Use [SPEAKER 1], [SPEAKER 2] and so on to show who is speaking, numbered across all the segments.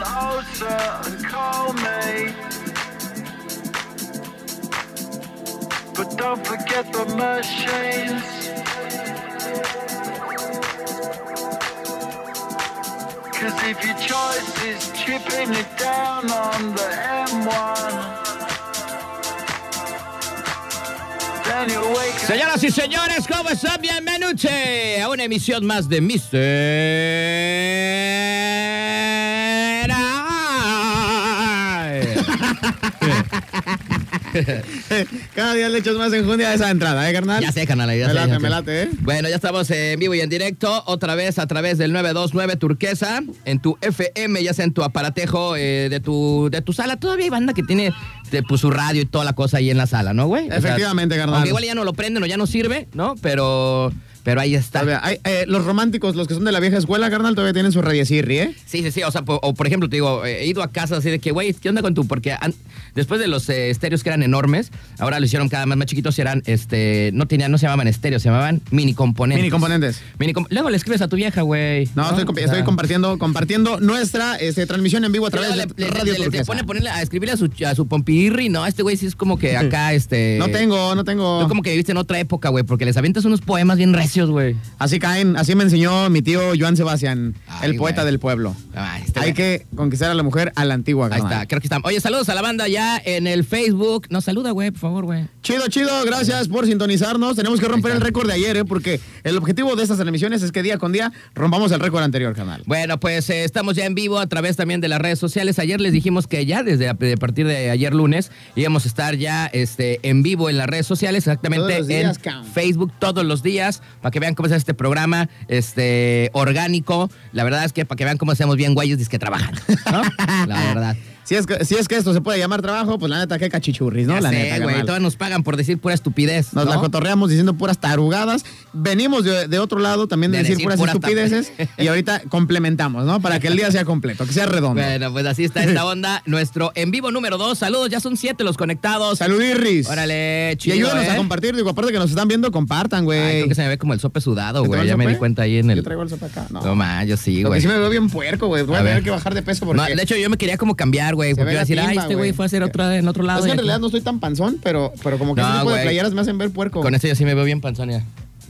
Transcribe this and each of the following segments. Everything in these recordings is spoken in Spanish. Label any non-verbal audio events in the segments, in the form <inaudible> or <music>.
[SPEAKER 1] answer and call me. But don't forget the machines. Cause if your choice is chipping it down on the M1, then you'll wake up.
[SPEAKER 2] Señoras y señores, ¿cómo están? Bienvenidos a una emisión más de Mister. Ay.
[SPEAKER 3] Cada día le echas más enjundia a esa entrada, ¿eh, <laughs> carnal?
[SPEAKER 2] Ya sé, canal, ya
[SPEAKER 3] Me
[SPEAKER 2] sé,
[SPEAKER 3] late,
[SPEAKER 2] ya sé.
[SPEAKER 3] me late, ¿eh?
[SPEAKER 2] Bueno, ya estamos en vivo y en directo, otra vez a través del 929 Turquesa, en tu FM, ya sea en tu aparatejo eh, de, tu, de tu sala. Todavía hay banda que tiene este, pues, su radio y toda la cosa ahí en la sala, ¿no, güey? O sea,
[SPEAKER 3] Efectivamente, carnal.
[SPEAKER 2] Aunque igual ya no lo prenden o ya no sirve, ¿no? Pero, pero ahí está.
[SPEAKER 3] Todavía hay, eh, los románticos, los que son de la vieja escuela, carnal, todavía tienen su radiecirri, ¿eh?
[SPEAKER 2] Sí, sí, sí. O sea, po- o por ejemplo, te digo, eh, he ido a casas así de que, güey, ¿qué onda con tu? Porque an- después de los eh, estéreos que eran enormes, ahora lo hicieron cada vez más chiquitos y eran, este, no tenían, no se llamaban estéreos, se llamaban mini componentes.
[SPEAKER 3] Mini componentes.
[SPEAKER 2] Mini com- Luego le escribes a tu vieja, güey.
[SPEAKER 3] No, estoy, comp-
[SPEAKER 2] O sea,
[SPEAKER 3] estoy compartiendo, compartiendo nuestra este, transmisión en vivo a
[SPEAKER 2] luego
[SPEAKER 3] través de
[SPEAKER 2] le, le-
[SPEAKER 3] Radio
[SPEAKER 2] le- le- le
[SPEAKER 3] Turquesa.
[SPEAKER 2] pone ponerle a escribirle a su, a su pompirri, no, este güey sí es como que acá, este...
[SPEAKER 3] No tengo, no tengo.
[SPEAKER 2] Tú como que viviste en otra época, güey, porque les avientas unos poemas bien recios, güey.
[SPEAKER 3] Así caen, así me enseñó mi tío Joan Sebastián,
[SPEAKER 2] Ay,
[SPEAKER 3] el poeta
[SPEAKER 2] güey.
[SPEAKER 3] del pueblo.
[SPEAKER 2] Ay, este
[SPEAKER 3] Hay
[SPEAKER 2] güey-
[SPEAKER 3] que conquistar a la mujer a la antigua,
[SPEAKER 2] Ahí
[SPEAKER 3] carnal.
[SPEAKER 2] está, creo que estamos. Oye, saludos a la banda ya en el Facebook. Nos saluda, güey, por favor, güey.
[SPEAKER 3] Chido, chido, gracias por sintonizarnos. Tenemos que romper el récord de ayer, ¿eh? porque el objetivo de estas transmisiones es que día con día rompamos el récord anterior, canal.
[SPEAKER 2] Bueno, pues eh, estamos ya en vivo a través también de las redes sociales. Ayer les dijimos que ya desde a de partir de ayer lunes íbamos a estar ya este, en vivo en las redes sociales, exactamente
[SPEAKER 3] Todos los días,
[SPEAKER 2] en
[SPEAKER 3] cabrón.
[SPEAKER 2] Facebook todos los días, para que vean cómo es este programa este, orgánico. La verdad es que para que vean cómo hacemos bien güeyes, dice que trabajan. ¿no? <laughs> La verdad.
[SPEAKER 3] Si es, que, si es que esto se puede llamar trabajo, pues la neta, qué cachichurris, <laughs> ¿no?
[SPEAKER 2] Ya
[SPEAKER 3] la
[SPEAKER 2] sé,
[SPEAKER 3] neta,
[SPEAKER 2] güey,
[SPEAKER 3] carnal.
[SPEAKER 2] todos nos pagan por decir pura estupidez.
[SPEAKER 3] Nos
[SPEAKER 2] ¿no?
[SPEAKER 3] la cotorreamos diciendo puras tarugadas. Venimos de, de otro lado también de,
[SPEAKER 2] De
[SPEAKER 3] decir,
[SPEAKER 2] decir
[SPEAKER 3] puras
[SPEAKER 2] puras
[SPEAKER 3] estupideces.
[SPEAKER 2] <laughs>
[SPEAKER 3] Y ahorita complementamos, ¿no? Para que el día sea completo, que sea redondo.
[SPEAKER 2] Bueno, pues así está
[SPEAKER 3] <laughs>
[SPEAKER 2] esta onda. Nuestro en vivo número dos. Saludos, ya son siete los conectados.
[SPEAKER 3] Saludirris.
[SPEAKER 2] Órale,
[SPEAKER 3] Y
[SPEAKER 2] chido,
[SPEAKER 3] ayúdanos a
[SPEAKER 2] ¿eh?
[SPEAKER 3] compartir. Digo, aparte que nos están viendo, compartan,
[SPEAKER 2] Ay,
[SPEAKER 3] güey.
[SPEAKER 2] creo que se me ve como el sope sudado,
[SPEAKER 3] ¿Te traigo
[SPEAKER 2] güey.
[SPEAKER 3] el
[SPEAKER 2] Ya me
[SPEAKER 3] sope?
[SPEAKER 2] di cuenta ahí en el.
[SPEAKER 3] Yo traigo el sopa acá. No.
[SPEAKER 2] No, ma, yo sí,
[SPEAKER 3] Porque
[SPEAKER 2] güey.
[SPEAKER 3] sí me veo bien puerco, güey. Voy a,
[SPEAKER 2] A
[SPEAKER 3] tener
[SPEAKER 2] ver.
[SPEAKER 3] que bajar de peso porque...
[SPEAKER 2] No, de hecho, yo me quería como cambiar, güey.
[SPEAKER 3] Se
[SPEAKER 2] Porque
[SPEAKER 3] ve
[SPEAKER 2] iba a
[SPEAKER 3] la
[SPEAKER 2] decir, ay,
[SPEAKER 3] timba,
[SPEAKER 2] este
[SPEAKER 3] güey".
[SPEAKER 2] güey fue a hacer otra en otro lado.
[SPEAKER 3] Es que en
[SPEAKER 2] y
[SPEAKER 3] realidad
[SPEAKER 2] aquí-
[SPEAKER 3] no estoy tan panzón, pero, pero como que
[SPEAKER 2] No,
[SPEAKER 3] ese tipo de
[SPEAKER 2] güey.
[SPEAKER 3] playeras me hacen ver puerco.
[SPEAKER 2] Con este yo sí me veo bien panzón ya.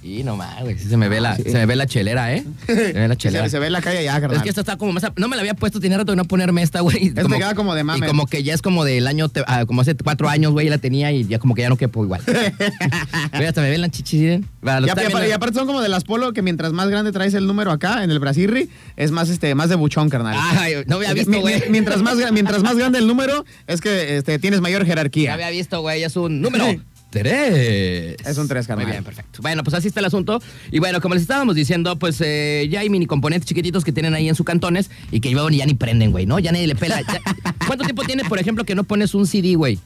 [SPEAKER 2] Y no más, güey. Sí se me ve la, se me ve la chelera,
[SPEAKER 3] <laughs>
[SPEAKER 2] ¿eh? Se me ve la chelera.
[SPEAKER 3] se, se ve la calle ya, carnal.
[SPEAKER 2] Es que esta está como más. a- No me la había puesto, tenía rato de no ponerme esta, güey.
[SPEAKER 3] Esta queda como de mame.
[SPEAKER 2] Y como que ya es como del año. te- ah, como hace cuatro años, güey, la tenía y ya como que ya no quepo
[SPEAKER 3] <laughs>
[SPEAKER 2] igual. Güey, hasta me ven las chichis, ¿sí? Para los que
[SPEAKER 3] Y, ap-
[SPEAKER 2] están viendo-
[SPEAKER 3] y aparte son como de las polo que mientras más grande traes el número acá en el brasirri, es más este más de buchón, carnal.
[SPEAKER 2] Ay, no Ah, había
[SPEAKER 3] Es-
[SPEAKER 2] visto,
[SPEAKER 3] mi- mi-
[SPEAKER 2] güey.
[SPEAKER 3] Mientras más, gra- mientras más grande el número, es que este, tienes mayor
[SPEAKER 2] Ya
[SPEAKER 3] jerarquía.
[SPEAKER 2] había visto, güey, es un número. Tres.
[SPEAKER 3] Es un tres, carnal.
[SPEAKER 2] Muy bien, perfecto. Bueno, pues así está el asunto. Y bueno, como les estábamos diciendo, pues eh, ya hay mini componentes chiquititos que tienen ahí en sus cantones y que llevan y ya ni prenden, güey, ¿no? Ya nadie le pela. Ya- <laughs> ¿Cuánto tiempo tiene, por ejemplo, que no pones un CD, güey?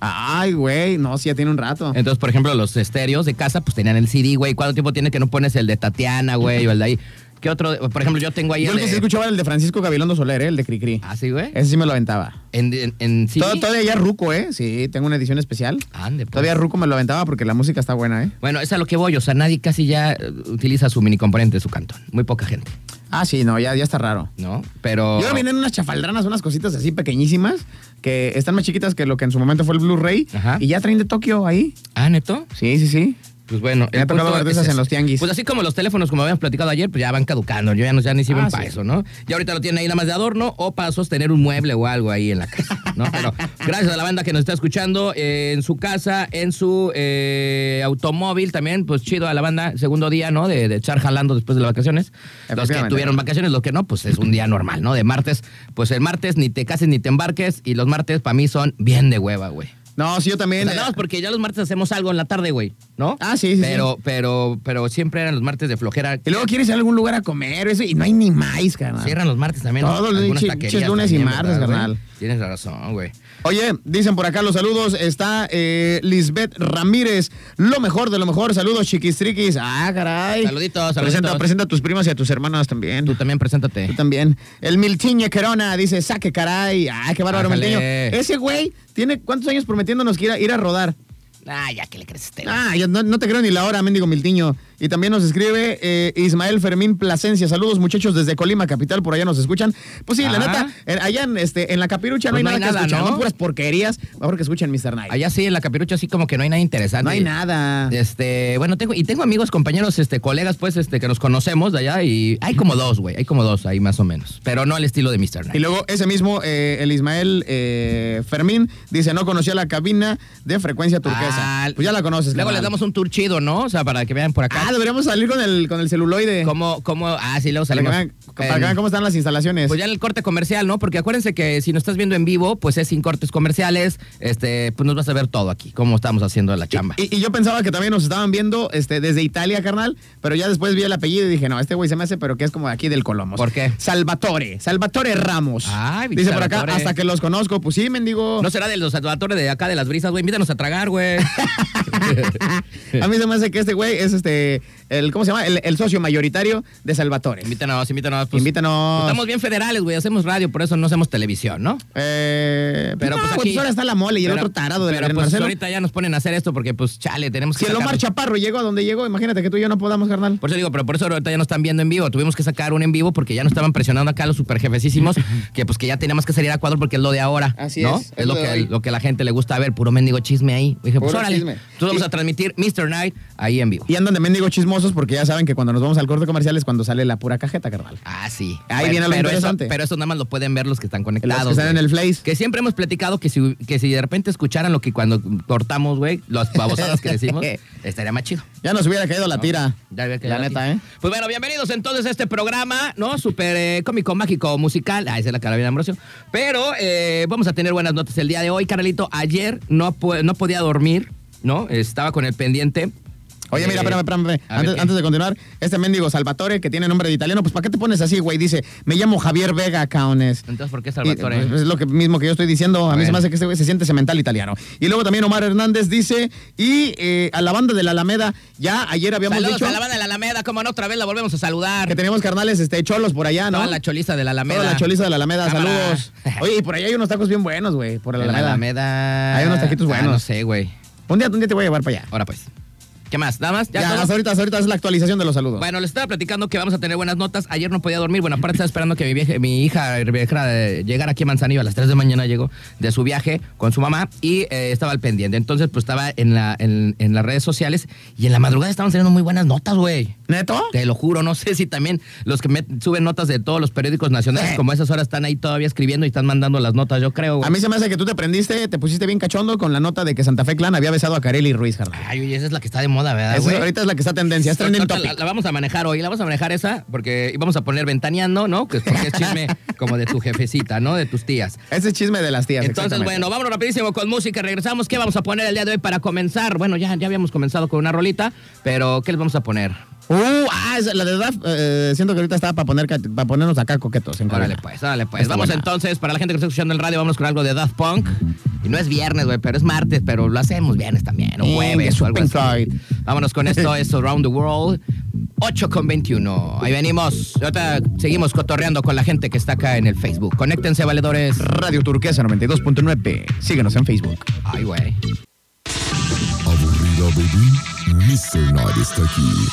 [SPEAKER 3] Ay, güey, no, sí, ya tiene un rato.
[SPEAKER 2] Entonces, por ejemplo, los estéreos de casa, pues tenían el CD, güey. ¿Cuánto tiempo tiene que no pones el de Tatiana, güey, o el de ahí? ¿Qué otro? Por ejemplo, yo tengo ahí
[SPEAKER 3] Yo el
[SPEAKER 2] el
[SPEAKER 3] que sí
[SPEAKER 2] de...
[SPEAKER 3] escuchaba era el de Francisco Gabilondo Soler, ¿eh? el de Cricri.
[SPEAKER 2] Ah, sí, güey.
[SPEAKER 3] Ese sí me lo aventaba.
[SPEAKER 2] En, en, en CD.
[SPEAKER 3] Todo- Todavía ya ruco, ¿eh? Sí, tengo una edición especial.
[SPEAKER 2] Ande, pues.
[SPEAKER 3] Todavía ruco me lo aventaba porque la música está buena, ¿eh?
[SPEAKER 2] Bueno, es a lo que voy. O sea, nadie casi ya eh, utiliza su mini componente de su cantón. Muy poca gente,
[SPEAKER 3] Ah, sí, no, ya, ya está raro.
[SPEAKER 2] ¿no? Pero.
[SPEAKER 3] Yo vienen unas chafaldranas, unas cositas así pequeñísimas, que están más chiquitas que lo que en su momento fue el Blu-ray,
[SPEAKER 2] Ajá.
[SPEAKER 3] y ya traen de Tokio ahí.
[SPEAKER 2] Ah, neto.
[SPEAKER 3] Sí, sí, sí.
[SPEAKER 2] Pues bueno,
[SPEAKER 3] Me ha tocado ver de esas en los tianguis.
[SPEAKER 2] Pues así como los teléfonos, como habíamos platicado ayer, pues ya van caducando. Yo ya no ya ni sirven
[SPEAKER 3] Ah,
[SPEAKER 2] para
[SPEAKER 3] sí.
[SPEAKER 2] eso, ¿no? Ya ahorita lo tienen ahí nada más de adorno o para sostener un mueble o algo ahí en la casa,
[SPEAKER 3] <laughs>
[SPEAKER 2] ¿no? Pero gracias a la banda que nos está escuchando eh, en su casa, en su eh, automóvil también. Pues chido a la banda, segundo día, ¿no? De, de echar jalando después de las vacaciones. Los que
[SPEAKER 3] Efectivamente.
[SPEAKER 2] tuvieron vacaciones, los que no, pues es un día normal, ¿no? De martes, pues el martes ni te cases ni te embarques y los martes para mí son bien de hueva, güey.
[SPEAKER 3] No, sí, yo
[SPEAKER 2] O
[SPEAKER 3] también.
[SPEAKER 2] sea,
[SPEAKER 3] eh,
[SPEAKER 2] nada más porque ya los martes hacemos algo en la tarde, güey, ¿no?
[SPEAKER 3] Ah, sí, sí,
[SPEAKER 2] Pero, pero, pero siempre eran los martes de flojera.
[SPEAKER 3] Y luego quieres ir a algún lugar a comer, eso, y no hay ni maíz, carnal.
[SPEAKER 2] Cierran los martes también.
[SPEAKER 3] Todos los
[SPEAKER 2] algunas
[SPEAKER 3] pinches-
[SPEAKER 2] taquerías
[SPEAKER 3] pinches lunes y
[SPEAKER 2] también,
[SPEAKER 3] martes,
[SPEAKER 2] ¿verdad,
[SPEAKER 3] carnal.
[SPEAKER 2] güey? Tienes la razón, güey.
[SPEAKER 3] Oye, dicen por acá los saludos. Está eh, Lisbeth Ramírez, lo mejor de lo mejor. Saludos, chiquistriquis. Ah, caray.
[SPEAKER 2] Saluditos, saluditos.
[SPEAKER 3] Presenta, presenta a tus primas y a tus hermanas también.
[SPEAKER 2] Tú también preséntate.
[SPEAKER 3] Yo también. El Miltiñe Querona dice, saque caray. Ay, qué bárbaro,
[SPEAKER 2] Ájale.
[SPEAKER 3] Miltiño. Ese güey tiene cuántos años prometiéndonos que ir a, ir a rodar.
[SPEAKER 2] Ah, ya que le crees a este. güey.
[SPEAKER 3] Ah, yo no, no te creo ni la hora, mendigo Miltiño. Y también nos escribe eh, Ismael Fermín Plasencia. Saludos, muchachos, desde Colima, capital. Por allá nos escuchan. Pues sí,
[SPEAKER 2] Ah.
[SPEAKER 3] la neta, en- allá en, este, en la capirucha
[SPEAKER 2] Pues
[SPEAKER 3] no hay nada, que escuchar.
[SPEAKER 2] ¿no?
[SPEAKER 3] ¿no? Puras porquerías. Mejor que escuchen Mr. Night.
[SPEAKER 2] Allá sí, en la capirucha así como que no hay nada interesante.
[SPEAKER 3] no hay nada.
[SPEAKER 2] Este, bueno, tengo, y tengo amigos, compañeros, este, colegas, pues, este, que nos conocemos de allá y hay como dos, güey, hay como dos ahí más o menos, pero no al estilo de Mr.
[SPEAKER 3] Y
[SPEAKER 2] Night.
[SPEAKER 3] luego ese mismo, eh, el Ismael eh, Fermín, dice, no conocía la cabina de frecuencia turquesa.
[SPEAKER 2] Ah,
[SPEAKER 3] pues ya la conoces.
[SPEAKER 2] Luego les
[SPEAKER 3] carnal.
[SPEAKER 2] damos un tour chido, ¿no? O sea, para que vean por acá.
[SPEAKER 3] Ah, deberíamos salir con el, con el celuloide.
[SPEAKER 2] ¿Cómo, cómo? Ah, sí, luego
[SPEAKER 3] Para que
[SPEAKER 2] salimos.
[SPEAKER 3] vean, para que
[SPEAKER 2] en-
[SPEAKER 3] vean cómo están las instalaciones.
[SPEAKER 2] Pues ya en el corte comercial, ¿no? Porque acuérdense que si nos estás viendo en vivo, pues es sin cortes comerciales, este, pues nos vas a ver todo aquí, cómo estamos haciendo la chamba.
[SPEAKER 3] Y, y yo pensaba que también nos estaban viendo este, desde Italia, carnal, pero ya después vi el apellido y dije, no, este güey se me hace, pero que es como de aquí del Colombo.
[SPEAKER 2] ¿Por qué?
[SPEAKER 3] Salvatore, Salvatore Ramos.
[SPEAKER 2] Ay,
[SPEAKER 3] Dice por acá,
[SPEAKER 2] Salvatore.
[SPEAKER 3] hasta que los conozco, pues sí, mendigo.
[SPEAKER 2] No será de los salvatores de acá de las brisas, güey, invítanos a tragar,
[SPEAKER 3] <laughs>
[SPEAKER 2] güey.
[SPEAKER 3] A mí se me hace que este güey es este, el, ¿cómo se llama? El, el socio mayoritario de Salvatore.
[SPEAKER 2] Invítanos, invítanos. pues,
[SPEAKER 3] Invítanos.
[SPEAKER 2] Estamos bien federales, güey, hacemos radio, por eso no hacemos televisión, ¿no?
[SPEAKER 3] Eh,
[SPEAKER 2] Pero
[SPEAKER 3] no,
[SPEAKER 2] pues
[SPEAKER 3] güey,
[SPEAKER 2] aquí-
[SPEAKER 3] ahora está la mole y el
[SPEAKER 2] Pero-
[SPEAKER 3] otro tarado de
[SPEAKER 2] pero,
[SPEAKER 3] la
[SPEAKER 2] pues,
[SPEAKER 3] Marcelo.
[SPEAKER 2] ahorita ya nos ponen a hacer esto porque, pues, chale, tenemos que
[SPEAKER 3] Si el Omar
[SPEAKER 2] sacar-
[SPEAKER 3] Chaparro llegó a donde llegó, imagínate que tú y yo no podamos, carnal.
[SPEAKER 2] Por eso digo, pero por eso ahorita ya no están viendo en vivo. Tuvimos que sacar un en vivo porque ya nos estaban presionando acá los <laughs> superjefecísimos, que pues que ya teníamos que salir a cuadro porque es lo de ahora.
[SPEAKER 3] Así
[SPEAKER 2] ¿no?
[SPEAKER 3] es,
[SPEAKER 2] Es, lo,
[SPEAKER 3] de
[SPEAKER 2] que,
[SPEAKER 3] hoy.
[SPEAKER 2] lo que la gente le gusta ver, puro mendigo chisme ahí. Dije, pues
[SPEAKER 3] Puro
[SPEAKER 2] órale,
[SPEAKER 3] chisme.
[SPEAKER 2] entonces vamos
[SPEAKER 3] Y-
[SPEAKER 2] a transmitir Mr. Night ahí en vivo.
[SPEAKER 3] Y andan de mendigo chismosos porque ya saben que cuando nos vamos al corte comercial es cuando sale la pura cajeta, carnal.
[SPEAKER 2] Ah, sí.
[SPEAKER 3] Ahí viene lo
[SPEAKER 2] pero
[SPEAKER 3] interesante.
[SPEAKER 2] Eso, pero eso nada más lo pueden ver los que están conectados.
[SPEAKER 3] que están en
[SPEAKER 2] güey.
[SPEAKER 3] el Flace.
[SPEAKER 2] Que siempre hemos platicado que si, que si de repente escucharan lo que cuando cortamos, güey, las babosadas que <laughs> decimos, estaría más chido.
[SPEAKER 3] Ya nos hubiera caído la
[SPEAKER 2] ¿no?
[SPEAKER 3] tira.
[SPEAKER 2] Ya había quedado
[SPEAKER 3] la
[SPEAKER 2] así.
[SPEAKER 3] neta, ¿eh?
[SPEAKER 2] Pues bueno, bienvenidos entonces a este programa, ¿no? Súper eh, cómico, mágico, musical. Ah, esa es la carabina de Ambrosio. Pero eh, vamos a tener buenas notas el día de hoy, Carlito. Ayer no, po- no podía dormir, ¿no? Estaba con el pendiente.
[SPEAKER 3] Oye, mira,
[SPEAKER 2] Eh,
[SPEAKER 3] espérame, espérame. espérame.
[SPEAKER 2] a ver
[SPEAKER 3] Antes,
[SPEAKER 2] qué.
[SPEAKER 3] antes de continuar, este mendigo Salvatore, que tiene nombre de italiano, pues ¿para qué te pones así, güey? Dice, me llamo Javier Vega, caones.
[SPEAKER 2] Entonces, ¿por qué
[SPEAKER 3] Y,
[SPEAKER 2] Salvatore?
[SPEAKER 3] pues, es lo que, mismo que yo estoy diciendo. A mí se
[SPEAKER 2] Bueno.
[SPEAKER 3] me hace que este güey se siente semental italiano. Y luego también Omar Hernández dice, y eh, a la banda de la Alameda, ya ayer habíamos
[SPEAKER 2] Saludos
[SPEAKER 3] dicho
[SPEAKER 2] a la banda de la Alameda, como no, otra vez la volvemos a saludar.
[SPEAKER 3] que teníamos carnales este, cholos por allá, ¿no?
[SPEAKER 2] Toda la choliza de la Alameda.
[SPEAKER 3] Toda la choliza de la Alameda,
[SPEAKER 2] Cámara. <laughs>
[SPEAKER 3] saludos. Oye, y por allá hay unos tacos bien buenos, güey, por
[SPEAKER 2] De
[SPEAKER 3] la
[SPEAKER 2] la Alameda.
[SPEAKER 3] Alameda. Hay unos taquitos
[SPEAKER 2] Ah,
[SPEAKER 3] buenos.
[SPEAKER 2] no sé, güey.
[SPEAKER 3] Un día, un día te voy a llevar para allá.
[SPEAKER 2] Ahora pues. ¿Qué más? ¿Nada más?
[SPEAKER 3] Ya,
[SPEAKER 2] todo?
[SPEAKER 3] hasta ahorita, hasta ahorita es la actualización de los saludos.
[SPEAKER 2] Bueno, les estaba platicando que vamos a tener buenas notas. Ayer no podía dormir. Bueno, aparte estaba esperando que mi, vieja- mi hija viajara de llegar aquí a Manzanillo a las 3 de mañana llegó de su viaje con su mamá y eh, estaba al pendiente. Entonces, pues estaba en, la, en, en las redes sociales y en la madrugada estaban saliendo muy buenas notas, güey.
[SPEAKER 3] ¿Neto?
[SPEAKER 2] Te lo juro, no <laughs> sé si también los que me- suben notas de todos los periódicos nacionales, como a esas horas están ahí todavía escribiendo y están mandando las notas, yo creo, güey.
[SPEAKER 3] Eh. A mí se me hace que tú te prendiste, te pusiste bien cachondo con la nota de que Santa Fe Clan había besado a Carelli Ruiz, carnal.
[SPEAKER 2] Ay, oye, esa es la que está de moda, ¿verdad,
[SPEAKER 3] Esa
[SPEAKER 2] Ah, güey?
[SPEAKER 3] ahorita es la que está tendencia, es trending
[SPEAKER 2] Ahorita La,
[SPEAKER 3] topic.
[SPEAKER 2] la vamos a manejar hoy, la vamos a manejar esa, porque vamos a poner ventaneando, ¿no? Que es porque es
[SPEAKER 3] <laughs>
[SPEAKER 2] chisme como de tu jefecita, ¿no? De tus tías.
[SPEAKER 3] Ese es chisme de las tías.
[SPEAKER 2] Entonces,
[SPEAKER 3] exactamente.
[SPEAKER 2] bueno, vámonos rapidísimo con música, regresamos. ¿Qué vamos a poner el día de hoy para comenzar? Bueno, ya, ya habíamos comenzado con una rolita, pero ¿qué les vamos a poner?
[SPEAKER 3] Uh, ah, esa- la de verdad, eh, siento que ahorita estaba para poner, ca- para ponernos acá coquetos. En
[SPEAKER 2] Órale
[SPEAKER 3] cabina.
[SPEAKER 2] pues, órale pues.
[SPEAKER 3] Está
[SPEAKER 2] vamos
[SPEAKER 3] buena.
[SPEAKER 2] entonces, para la gente que está escuchando el radio, vamos con algo de Daft Punk. Y no es viernes, güey, pero es martes, pero lo hacemos viernes también, o
[SPEAKER 3] Venga,
[SPEAKER 2] jueves o algo
[SPEAKER 3] Pink
[SPEAKER 2] así.
[SPEAKER 3] Floyd.
[SPEAKER 2] Vámonos con esto, es Around the World, 8 con 21. Ahí venimos, ahorita seguimos cotorreando con la gente que está acá en el Facebook. Conéctense, valedores.
[SPEAKER 3] Radio Turquesa 92.9. Síguenos en Facebook.
[SPEAKER 2] Ay, güey.
[SPEAKER 4] Aburrida, baby. Mr. Night está aquí.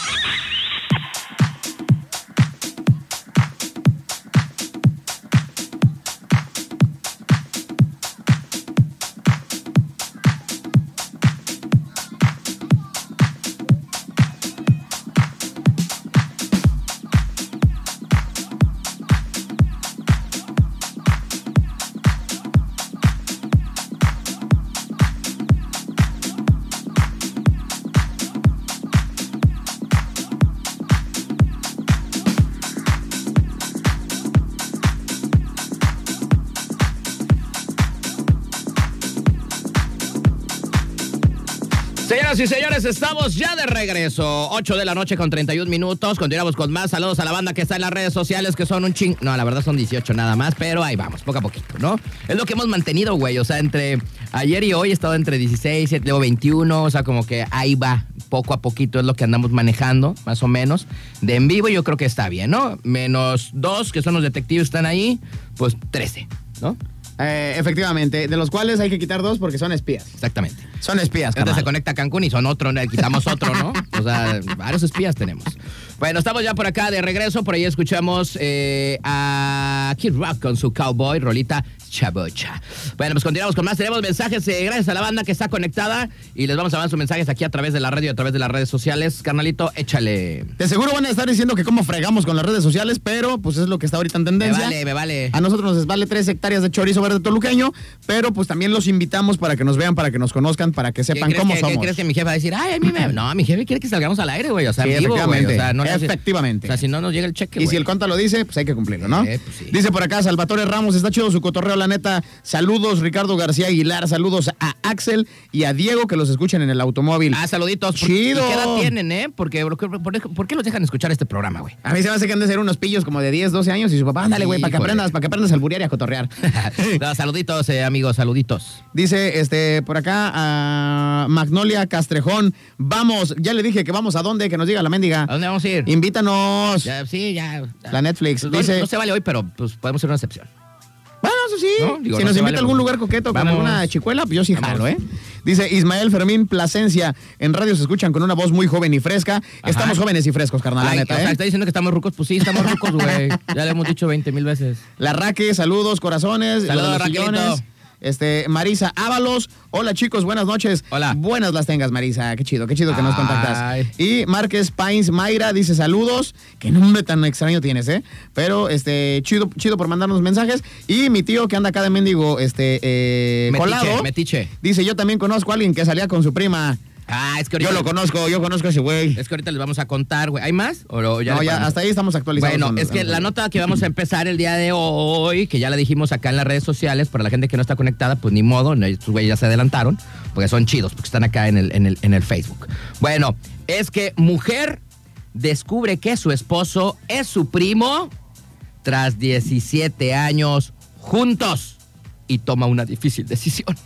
[SPEAKER 2] Señoras y señores, estamos ya de regreso. 8 de la noche con 31 minutos. Continuamos con más. Saludos a la banda que está en las redes sociales, que son un ching. No, la verdad son 18 nada más, pero ahí vamos, poco a poquito, ¿no? Es lo que hemos mantenido, güey. O sea, entre ayer y hoy he estado entre 16, siete- luego 21. O sea, como que ahí va, poco a poquito es lo que andamos manejando, más o menos. De en vivo yo creo que está bien, ¿no? Menos dos, que son los detectives, están ahí, pues 13, ¿no?
[SPEAKER 3] Eh, efectivamente, de los cuales hay que quitar dos porque son espías.
[SPEAKER 2] Exactamente.
[SPEAKER 3] Son espías,
[SPEAKER 2] Entonces se
[SPEAKER 3] carnal.
[SPEAKER 2] conecta a Cancún y son otro, le quitamos otro, ¿no? O sea, varios espías tenemos. Bueno, estamos ya por acá de regreso. Por ahí escuchamos eh, a Kid Rock con su cowboy, rolita chabocha. Bueno, pues continuamos con más. Tenemos mensajes eh, gracias a la banda que está conectada y les vamos a mandar sus mensajes aquí a través de la radio y a través de las redes sociales. Carnalito, échale.
[SPEAKER 3] De seguro van a estar diciendo que cómo fregamos con las redes sociales, pero pues es lo que está ahorita en
[SPEAKER 2] Me
[SPEAKER 3] tendencia. Ah,
[SPEAKER 2] vale, me vale.
[SPEAKER 3] A nosotros nos vale tres hectáreas de chorizo verde toluqueño, pero pues también los invitamos para que nos vean, para que nos conozcan, para que
[SPEAKER 2] ¿Qué
[SPEAKER 3] sepan
[SPEAKER 2] crees
[SPEAKER 3] cómo
[SPEAKER 2] que- qué
[SPEAKER 3] somos.
[SPEAKER 2] crees que mi jefe va a decir? Ay, a mí me... No, mi jefe quiere que salgamos al aire, güey. O sea,
[SPEAKER 3] Sí,
[SPEAKER 2] en vivo, güey. O
[SPEAKER 3] efectivamente.
[SPEAKER 2] sea, no le haces- O
[SPEAKER 3] Efectivamente.
[SPEAKER 2] sea, si no nos llega el cheque,
[SPEAKER 3] y si
[SPEAKER 2] güey.
[SPEAKER 3] el conta lo dice, pues hay que cumplirlo, ¿no?
[SPEAKER 2] Eh, pues sí.
[SPEAKER 3] Dice por acá Salvatore Ramos, está chido su cotorreo, la neta. Saludos Ricardo García Aguilar, saludos a Axel y a Diego que los escuchen en el automóvil.
[SPEAKER 2] Ah, saluditos. Por-
[SPEAKER 3] Chido.
[SPEAKER 2] ¿Y ¿Qué edad tienen, eh? Porque, por, por- por qué los dejan escuchar este programa,
[SPEAKER 3] <laughs>
[SPEAKER 2] güey?
[SPEAKER 3] A mí se me hace que han de ser unos pillos como de 10, 12 años y su papá, ándale, güey, para que
[SPEAKER 2] Híjole.
[SPEAKER 3] aprendas, para que aprendas a alburear y
[SPEAKER 2] <laughs>
[SPEAKER 3] a cotorrear.
[SPEAKER 2] No, saluditos, eh, amigos, saluditos.
[SPEAKER 3] Dice este por acá a Magnolia Castrejón, vamos, ya le dije que vamos a dónde, que nos diga la mendiga.
[SPEAKER 2] ¿A dónde vamos a ir?
[SPEAKER 3] Invítanos.
[SPEAKER 2] Ya, sí, ya. ya.
[SPEAKER 3] La Netflix,
[SPEAKER 2] Pues, bueno,
[SPEAKER 3] dice-
[SPEAKER 2] No se vale hoy, pero pues, podemos hacer una excepción.
[SPEAKER 3] Bueno, eso sí.
[SPEAKER 2] No, digo,
[SPEAKER 3] si
[SPEAKER 2] no
[SPEAKER 3] nos
[SPEAKER 2] se
[SPEAKER 3] invita
[SPEAKER 2] vale,
[SPEAKER 3] a algún
[SPEAKER 2] pues,
[SPEAKER 3] lugar coqueto
[SPEAKER 2] vamos.
[SPEAKER 3] con alguna chicuela, pues yo sí
[SPEAKER 2] Vamos.
[SPEAKER 3] jalo, ¿eh? Dice Ismael Fermín Plasencia. En radio se escuchan con una voz muy joven y fresca.
[SPEAKER 2] Ajá.
[SPEAKER 3] Estamos jóvenes y frescos, carnal, la
[SPEAKER 2] Ay,
[SPEAKER 3] neta,
[SPEAKER 2] o sea,
[SPEAKER 3] ¿eh?
[SPEAKER 2] está diciendo que estamos rucos. Pues sí, estamos rucos,
[SPEAKER 3] <laughs>
[SPEAKER 2] güey. Ya lo hemos dicho 20 mil veces.
[SPEAKER 3] La Raque, saludos, corazones.
[SPEAKER 2] Saludos,
[SPEAKER 3] lo de los
[SPEAKER 2] Raquelito.
[SPEAKER 3] sillones. Este, Marisa Ábalos. Hola, chicos, buenas noches.
[SPEAKER 2] Hola.
[SPEAKER 3] Buenas las tengas, Marisa. Qué chido, qué chido que nos
[SPEAKER 2] Ay.
[SPEAKER 3] contactas. Y Márquez Pains Mayra dice saludos. Qué nombre tan extraño tienes, ¿eh? Pero, este, chido, chido por mandarnos mensajes. Y mi tío que anda acá de mendigo, este, eh,
[SPEAKER 2] Metiche,
[SPEAKER 3] colado.
[SPEAKER 2] metiche.
[SPEAKER 3] Dice, yo también conozco a alguien que salía con su prima.
[SPEAKER 2] Ah, es que ahorita.
[SPEAKER 3] Yo lo conozco, yo conozco a ese güey.
[SPEAKER 2] Es que ahorita les vamos a contar, güey. ¿Hay más? ¿O lo-
[SPEAKER 3] No,
[SPEAKER 2] le
[SPEAKER 3] ya,
[SPEAKER 2] paramos?
[SPEAKER 3] hasta ahí estamos actualizados.
[SPEAKER 2] Bueno,
[SPEAKER 3] en-
[SPEAKER 2] es
[SPEAKER 3] en
[SPEAKER 2] que
[SPEAKER 3] los-
[SPEAKER 2] la nota que vamos a empezar el día de hoy, que ya la dijimos acá en las redes sociales, para la gente que no está conectada, pues ni modo, no, estos güeyes ya se adelantaron, porque son chidos, porque están acá en el, en el- en el Facebook. Bueno, es que mujer descubre que su esposo es su primo tras 17 años juntos y toma una difícil decisión.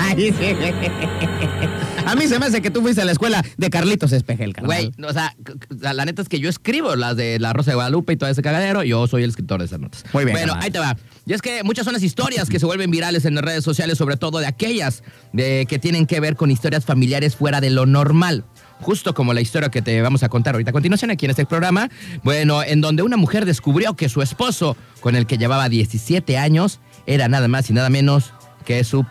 [SPEAKER 3] Ay, sí. <laughs> A mí se me hace que tú fuiste a la escuela de Carlitos Espejel, carnal.
[SPEAKER 2] Güey, no, o sea, c- c- la neta es que yo escribo las de La Rosa de Guadalupe y todo ese cagadero. Yo soy el escritor de esas notas.
[SPEAKER 3] Muy bien,
[SPEAKER 2] Bueno,
[SPEAKER 3] carnal.
[SPEAKER 2] ahí te va. Y es que muchas son las historias que se vuelven virales en las redes sociales, sobre todo de aquellas de, que tienen que ver con historias familiares fuera de lo normal. Justo como la historia que te vamos a contar ahorita a continuación aquí en este programa. Bueno, en donde una mujer descubrió que su esposo, con el que llevaba 17 años, era nada más y nada menos que su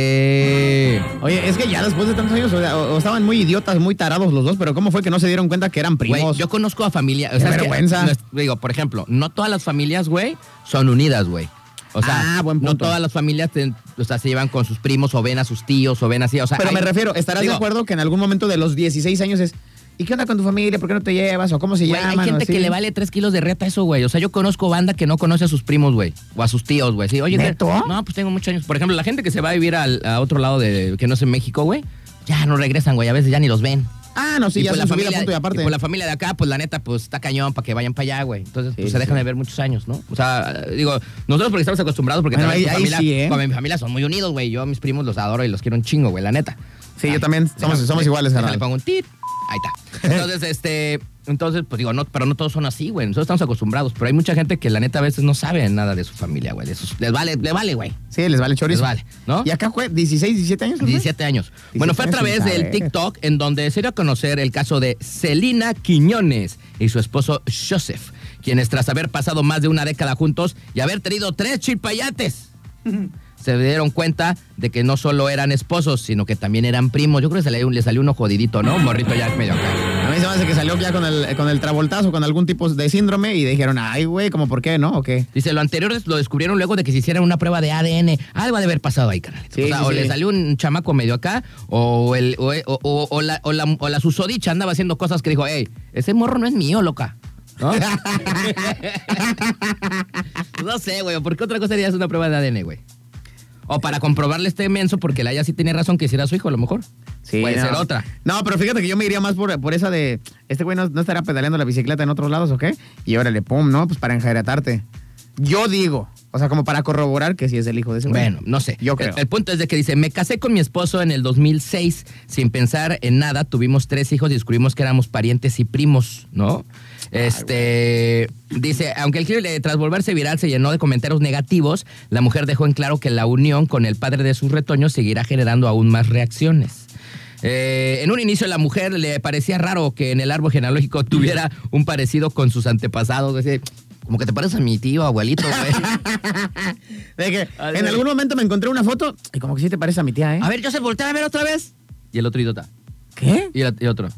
[SPEAKER 2] primate.
[SPEAKER 3] Oye, es que ya después de tantos años, o, sea, o- o estaban muy idiotas, muy tarados los dos, pero ¿cómo fue que no se dieron cuenta que eran
[SPEAKER 2] Güey,
[SPEAKER 3] primos?
[SPEAKER 2] yo conozco a familias.
[SPEAKER 3] Qué vergüenza.
[SPEAKER 2] digo, por ejemplo, no todas las familias, güey, son unidas, güey. O sea,
[SPEAKER 3] Ah, buen
[SPEAKER 2] no
[SPEAKER 3] punto.
[SPEAKER 2] todas las familias ten- o sea, se llevan con sus primos o ven a sus tíos o ven así. O sea,
[SPEAKER 3] pero
[SPEAKER 2] hay-
[SPEAKER 3] me refiero, ¿estarás
[SPEAKER 2] digo,
[SPEAKER 3] de acuerdo que en algún momento de los 16 años es, ¿y qué onda con tu familia? ¿Por qué no te llevas? ¿O cómo se
[SPEAKER 2] güey,
[SPEAKER 3] llaman?
[SPEAKER 2] hay
[SPEAKER 3] ¿O
[SPEAKER 2] gente
[SPEAKER 3] así?
[SPEAKER 2] que le vale tres kilos de reta a eso, güey. O sea, yo conozco banda que no conoce a sus primos, güey. O a sus tíos, güey. Sí, oye,
[SPEAKER 3] ¿Neto?
[SPEAKER 2] güey, no, pues tengo muchos años. Por ejemplo, la gente que se va a vivir al, a otro lado de que no es en México, güey, ya no regresan, güey. A veces ya ni los ven.
[SPEAKER 3] Ah, no, sí,
[SPEAKER 2] Y
[SPEAKER 3] ya
[SPEAKER 2] pues
[SPEAKER 3] se subieron a punto y
[SPEAKER 2] y
[SPEAKER 3] aparte.
[SPEAKER 2] pues la familia de acá, pues la neta, pues está cañón para que vayan para allá, güey. Entonces, pues
[SPEAKER 3] Sí,
[SPEAKER 2] se
[SPEAKER 3] sí,
[SPEAKER 2] dejan
[SPEAKER 3] sí.
[SPEAKER 2] de ver muchos años, ¿no? O sea, digo, nosotros porque estamos acostumbrados, porque
[SPEAKER 3] Bueno,
[SPEAKER 2] también
[SPEAKER 3] ahí-
[SPEAKER 2] con
[SPEAKER 3] ahí sí, ¿eh?
[SPEAKER 2] con mi familia son muy unidos, güey. Yo a mis primos los adoro y los quiero un chingo, güey, la neta. Ah,
[SPEAKER 3] Sí, yo también. Somos- somos iguales,
[SPEAKER 2] déjale, Le
[SPEAKER 3] carnal.
[SPEAKER 2] pongo un tit. Ahí está. Entonces,
[SPEAKER 3] <laughs>
[SPEAKER 2] este, entonces, pues digo, no, pero no todos son así, güey. Nosotros estamos acostumbrados, pero hay mucha gente que la neta a veces no sabe nada de su familia, güey. de sus- Les vale, le vale, güey.
[SPEAKER 3] Sí, les vale
[SPEAKER 2] Les
[SPEAKER 3] chorizo.
[SPEAKER 2] vale, ¿no?
[SPEAKER 3] ¿Y acá fue 16, 17 años? ¿no?
[SPEAKER 2] 17 años. Bueno, fue a
[SPEAKER 3] 17
[SPEAKER 2] través
[SPEAKER 3] sin
[SPEAKER 2] del
[SPEAKER 3] saber.
[SPEAKER 2] TikTok en donde se dio a conocer el caso de Celina Quiñones y su esposo Joseph, quienes tras haber pasado más de una década juntos y haber tenido tres
[SPEAKER 3] <laughs>
[SPEAKER 2] chilpayates, se dieron cuenta de que no solo eran esposos, sino que también eran primos. Yo creo que se le, le salió uno jodidito, ¿no? Un morrito ya medio acá.
[SPEAKER 3] A mí se me hace que salió ya con el, con el travoltazo, con algún tipo de síndrome y dijeron, ay, güey, ¿cómo por qué, no? ¿O qué?
[SPEAKER 2] Dice, lo anterior lo descubrieron luego de que se hiciera una prueba de ADN. Algo ha de haber pasado ahí, canal.
[SPEAKER 3] Sí,
[SPEAKER 2] o sea,
[SPEAKER 3] sí,
[SPEAKER 2] o
[SPEAKER 3] sí.
[SPEAKER 2] le salió un chamaco medio acá, o, el, o, o- o- o la, o, la, o la susodicha andaba haciendo cosas que dijo, hey, ese morro no es mío, loca. <laughs> ¿No? no sé, güey, ¿por qué otra cosa harías una prueba de ADN, güey? O para comprobarle este menso, porque la ya sí tiene razón que hiciera su hijo, a lo mejor. Puede
[SPEAKER 3] no.
[SPEAKER 2] ser otra.
[SPEAKER 3] No, pero fíjate que yo me iría más por, por esa de. Este güey no, no estará pedaleando la bicicleta en otros lados, ¿o qué? Y órale, pum, ¿no? Pues para enjaretarte. Yo digo. O sea, como para corroborar que sí es el hijo de ese güey.
[SPEAKER 2] Bueno, no sé.
[SPEAKER 3] Yo
[SPEAKER 2] El-
[SPEAKER 3] creo.
[SPEAKER 2] El, punto es de que dice, me casé con mi esposo en el 2006 sin pensar en nada. Tuvimos tres hijos y descubrimos que éramos parientes y primos, ¿no? Este dice, aunque el clip eh, tras volverse viral se llenó de comentarios negativos, la mujer dejó en claro que la unión con el padre de sus retoños seguirá generando aún más reacciones. Eh, en un inicio la mujer le parecía raro que en el árbol genealógico tuviera un parecido con sus antepasados. Decía, como que te pareces a mi tío, abuelito,
[SPEAKER 3] <laughs>
[SPEAKER 2] güey.
[SPEAKER 3] De que
[SPEAKER 2] Ah,
[SPEAKER 3] en
[SPEAKER 2] sí.
[SPEAKER 3] algún momento me encontré una foto y como que sí te parece a mi tía, ¿eh?
[SPEAKER 2] A ver, yo se voltea a ver otra vez. Y el otro idiota.
[SPEAKER 3] ¿Qué?
[SPEAKER 2] Y el, y otro.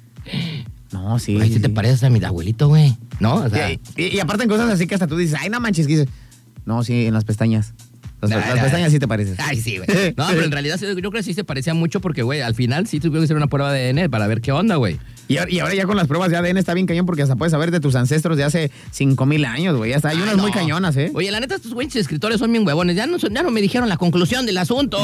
[SPEAKER 3] No, sí.
[SPEAKER 2] Ay, si te
[SPEAKER 3] sí.
[SPEAKER 2] pareces a mi abuelito, güey. ¿No? O sea.
[SPEAKER 3] Y, y- y aparte en cosas así que hasta tú dices, ay, no manches, que dices, no, sí, en las pestañas. Las,
[SPEAKER 2] Nah,
[SPEAKER 3] las
[SPEAKER 2] nah.
[SPEAKER 3] pestañas sí te pareces.
[SPEAKER 2] Ay, sí, <laughs> güey.
[SPEAKER 3] <laughs>
[SPEAKER 2] No, pero en realidad sí, yo creo que sí se parecía mucho porque, güey, al final sí tuvieron que hacer una prueba de ADN para ver qué onda, güey.
[SPEAKER 3] Y ahora, y ahora ya con las pruebas de ADN está bien cañón porque hasta puedes saber de tus ancestros de hace 5000 años, güey. Hasta hay unas
[SPEAKER 2] Ay, Ah, no.
[SPEAKER 3] muy cañonas, ¿eh?
[SPEAKER 2] Oye, la neta, estos güeyes escritores son bien huevones. Ya no, son- ya no me dijeron la conclusión del asunto.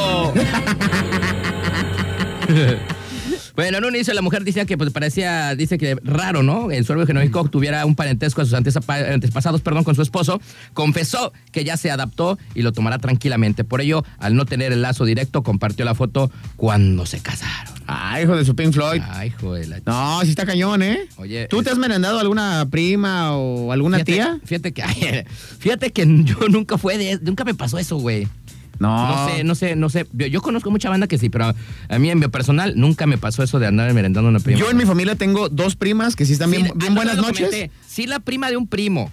[SPEAKER 2] Bueno, en un inicio la mujer decía que pues parecía, dice que raro, ¿no? El suelo genómico tuviera un parentesco a sus antes- antepasados, perdón, con su esposo. Confesó que ya se adaptó y lo tomará tranquilamente. Por ello, al no tener el lazo directo, compartió la foto cuando se casaron.
[SPEAKER 3] Ay, Ah, hijo de su Pink Floyd.
[SPEAKER 2] Ay, hijo de la...
[SPEAKER 3] No, sí está cañón, ¿eh?
[SPEAKER 2] Ah. Oye,
[SPEAKER 3] ¿Tú te
[SPEAKER 2] es-
[SPEAKER 3] has merendado alguna prima o alguna
[SPEAKER 2] Fíjate-
[SPEAKER 3] tía?
[SPEAKER 2] Fíjate que, ay, fíjate que yo nunca fue de... Nunca me pasó eso, güey. No
[SPEAKER 3] Ah.
[SPEAKER 2] sé, no sé, no sé. Yo, yo conozco mucha banda que sí, pero a mí en mi personal nunca me pasó eso de andar merendando una prima.
[SPEAKER 3] Yo en mi familia tengo dos primas que sí están bien,
[SPEAKER 2] Sí, ah,
[SPEAKER 3] bien
[SPEAKER 2] no,
[SPEAKER 3] buenas
[SPEAKER 2] no lo
[SPEAKER 3] noches.
[SPEAKER 2] comenté. Sí, la prima de un primo,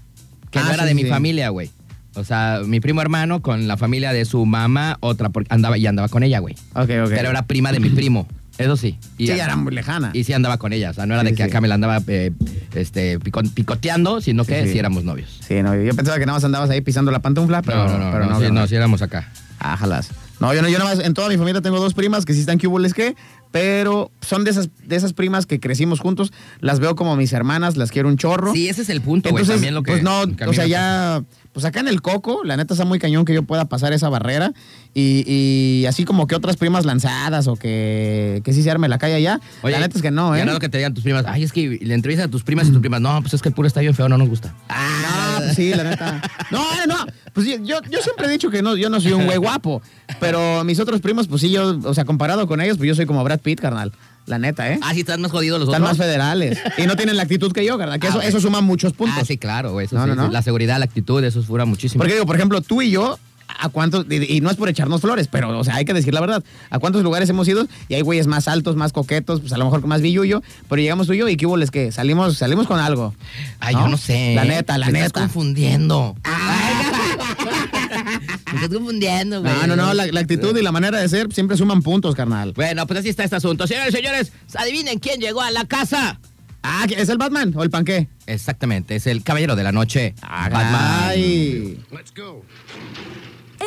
[SPEAKER 2] que
[SPEAKER 3] Ah,
[SPEAKER 2] no era
[SPEAKER 3] sí,
[SPEAKER 2] de mi
[SPEAKER 3] sí.
[SPEAKER 2] familia, güey. O sea, mi primo hermano con la familia de su mamá, otra, porque andaba y andaba con ella, güey.
[SPEAKER 3] Ok, ok.
[SPEAKER 2] Pero era prima de mi primo, eso sí.
[SPEAKER 3] Sí,
[SPEAKER 2] andaba-
[SPEAKER 3] ya era muy lejana.
[SPEAKER 2] Y sí andaba con ella, o sea, no era
[SPEAKER 3] Sí,
[SPEAKER 2] de que
[SPEAKER 3] sí.
[SPEAKER 2] acá me la andaba eh, este, picon- picoteando, sino que
[SPEAKER 3] Sí,
[SPEAKER 2] sí.
[SPEAKER 3] sí.
[SPEAKER 2] éramos novios.
[SPEAKER 3] Sí, no, yo pensaba que nada más andabas ahí pisando la pantufla, pero
[SPEAKER 2] no, no, no,
[SPEAKER 3] pero
[SPEAKER 2] no, sí,
[SPEAKER 3] pero
[SPEAKER 2] no, sí éramos acá.
[SPEAKER 3] Ájalas. No, yo no, yo nada más, en toda mi familia tengo dos primas que sí están cubules que, pero son de esas, de esas primas que crecimos juntos, las veo como mis hermanas, las quiero un chorro.
[SPEAKER 2] Sí, ese es el punto, güey,
[SPEAKER 3] Entonces,
[SPEAKER 2] también lo que...
[SPEAKER 3] pues no,
[SPEAKER 2] que a
[SPEAKER 3] o
[SPEAKER 2] mí
[SPEAKER 3] sea,
[SPEAKER 2] me
[SPEAKER 3] ya, pues acá en el coco, la neta está muy cañón que yo pueda pasar esa barrera y, y así como que otras primas lanzadas o que, que sí se arme la calle allá, la neta es que no,
[SPEAKER 2] ya
[SPEAKER 3] ¿eh?
[SPEAKER 2] no es lo que te digan tus primas. Ay, es que le entrevistas a tus primas y tus primas. No, pues es que el puro está bien feo, no nos gusta.
[SPEAKER 3] Ah, pues sí, la neta. No, no, pues yo, yo- yo siempre he dicho que no, yo no soy un güey guapo, pero mis otros primos, pues sí, yo, o sea, comparado con ellos, pues yo soy como Brad Pitt, carnal. La neta, ¿eh?
[SPEAKER 2] Ah, sí, están más jodidos los
[SPEAKER 3] Están
[SPEAKER 2] otros.
[SPEAKER 3] más federales y no tienen la actitud que yo, carnal, que
[SPEAKER 2] Ah,
[SPEAKER 3] eso,
[SPEAKER 2] ok.
[SPEAKER 3] eso suma muchos puntos.
[SPEAKER 2] Ah, sí, claro, güey. Eso
[SPEAKER 3] No,
[SPEAKER 2] sí,
[SPEAKER 3] no, no.
[SPEAKER 2] sí. La seguridad, la actitud, eso fuera muchísimo.
[SPEAKER 3] Porque digo, por ejemplo, tú y yo, ¿a cuántos? Y, y no es por echarnos flores, pero, o sea, hay que decir la verdad. ¿A cuántos lugares hemos ido? Y hay güeyes más altos, más coquetos, pues a lo mejor con más billuyo, pero llegamos tú y yo y qué hubo les que salimos, salimos con algo.
[SPEAKER 2] Ay, yo no sé.
[SPEAKER 3] La neta, la
[SPEAKER 2] Me
[SPEAKER 3] neta. Ah.
[SPEAKER 2] estás confundiendo. <laughs> Me estás confundiendo, güey.
[SPEAKER 3] No, no, no, la, la actitud y la manera de ser siempre suman puntos, carnal.
[SPEAKER 2] Bueno, pues así está este asunto. Señores, señores, adivinen quién llegó a la casa.
[SPEAKER 3] Ah, ¿es el Batman o el panqué?
[SPEAKER 2] Exactamente, es el caballero de la noche. <laughs>
[SPEAKER 3] Ay.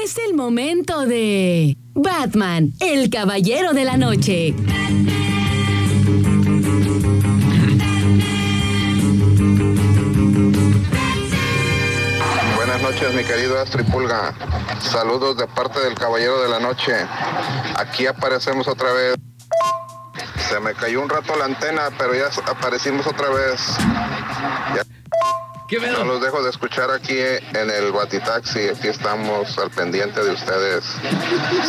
[SPEAKER 5] Es el momento de Batman, el Caballero de la Noche.
[SPEAKER 6] Buenas noches, mi querido Astro y Pulga. Saludos de parte del Caballero de la Noche. Aquí aparecemos otra vez. Se me cayó un rato la antena, pero ya aparecimos otra vez.
[SPEAKER 2] ¿Qué
[SPEAKER 6] No los dejo de escuchar aquí en el Batitaxi. Aquí estamos al pendiente de ustedes.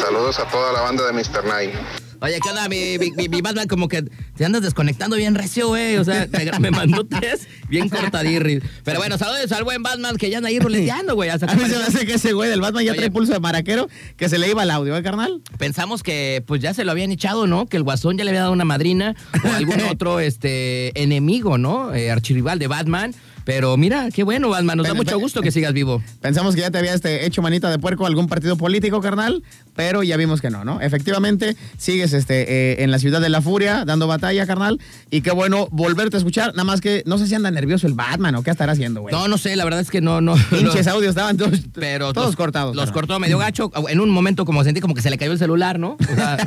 [SPEAKER 6] Saludos a toda la banda de Mr. Night.
[SPEAKER 2] Oye, ¿qué onda? Mi, mi, mi- mi Batman como que te andas desconectando bien recio, güey. O sea, me, me mandó tres bien cortadirris. Pero bueno, saludos al buen Batman que ya anda ahí roleteando, güey. Hasta que
[SPEAKER 3] A mí se me
[SPEAKER 2] parece-
[SPEAKER 3] hace que ese güey del Batman ya
[SPEAKER 2] Oye.
[SPEAKER 3] trae pulso de maraquero que se le iba el audio, ¿eh, carnal?
[SPEAKER 2] Pensamos que pues ya se lo habían echado, ¿no? Que el Guasón ya le había dado una madrina o
[SPEAKER 3] <laughs>
[SPEAKER 2] algún otro este enemigo, ¿no? Eh, archirrival de Batman. Pero mira, qué bueno, Batman. Nos da
[SPEAKER 3] Pero-
[SPEAKER 2] mucho gusto que sigas vivo.
[SPEAKER 3] Pensamos que ya te había este, hecho manita de puerco a algún partido político, carnal, pero ya vimos que no, ¿no? Efectivamente, sigues este, eh, en la ciudad de la furia, dando batalla, carnal, y qué bueno volverte a escuchar, nada más que no sé si anda nervioso el Batman o qué estará haciendo, güey.
[SPEAKER 2] No, no sé, la verdad es que no, <laughs> no.
[SPEAKER 3] Pinches
[SPEAKER 2] no.
[SPEAKER 3] audios estaban todos,
[SPEAKER 2] Pero
[SPEAKER 3] todos
[SPEAKER 2] los-
[SPEAKER 3] cortados.
[SPEAKER 2] Los
[SPEAKER 3] carnal.
[SPEAKER 2] cortó medio gacho. En un momento como sentí como que se le cayó el celular, ¿no? O sea,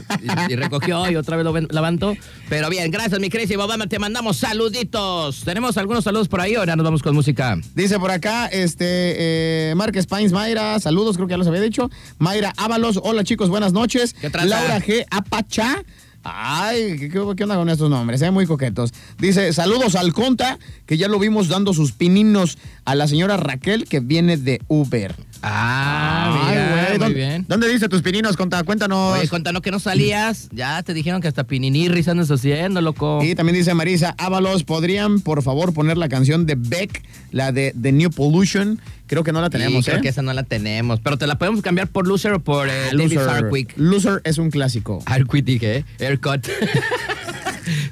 [SPEAKER 2] y, y recogió y otra vez lo ven- levantó. Pero bien, gracias, mi querísimo Batman. Te mandamos saluditos. Tenemos algunos saludos por ahí. Ahora nos vamos con música.
[SPEAKER 3] Dice por acá, este, eh, Márquez Pains, Mayra, saludos, creo que ya los había dicho. Mayra Ábalos, hola chicos, buenas noches.
[SPEAKER 2] ¿Qué tranza?
[SPEAKER 3] Laura G. Apacha. Ay, ¿qué, qué- qué onda con estos nombres? Eh? Muy coquetos. Dice, saludos al Conta, que ya lo vimos dando sus pininos a la señora Raquel, que viene de Uber.
[SPEAKER 2] Ah, mira,
[SPEAKER 3] Ay, güey,
[SPEAKER 2] muy
[SPEAKER 3] ¿dó-
[SPEAKER 2] bien.
[SPEAKER 3] ¿Dónde dice tus pininos? Conta, cuéntanos.
[SPEAKER 2] Oye, contanos que no salías. Ya te dijeron que hasta pininirris andas haciendo, loco.
[SPEAKER 3] Y también dice Marisa Ábalos, ¿podrían por favor poner la canción de Beck, la de The New Pollution? Creo que no la tenemos,
[SPEAKER 2] Sí, creo
[SPEAKER 3] ¿eh?
[SPEAKER 2] que esa no la tenemos. Pero te la podemos cambiar por Loser o por
[SPEAKER 3] Ah,
[SPEAKER 2] eh, David Sarquick.
[SPEAKER 3] Loser es un clásico.
[SPEAKER 2] Harquick dije, ¿eh?
[SPEAKER 3] <laughs>
[SPEAKER 2] Haircut.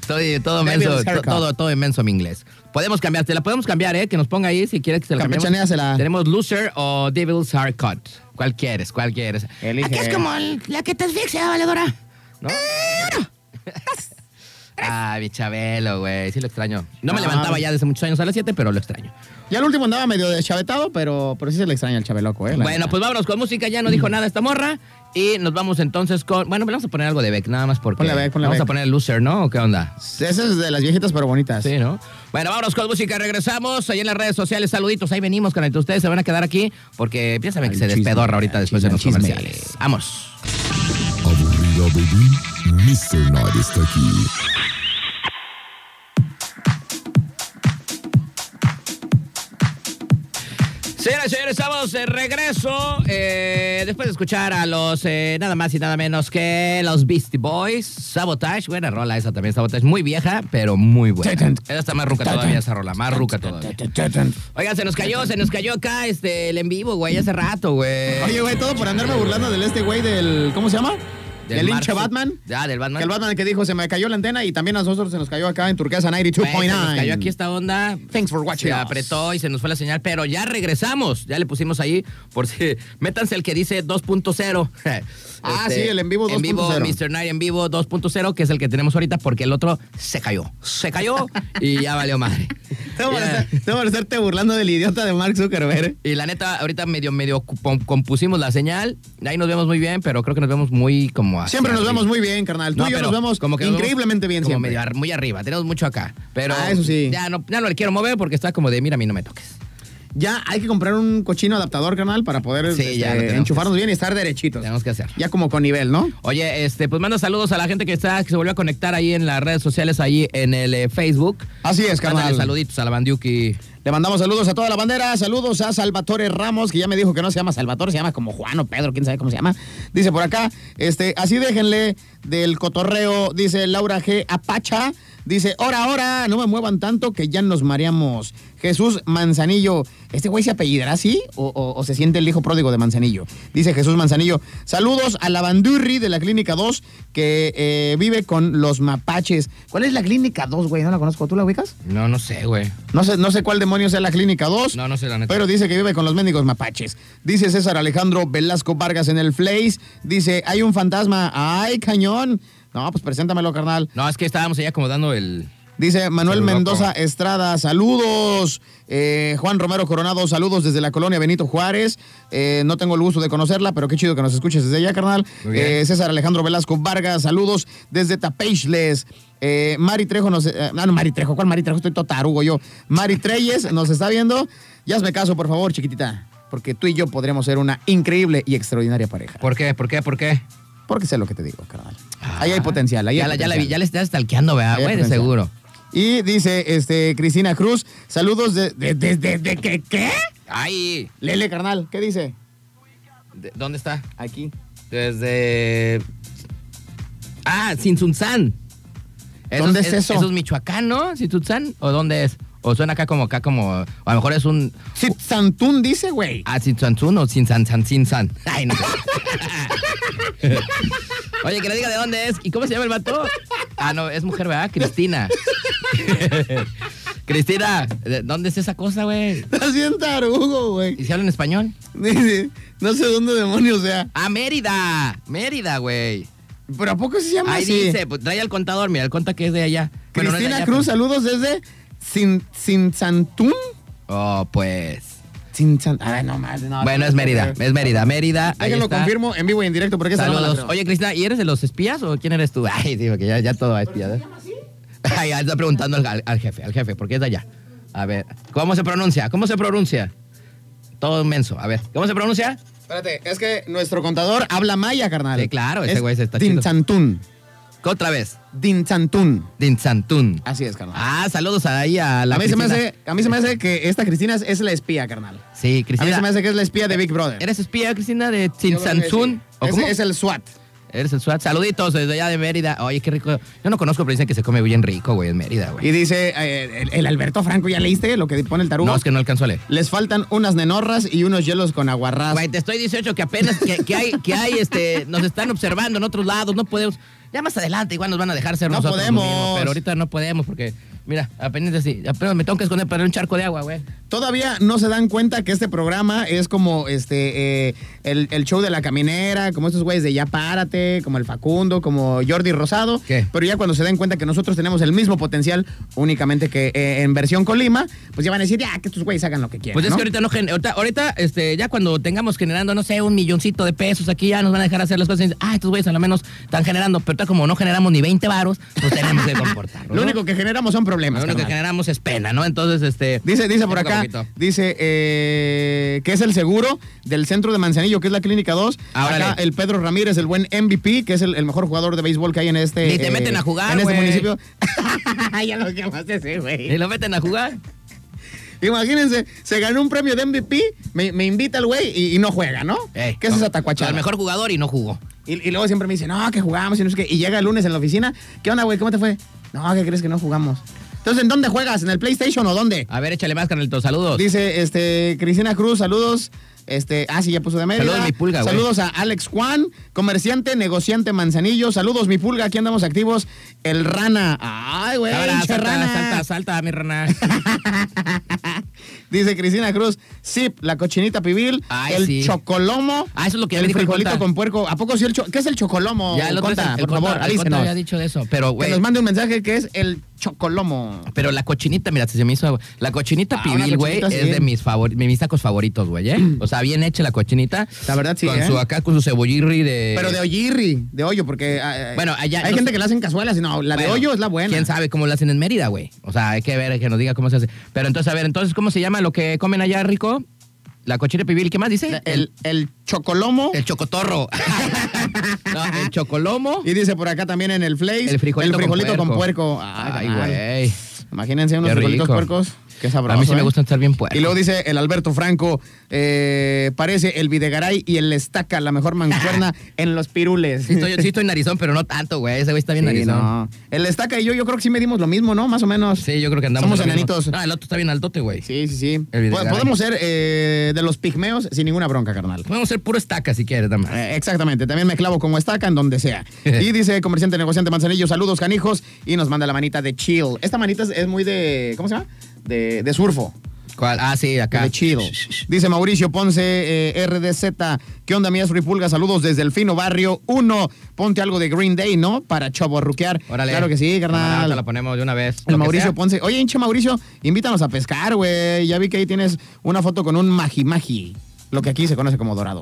[SPEAKER 2] Estoy todo
[SPEAKER 3] Devil's
[SPEAKER 2] menso, to-
[SPEAKER 3] haircut.
[SPEAKER 2] todo, todo inmenso mi inglés. Podemos cambiar, te la podemos cambiar, ¿eh? Que nos ponga ahí si quieres que se la cambiemos.
[SPEAKER 3] Campechanéasela.
[SPEAKER 2] Tenemos Loser o Devil's Haircut. ¿Cuál quieres? ¿Cuál quieres?
[SPEAKER 3] Elige.
[SPEAKER 2] Aquí es como el- la que te asfixia, valedora. ¿No?
[SPEAKER 3] <laughs>
[SPEAKER 2] Ah, mi Chabelo, güey. Sí lo extraño. No me
[SPEAKER 3] Ah.
[SPEAKER 2] levantaba ya desde muchos años a las 7, pero lo extraño.
[SPEAKER 3] Ya el último andaba medio deschavetado, pero, pero sí se le extraña el chabeloco, ¿eh? La
[SPEAKER 2] Bueno,
[SPEAKER 3] neta. Mm.
[SPEAKER 2] pues vámonos con música, ya no dijo nada esta morra. Y nos vamos entonces con. Bueno, vamos a poner algo de Beck, nada más porque.
[SPEAKER 3] Ponle Beck, ponle
[SPEAKER 2] vamos a
[SPEAKER 3] Beck.
[SPEAKER 2] poner Loser, ¿no? ¿O qué onda?
[SPEAKER 3] Esa es de las viejitas, pero bonitas.
[SPEAKER 2] pues- Sí, ¿no? Bueno, vámonos con música, regresamos. Ahí en las redes sociales, saluditos, ahí venimos, canal. Ustedes se van a quedar aquí porque piénsame que
[SPEAKER 3] Al
[SPEAKER 2] se
[SPEAKER 3] chisme,
[SPEAKER 2] despedorra ahorita
[SPEAKER 3] al
[SPEAKER 2] después de
[SPEAKER 3] chisme,
[SPEAKER 2] los
[SPEAKER 3] al chisme.
[SPEAKER 2] comerciales. Vamos.
[SPEAKER 4] Aburrida, baby. Mr. Knight está aquí.
[SPEAKER 2] Señoras y señores, estamos de regreso. eh, después de escuchar a los eh, nada más y nada menos que los Beastie Boys, Sabotage. Buena rola esa también, Sabotage. Muy vieja, pero muy buena. Esa está más ruca todavía, esa rola. Más ruca todavía. Oigan, se nos cayó, se nos cayó acá este, el en vivo, güey, hace rato, güey.
[SPEAKER 3] Oye, güey, todo por andarme burlando del este güey del. ¿Cómo se llama? Del, hincha
[SPEAKER 2] Marzo-
[SPEAKER 3] Batman.
[SPEAKER 2] Ya, Ah, del Batman.
[SPEAKER 3] Que el Batman que dijo, se me cayó la antena y también a nosotros se nos cayó acá en Turquesa
[SPEAKER 2] Güey,
[SPEAKER 3] 92.9.
[SPEAKER 2] se nos cayó aquí esta onda.
[SPEAKER 3] Thanks for watching
[SPEAKER 2] Se
[SPEAKER 3] us.
[SPEAKER 2] apretó y se nos fue la señal, pero ya regresamos. Ya le pusimos ahí por si. <laughs> Métanse el que dice 2.0. <laughs>
[SPEAKER 3] Ah, sí, el en vivo
[SPEAKER 2] Este, En vivo,
[SPEAKER 3] 2.0.
[SPEAKER 2] Mr. Night en vivo 2.0, que es el que tenemos ahorita, porque el otro se cayó. Se
[SPEAKER 3] <laughs>
[SPEAKER 2] cayó y ya valió madre.
[SPEAKER 3] Tengo para
[SPEAKER 2] Ya.
[SPEAKER 3] estar- tengo para estarte burlando del idiota de Mark Zuckerberg.
[SPEAKER 2] Y la neta, ahorita medio, medio comp- compusimos la señal. Ahí nos vemos muy bien, pero creo que nos vemos muy como así.
[SPEAKER 3] Siempre nos vemos muy bien, carnal. Tú
[SPEAKER 2] No,
[SPEAKER 3] y yo
[SPEAKER 2] pero
[SPEAKER 3] nos vemos
[SPEAKER 2] como que nos vemos
[SPEAKER 3] increíblemente bien
[SPEAKER 2] como
[SPEAKER 3] siempre.
[SPEAKER 2] medio ar- muy arriba, tenemos mucho acá. Pero
[SPEAKER 3] Ah, eso sí.
[SPEAKER 2] Ya no, ya no le quiero mover porque está como de, mira, a mí no me toques.
[SPEAKER 3] Ya hay que comprar un cochino adaptador, carnal, para poder
[SPEAKER 2] Sí,
[SPEAKER 3] este,
[SPEAKER 2] ya lo tenemos.
[SPEAKER 3] enchufarnos bien y estar derechitos.
[SPEAKER 2] Tenemos que hacer.
[SPEAKER 3] Ya como con nivel, ¿no?
[SPEAKER 2] Oye, este, pues manda saludos a la gente que está, que se volvió a conectar ahí en las redes sociales, ahí en el eh, Facebook.
[SPEAKER 3] Así es,
[SPEAKER 2] Mándale
[SPEAKER 3] carnal.
[SPEAKER 2] saluditos a la Bandiuki.
[SPEAKER 3] Le mandamos saludos a toda la bandera, saludos a Salvatore Ramos, que ya me dijo que no se llama Salvatore, se llama como Juan o Pedro, quién sabe cómo se llama. Dice por acá, este, así déjenle del cotorreo, dice Laura G. Apacha, dice, hora, hora, no me muevan tanto que ya nos mareamos. Jesús Manzanillo, ¿este güey se apellidará así o, o- o se siente el hijo pródigo de Manzanillo? Dice Jesús Manzanillo, saludos a la bandurri de la Clínica 2 que eh, vive con los mapaches. ¿Cuál es la Clínica 2, güey? No la conozco, ¿tú la ubicas?
[SPEAKER 2] No, no sé, güey.
[SPEAKER 3] No sé, no sé cuál demonio sea la clínica 2.
[SPEAKER 2] No, no sé, la neta.
[SPEAKER 3] Pero dice que vive con los mendigos mapaches. Dice César Alejandro Velasco Vargas en el Flays. Dice, hay un fantasma. ¡Ay, cañón! No, pues preséntamelo, carnal.
[SPEAKER 2] No, es que estábamos ahí acomodando el.
[SPEAKER 3] Dice Manuel
[SPEAKER 2] Pero loco.
[SPEAKER 3] Mendoza Estrada, saludos. Eh, Juan Romero Coronado, saludos desde la colonia Benito Juárez. Eh, no tengo el gusto de conocerla, pero qué chido que nos escuches desde allá, carnal.
[SPEAKER 2] Muy bien.
[SPEAKER 3] Eh, César Alejandro Velasco Vargas, saludos desde Tapeixles. Eh, Mari Trejo nos... eh, ah, no, Mari Trejo, ¿cuál Mari Trejo? Estoy totarugo yo. Mari Treyes nos está viendo. Ya hazme caso, por favor, chiquitita, porque tú y yo podremos ser una increíble y extraordinaria pareja.
[SPEAKER 2] ¿Por qué? ¿Por qué? ¿Por qué? Ah,
[SPEAKER 3] Porque sé lo que te digo, carnal. Ahí hay potencial, ahí
[SPEAKER 2] ya,
[SPEAKER 3] hay
[SPEAKER 2] la- ya, la
[SPEAKER 3] potencial.
[SPEAKER 2] vi- ya le estás stalkeando, ¿verdad?
[SPEAKER 3] Ahí hay
[SPEAKER 2] Güey, de
[SPEAKER 3] potencial.
[SPEAKER 2] seguro.
[SPEAKER 3] Y dice este, Cristina Cruz, saludos de, de, de, de- de- ¿qué, qué?
[SPEAKER 2] Ay,
[SPEAKER 3] Lele, carnal, ¿qué dice?
[SPEAKER 2] ¿de- ¿dónde está?
[SPEAKER 3] Aquí.
[SPEAKER 2] Desde. Ah, Sinsunzán.
[SPEAKER 3] ¿Dónde es eso?
[SPEAKER 2] ¿Eso es Michoacán, no? ¿Sinsunzán? ¿O dónde es? ¿O suena acá como acá como.? o a lo mejor es un.
[SPEAKER 3] Santún dice, güey. <laughs>
[SPEAKER 2] Ah, Sinsansun o Sinsansan, Sinsan. Ay, no. <laughs> Oye, que le diga de dónde es. ¿Y cómo se llama el vato? Ah, no, es mujer, ¿verdad? Cristina. <laughs> Cristina, ¿de ¿dónde es esa cosa, güey?
[SPEAKER 3] Está bien tarugo,
[SPEAKER 2] ¿Y
[SPEAKER 3] güey.
[SPEAKER 2] se habla en español?
[SPEAKER 3] Dice, no sé dónde demonios sea.
[SPEAKER 2] Ah, Mérida. Mérida, güey.
[SPEAKER 3] ¿Pero a poco se llama
[SPEAKER 2] Ahí
[SPEAKER 3] así?
[SPEAKER 2] dice, pues, trae al contador, mira, el conta que es de allá. Bueno, no es de
[SPEAKER 3] Cristina
[SPEAKER 2] allá,
[SPEAKER 3] Cruz,
[SPEAKER 2] pero-
[SPEAKER 3] saludos desde Sin, Sin Santún.
[SPEAKER 2] Oh, pues.
[SPEAKER 3] Sin San... Ay, no más. No,
[SPEAKER 2] Bueno,
[SPEAKER 3] Ah, no,
[SPEAKER 2] es
[SPEAKER 3] no,
[SPEAKER 2] Mérida,
[SPEAKER 3] no.
[SPEAKER 2] es Mérida, Mérida. ahí
[SPEAKER 3] Déjenlo
[SPEAKER 2] está.
[SPEAKER 3] confirmo en vivo y en directo porque esa no me la
[SPEAKER 2] Saludos.
[SPEAKER 3] creo.
[SPEAKER 2] Oye, Cristina, ¿y eres de los espías o quién eres tú? <laughs> Ay, digo que ya, ya todo va espiado. <laughs> Ay, ya está preguntando al, al- al jefe, al jefe, porque es de allá. A ver, ¿cómo se pronuncia? ¿Cómo se pronuncia? Todo menso. A ver, ¿cómo se pronuncia?
[SPEAKER 3] Espérate, es que nuestro contador habla maya, carnal.
[SPEAKER 2] Sí, claro, ese güey se está
[SPEAKER 3] Sin
[SPEAKER 2] chido.
[SPEAKER 3] Santún.
[SPEAKER 2] Otra vez.
[SPEAKER 3] Dintzantún.
[SPEAKER 2] Dintzantún.
[SPEAKER 3] Así es, carnal.
[SPEAKER 2] Ah, saludos ahí a la
[SPEAKER 3] a, mí se me
[SPEAKER 2] Cristina.
[SPEAKER 3] hace, a mí se me hace que esta Cristina es, es la espía, carnal.
[SPEAKER 2] Sí, Cristina.
[SPEAKER 3] A mí se me hace que es la espía de Big Brother.
[SPEAKER 2] ¿Eres espía, Cristina, de
[SPEAKER 3] Yo creo que
[SPEAKER 2] Tinsansun?
[SPEAKER 3] sí.
[SPEAKER 2] ¿O cómo?
[SPEAKER 3] Ese es el SWAT.
[SPEAKER 2] Eres el SWAT. Saluditos desde allá de Mérida. Oye, qué rico. Yo no conozco, pero dicen que se come bien rico, güey, en Mérida,
[SPEAKER 3] Y
[SPEAKER 2] güey.
[SPEAKER 3] dice, eh, el, el Alberto Franco, ¿ya leíste lo que pone el tarugo?
[SPEAKER 2] No, es que no alcanzó a leer.
[SPEAKER 3] Les faltan unas nenorras y unos hielos con aguarrás.
[SPEAKER 2] Güey, te estoy 18 que apenas que, que hay, que hay, este, nos están observando en otros lados, no podemos. Ya más adelante igual nos van a dejar ser
[SPEAKER 3] No
[SPEAKER 2] nosotros lo
[SPEAKER 3] podemos.
[SPEAKER 2] mismo, pero ahorita no podemos porque, mira, apenas así, apenas me tengo que esconder para un charco de agua, güey.
[SPEAKER 3] Todavía no se dan cuenta que este programa es como este eh, el, el show de la caminera, como estos güeyes de Ya Párate, como el Facundo, como Jordi Rosado.
[SPEAKER 2] ¿Qué?
[SPEAKER 3] Pero ya cuando se den cuenta que nosotros tenemos el mismo potencial, únicamente que eh, en versión Colima, pues ya van a decir, ya, que estos güeyes hagan lo que quieran.
[SPEAKER 2] Pues es
[SPEAKER 3] ¿no?
[SPEAKER 2] que ahorita no gen- ahorita, ahorita, este, ya cuando tengamos generando, no sé, un milloncito de pesos aquí, ya nos van a dejar hacer las cosas. Y dicen, ah, estos güeyes a lo menos están generando, pero tal como no generamos ni 20 varos, pues tenemos que comportarnos.
[SPEAKER 3] <laughs> Lo
[SPEAKER 2] ¿no?
[SPEAKER 3] único que generamos son
[SPEAKER 2] Lo
[SPEAKER 3] problemas.
[SPEAKER 2] único que
[SPEAKER 3] carnal.
[SPEAKER 2] generamos es pena, ¿no? Entonces, este.
[SPEAKER 3] Dice, dice por
[SPEAKER 2] poco a
[SPEAKER 3] acá,
[SPEAKER 2] poquito.
[SPEAKER 3] dice eh, que es el seguro del centro de Manzanillo, que es la Clínica 2.
[SPEAKER 2] Ah,
[SPEAKER 3] acá
[SPEAKER 2] órale.
[SPEAKER 3] el Pedro Ramírez, el buen MVP, que es el, el mejor jugador de béisbol que hay en este.
[SPEAKER 2] Ni te meten a jugar,
[SPEAKER 3] En este
[SPEAKER 2] güey. <laughs>
[SPEAKER 3] municipio. ya lo quemaste ese,
[SPEAKER 2] ¿Y
[SPEAKER 3] güey.
[SPEAKER 2] lo meten a jugar?
[SPEAKER 3] Imagínense, se ganó un premio de MVP, me, me invita el güey y, y no juega, ¿no?
[SPEAKER 2] Ey,
[SPEAKER 3] ¿Qué es
[SPEAKER 2] no,
[SPEAKER 3] esa tacuachada?
[SPEAKER 2] El mejor jugador y no jugó.
[SPEAKER 3] Y, y luego siempre me dice, no, que jugamos y no sé qué. Y llega el lunes en la oficina, ¿qué onda, güey? ¿Cómo te fue? No, ¿qué crees que no jugamos? Entonces, ¿en dónde juegas? ¿En el PlayStation o dónde?
[SPEAKER 2] A ver, échale más, carnalito. Saludos.
[SPEAKER 3] Dice, este, Cristina Cruz, saludos. Este, ah, sí, ya puso de Mérida.
[SPEAKER 2] Saludos, mi pulga, güey.
[SPEAKER 3] Saludos a Alex Juan, comerciante, negociante Manzanillo. Saludos, mi pulga, aquí andamos activos. El rana. Ay, güey,
[SPEAKER 2] Ahora,
[SPEAKER 3] hinche
[SPEAKER 2] salta,
[SPEAKER 3] rana.
[SPEAKER 2] salta, salta, mi
[SPEAKER 3] <laughs>
[SPEAKER 2] rana.
[SPEAKER 3] Dice Cristina Cruz, Zip, la cochinita pibil,
[SPEAKER 2] Ay,
[SPEAKER 3] el
[SPEAKER 2] sí.
[SPEAKER 3] chocolomo.
[SPEAKER 2] Ah, eso es lo que ya me
[SPEAKER 3] El
[SPEAKER 2] dijo el
[SPEAKER 3] frijolito
[SPEAKER 2] Conta.
[SPEAKER 3] con puerco. ¿A poco sí el cho- ¿Qué es el chocolomo?
[SPEAKER 2] ya el otro
[SPEAKER 3] Conta,
[SPEAKER 2] es el- el
[SPEAKER 3] por
[SPEAKER 2] Conta-
[SPEAKER 3] favor,
[SPEAKER 2] el Conta
[SPEAKER 3] avísenos.
[SPEAKER 2] había dicho de eso, pero
[SPEAKER 3] Que
[SPEAKER 2] güey.
[SPEAKER 3] nos mande un mensaje que es el chocolomo.
[SPEAKER 2] Pero la cochinita, mira, se me hizo. La cochinita
[SPEAKER 3] Ah, una
[SPEAKER 2] pibil, güey,
[SPEAKER 3] cochinita,
[SPEAKER 2] es
[SPEAKER 3] sí.
[SPEAKER 2] de mis, favor, mis tacos favoritos, güey, ¿eh?
[SPEAKER 3] <clears throat>
[SPEAKER 2] O sea, bien hecha la cochinita.
[SPEAKER 3] La verdad, sí,
[SPEAKER 2] Con
[SPEAKER 3] ¿eh?
[SPEAKER 2] su acá, con su cebollirri de.
[SPEAKER 3] Pero de hoyirri, de hoyo, porque ah,
[SPEAKER 2] Eh. Bueno, allá
[SPEAKER 3] hay
[SPEAKER 2] no
[SPEAKER 3] gente
[SPEAKER 2] sé.
[SPEAKER 3] que la hacen cazuelas y no, la de
[SPEAKER 2] Bueno,
[SPEAKER 3] hoyo es la buena.
[SPEAKER 2] ¿Quién sabe cómo lo hacen en Mérida, güey? O sea, hay que ver, que nos diga cómo se hace. Pero entonces, a ver, entonces, ¿cómo se llama lo que comen allá rico? La cochinita pibil, ¿qué más dice?
[SPEAKER 3] La- El, el chocolomo.
[SPEAKER 2] El chocotorro. <laughs> No, el chocolomo.
[SPEAKER 3] y dice por acá también en el flace.
[SPEAKER 2] El frijolito,
[SPEAKER 3] con, puerco.
[SPEAKER 2] Ay,
[SPEAKER 3] carnal.
[SPEAKER 2] güey.
[SPEAKER 3] Imagínense unos
[SPEAKER 2] Qué
[SPEAKER 3] frijolitos
[SPEAKER 2] rico.
[SPEAKER 3] puercos. Qué sabroso.
[SPEAKER 2] A mí sí me
[SPEAKER 3] ¿eh?
[SPEAKER 2] gustan estar bien puercos.
[SPEAKER 3] Y luego dice el Alberto Franco, eh, parece el Videgaray y el Estaca, la
[SPEAKER 2] <laughs>
[SPEAKER 3] mejor mancuerna en los pirules.
[SPEAKER 2] Sí estoy, sí estoy narizón, pero no tanto, güey. Ese güey está bien
[SPEAKER 3] Sí,
[SPEAKER 2] narizón.
[SPEAKER 3] no. El Estaca y yo, yo creo que sí medimos lo mismo, ¿no? Más o menos.
[SPEAKER 2] Sí, yo creo que andamos.
[SPEAKER 3] Somos
[SPEAKER 2] en lo mismo.
[SPEAKER 3] enanitos.
[SPEAKER 2] Ah, el otro está bien altote, güey.
[SPEAKER 3] Sí, sí, sí.
[SPEAKER 2] El
[SPEAKER 3] Po-
[SPEAKER 2] Videgaray.
[SPEAKER 3] Podemos ser eh, de los pigmeos sin ninguna bronca, carnal.
[SPEAKER 2] Podemos ser puro estaca si quieres, nada más.
[SPEAKER 3] Eh, Exactamente, también me clavo como estaca en
[SPEAKER 2] <laughs>
[SPEAKER 3] donde sea. Y dice comerciante, negociante, manzanillo, saludos canijos y nos manda la manita de chill. Esta manita es, es muy de, ¿cómo se llama? De, de surfo.
[SPEAKER 2] ¿Cuál? Ah, sí, acá.
[SPEAKER 3] De chill. Dice Mauricio Ponce, eh, RDZ, ¿qué onda, mías Ripulga? Saludos desde el fino barrio 1. Ponte algo de Green Day, ¿no? Para chaborruquear.
[SPEAKER 2] Órale.
[SPEAKER 3] Claro que sí,
[SPEAKER 2] Camarada, te la
[SPEAKER 3] carnal.
[SPEAKER 2] ponemos de una vez.
[SPEAKER 3] El
[SPEAKER 2] lo que
[SPEAKER 3] Mauricio
[SPEAKER 2] sea.
[SPEAKER 3] Ponce. Oye, hinche Mauricio, invítanos a pescar, güey. Ya vi que ahí tienes una foto con un maji-maji, lo que aquí se conoce como dorado.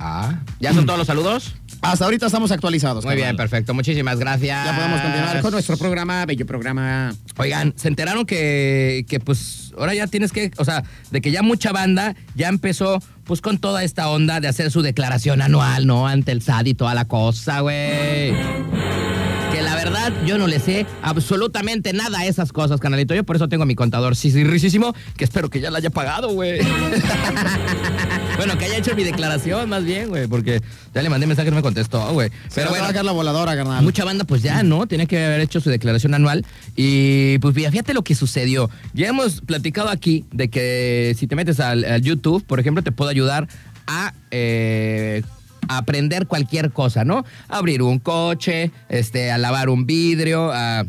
[SPEAKER 2] Ah. ¿Ya son todos los saludos? Pues,
[SPEAKER 3] Hasta ahorita estamos actualizados.
[SPEAKER 2] Muy bien,
[SPEAKER 3] carnal.
[SPEAKER 2] perfecto. Muchísimas gracias.
[SPEAKER 3] Ya podemos continuar con nuestro programa, bello programa.
[SPEAKER 2] Oigan, se enteraron que, que pues ahora ya tienes que, o sea, de que ya mucha banda ya empezó pues con toda esta onda de hacer su declaración anual, ¿no? Ante el SAD y toda la cosa, güey. Que la verdad yo no le sé absolutamente nada a esas cosas, canalito. Yo por eso tengo a mi contador risísimo, que espero que ya la haya pagado, güey. <laughs> bueno, que haya hecho mi declaración más bien, güey, porque ya le mandé mensaje y no me contestó, güey.
[SPEAKER 3] Pero
[SPEAKER 2] Pero
[SPEAKER 3] voy a
[SPEAKER 2] bueno,
[SPEAKER 3] sacar la voladora, carnal.
[SPEAKER 2] Mucha banda, pues ya, ¿no? Tiene que haber hecho su declaración anual. Y pues mira, fíjate lo que sucedió. Ya hemos platicado aquí de que si te metes al, al YouTube, por ejemplo, te puedo ayudar a. eh, aprender cualquier cosa, ¿no? Abrir un coche, este, a lavar un vidrio, a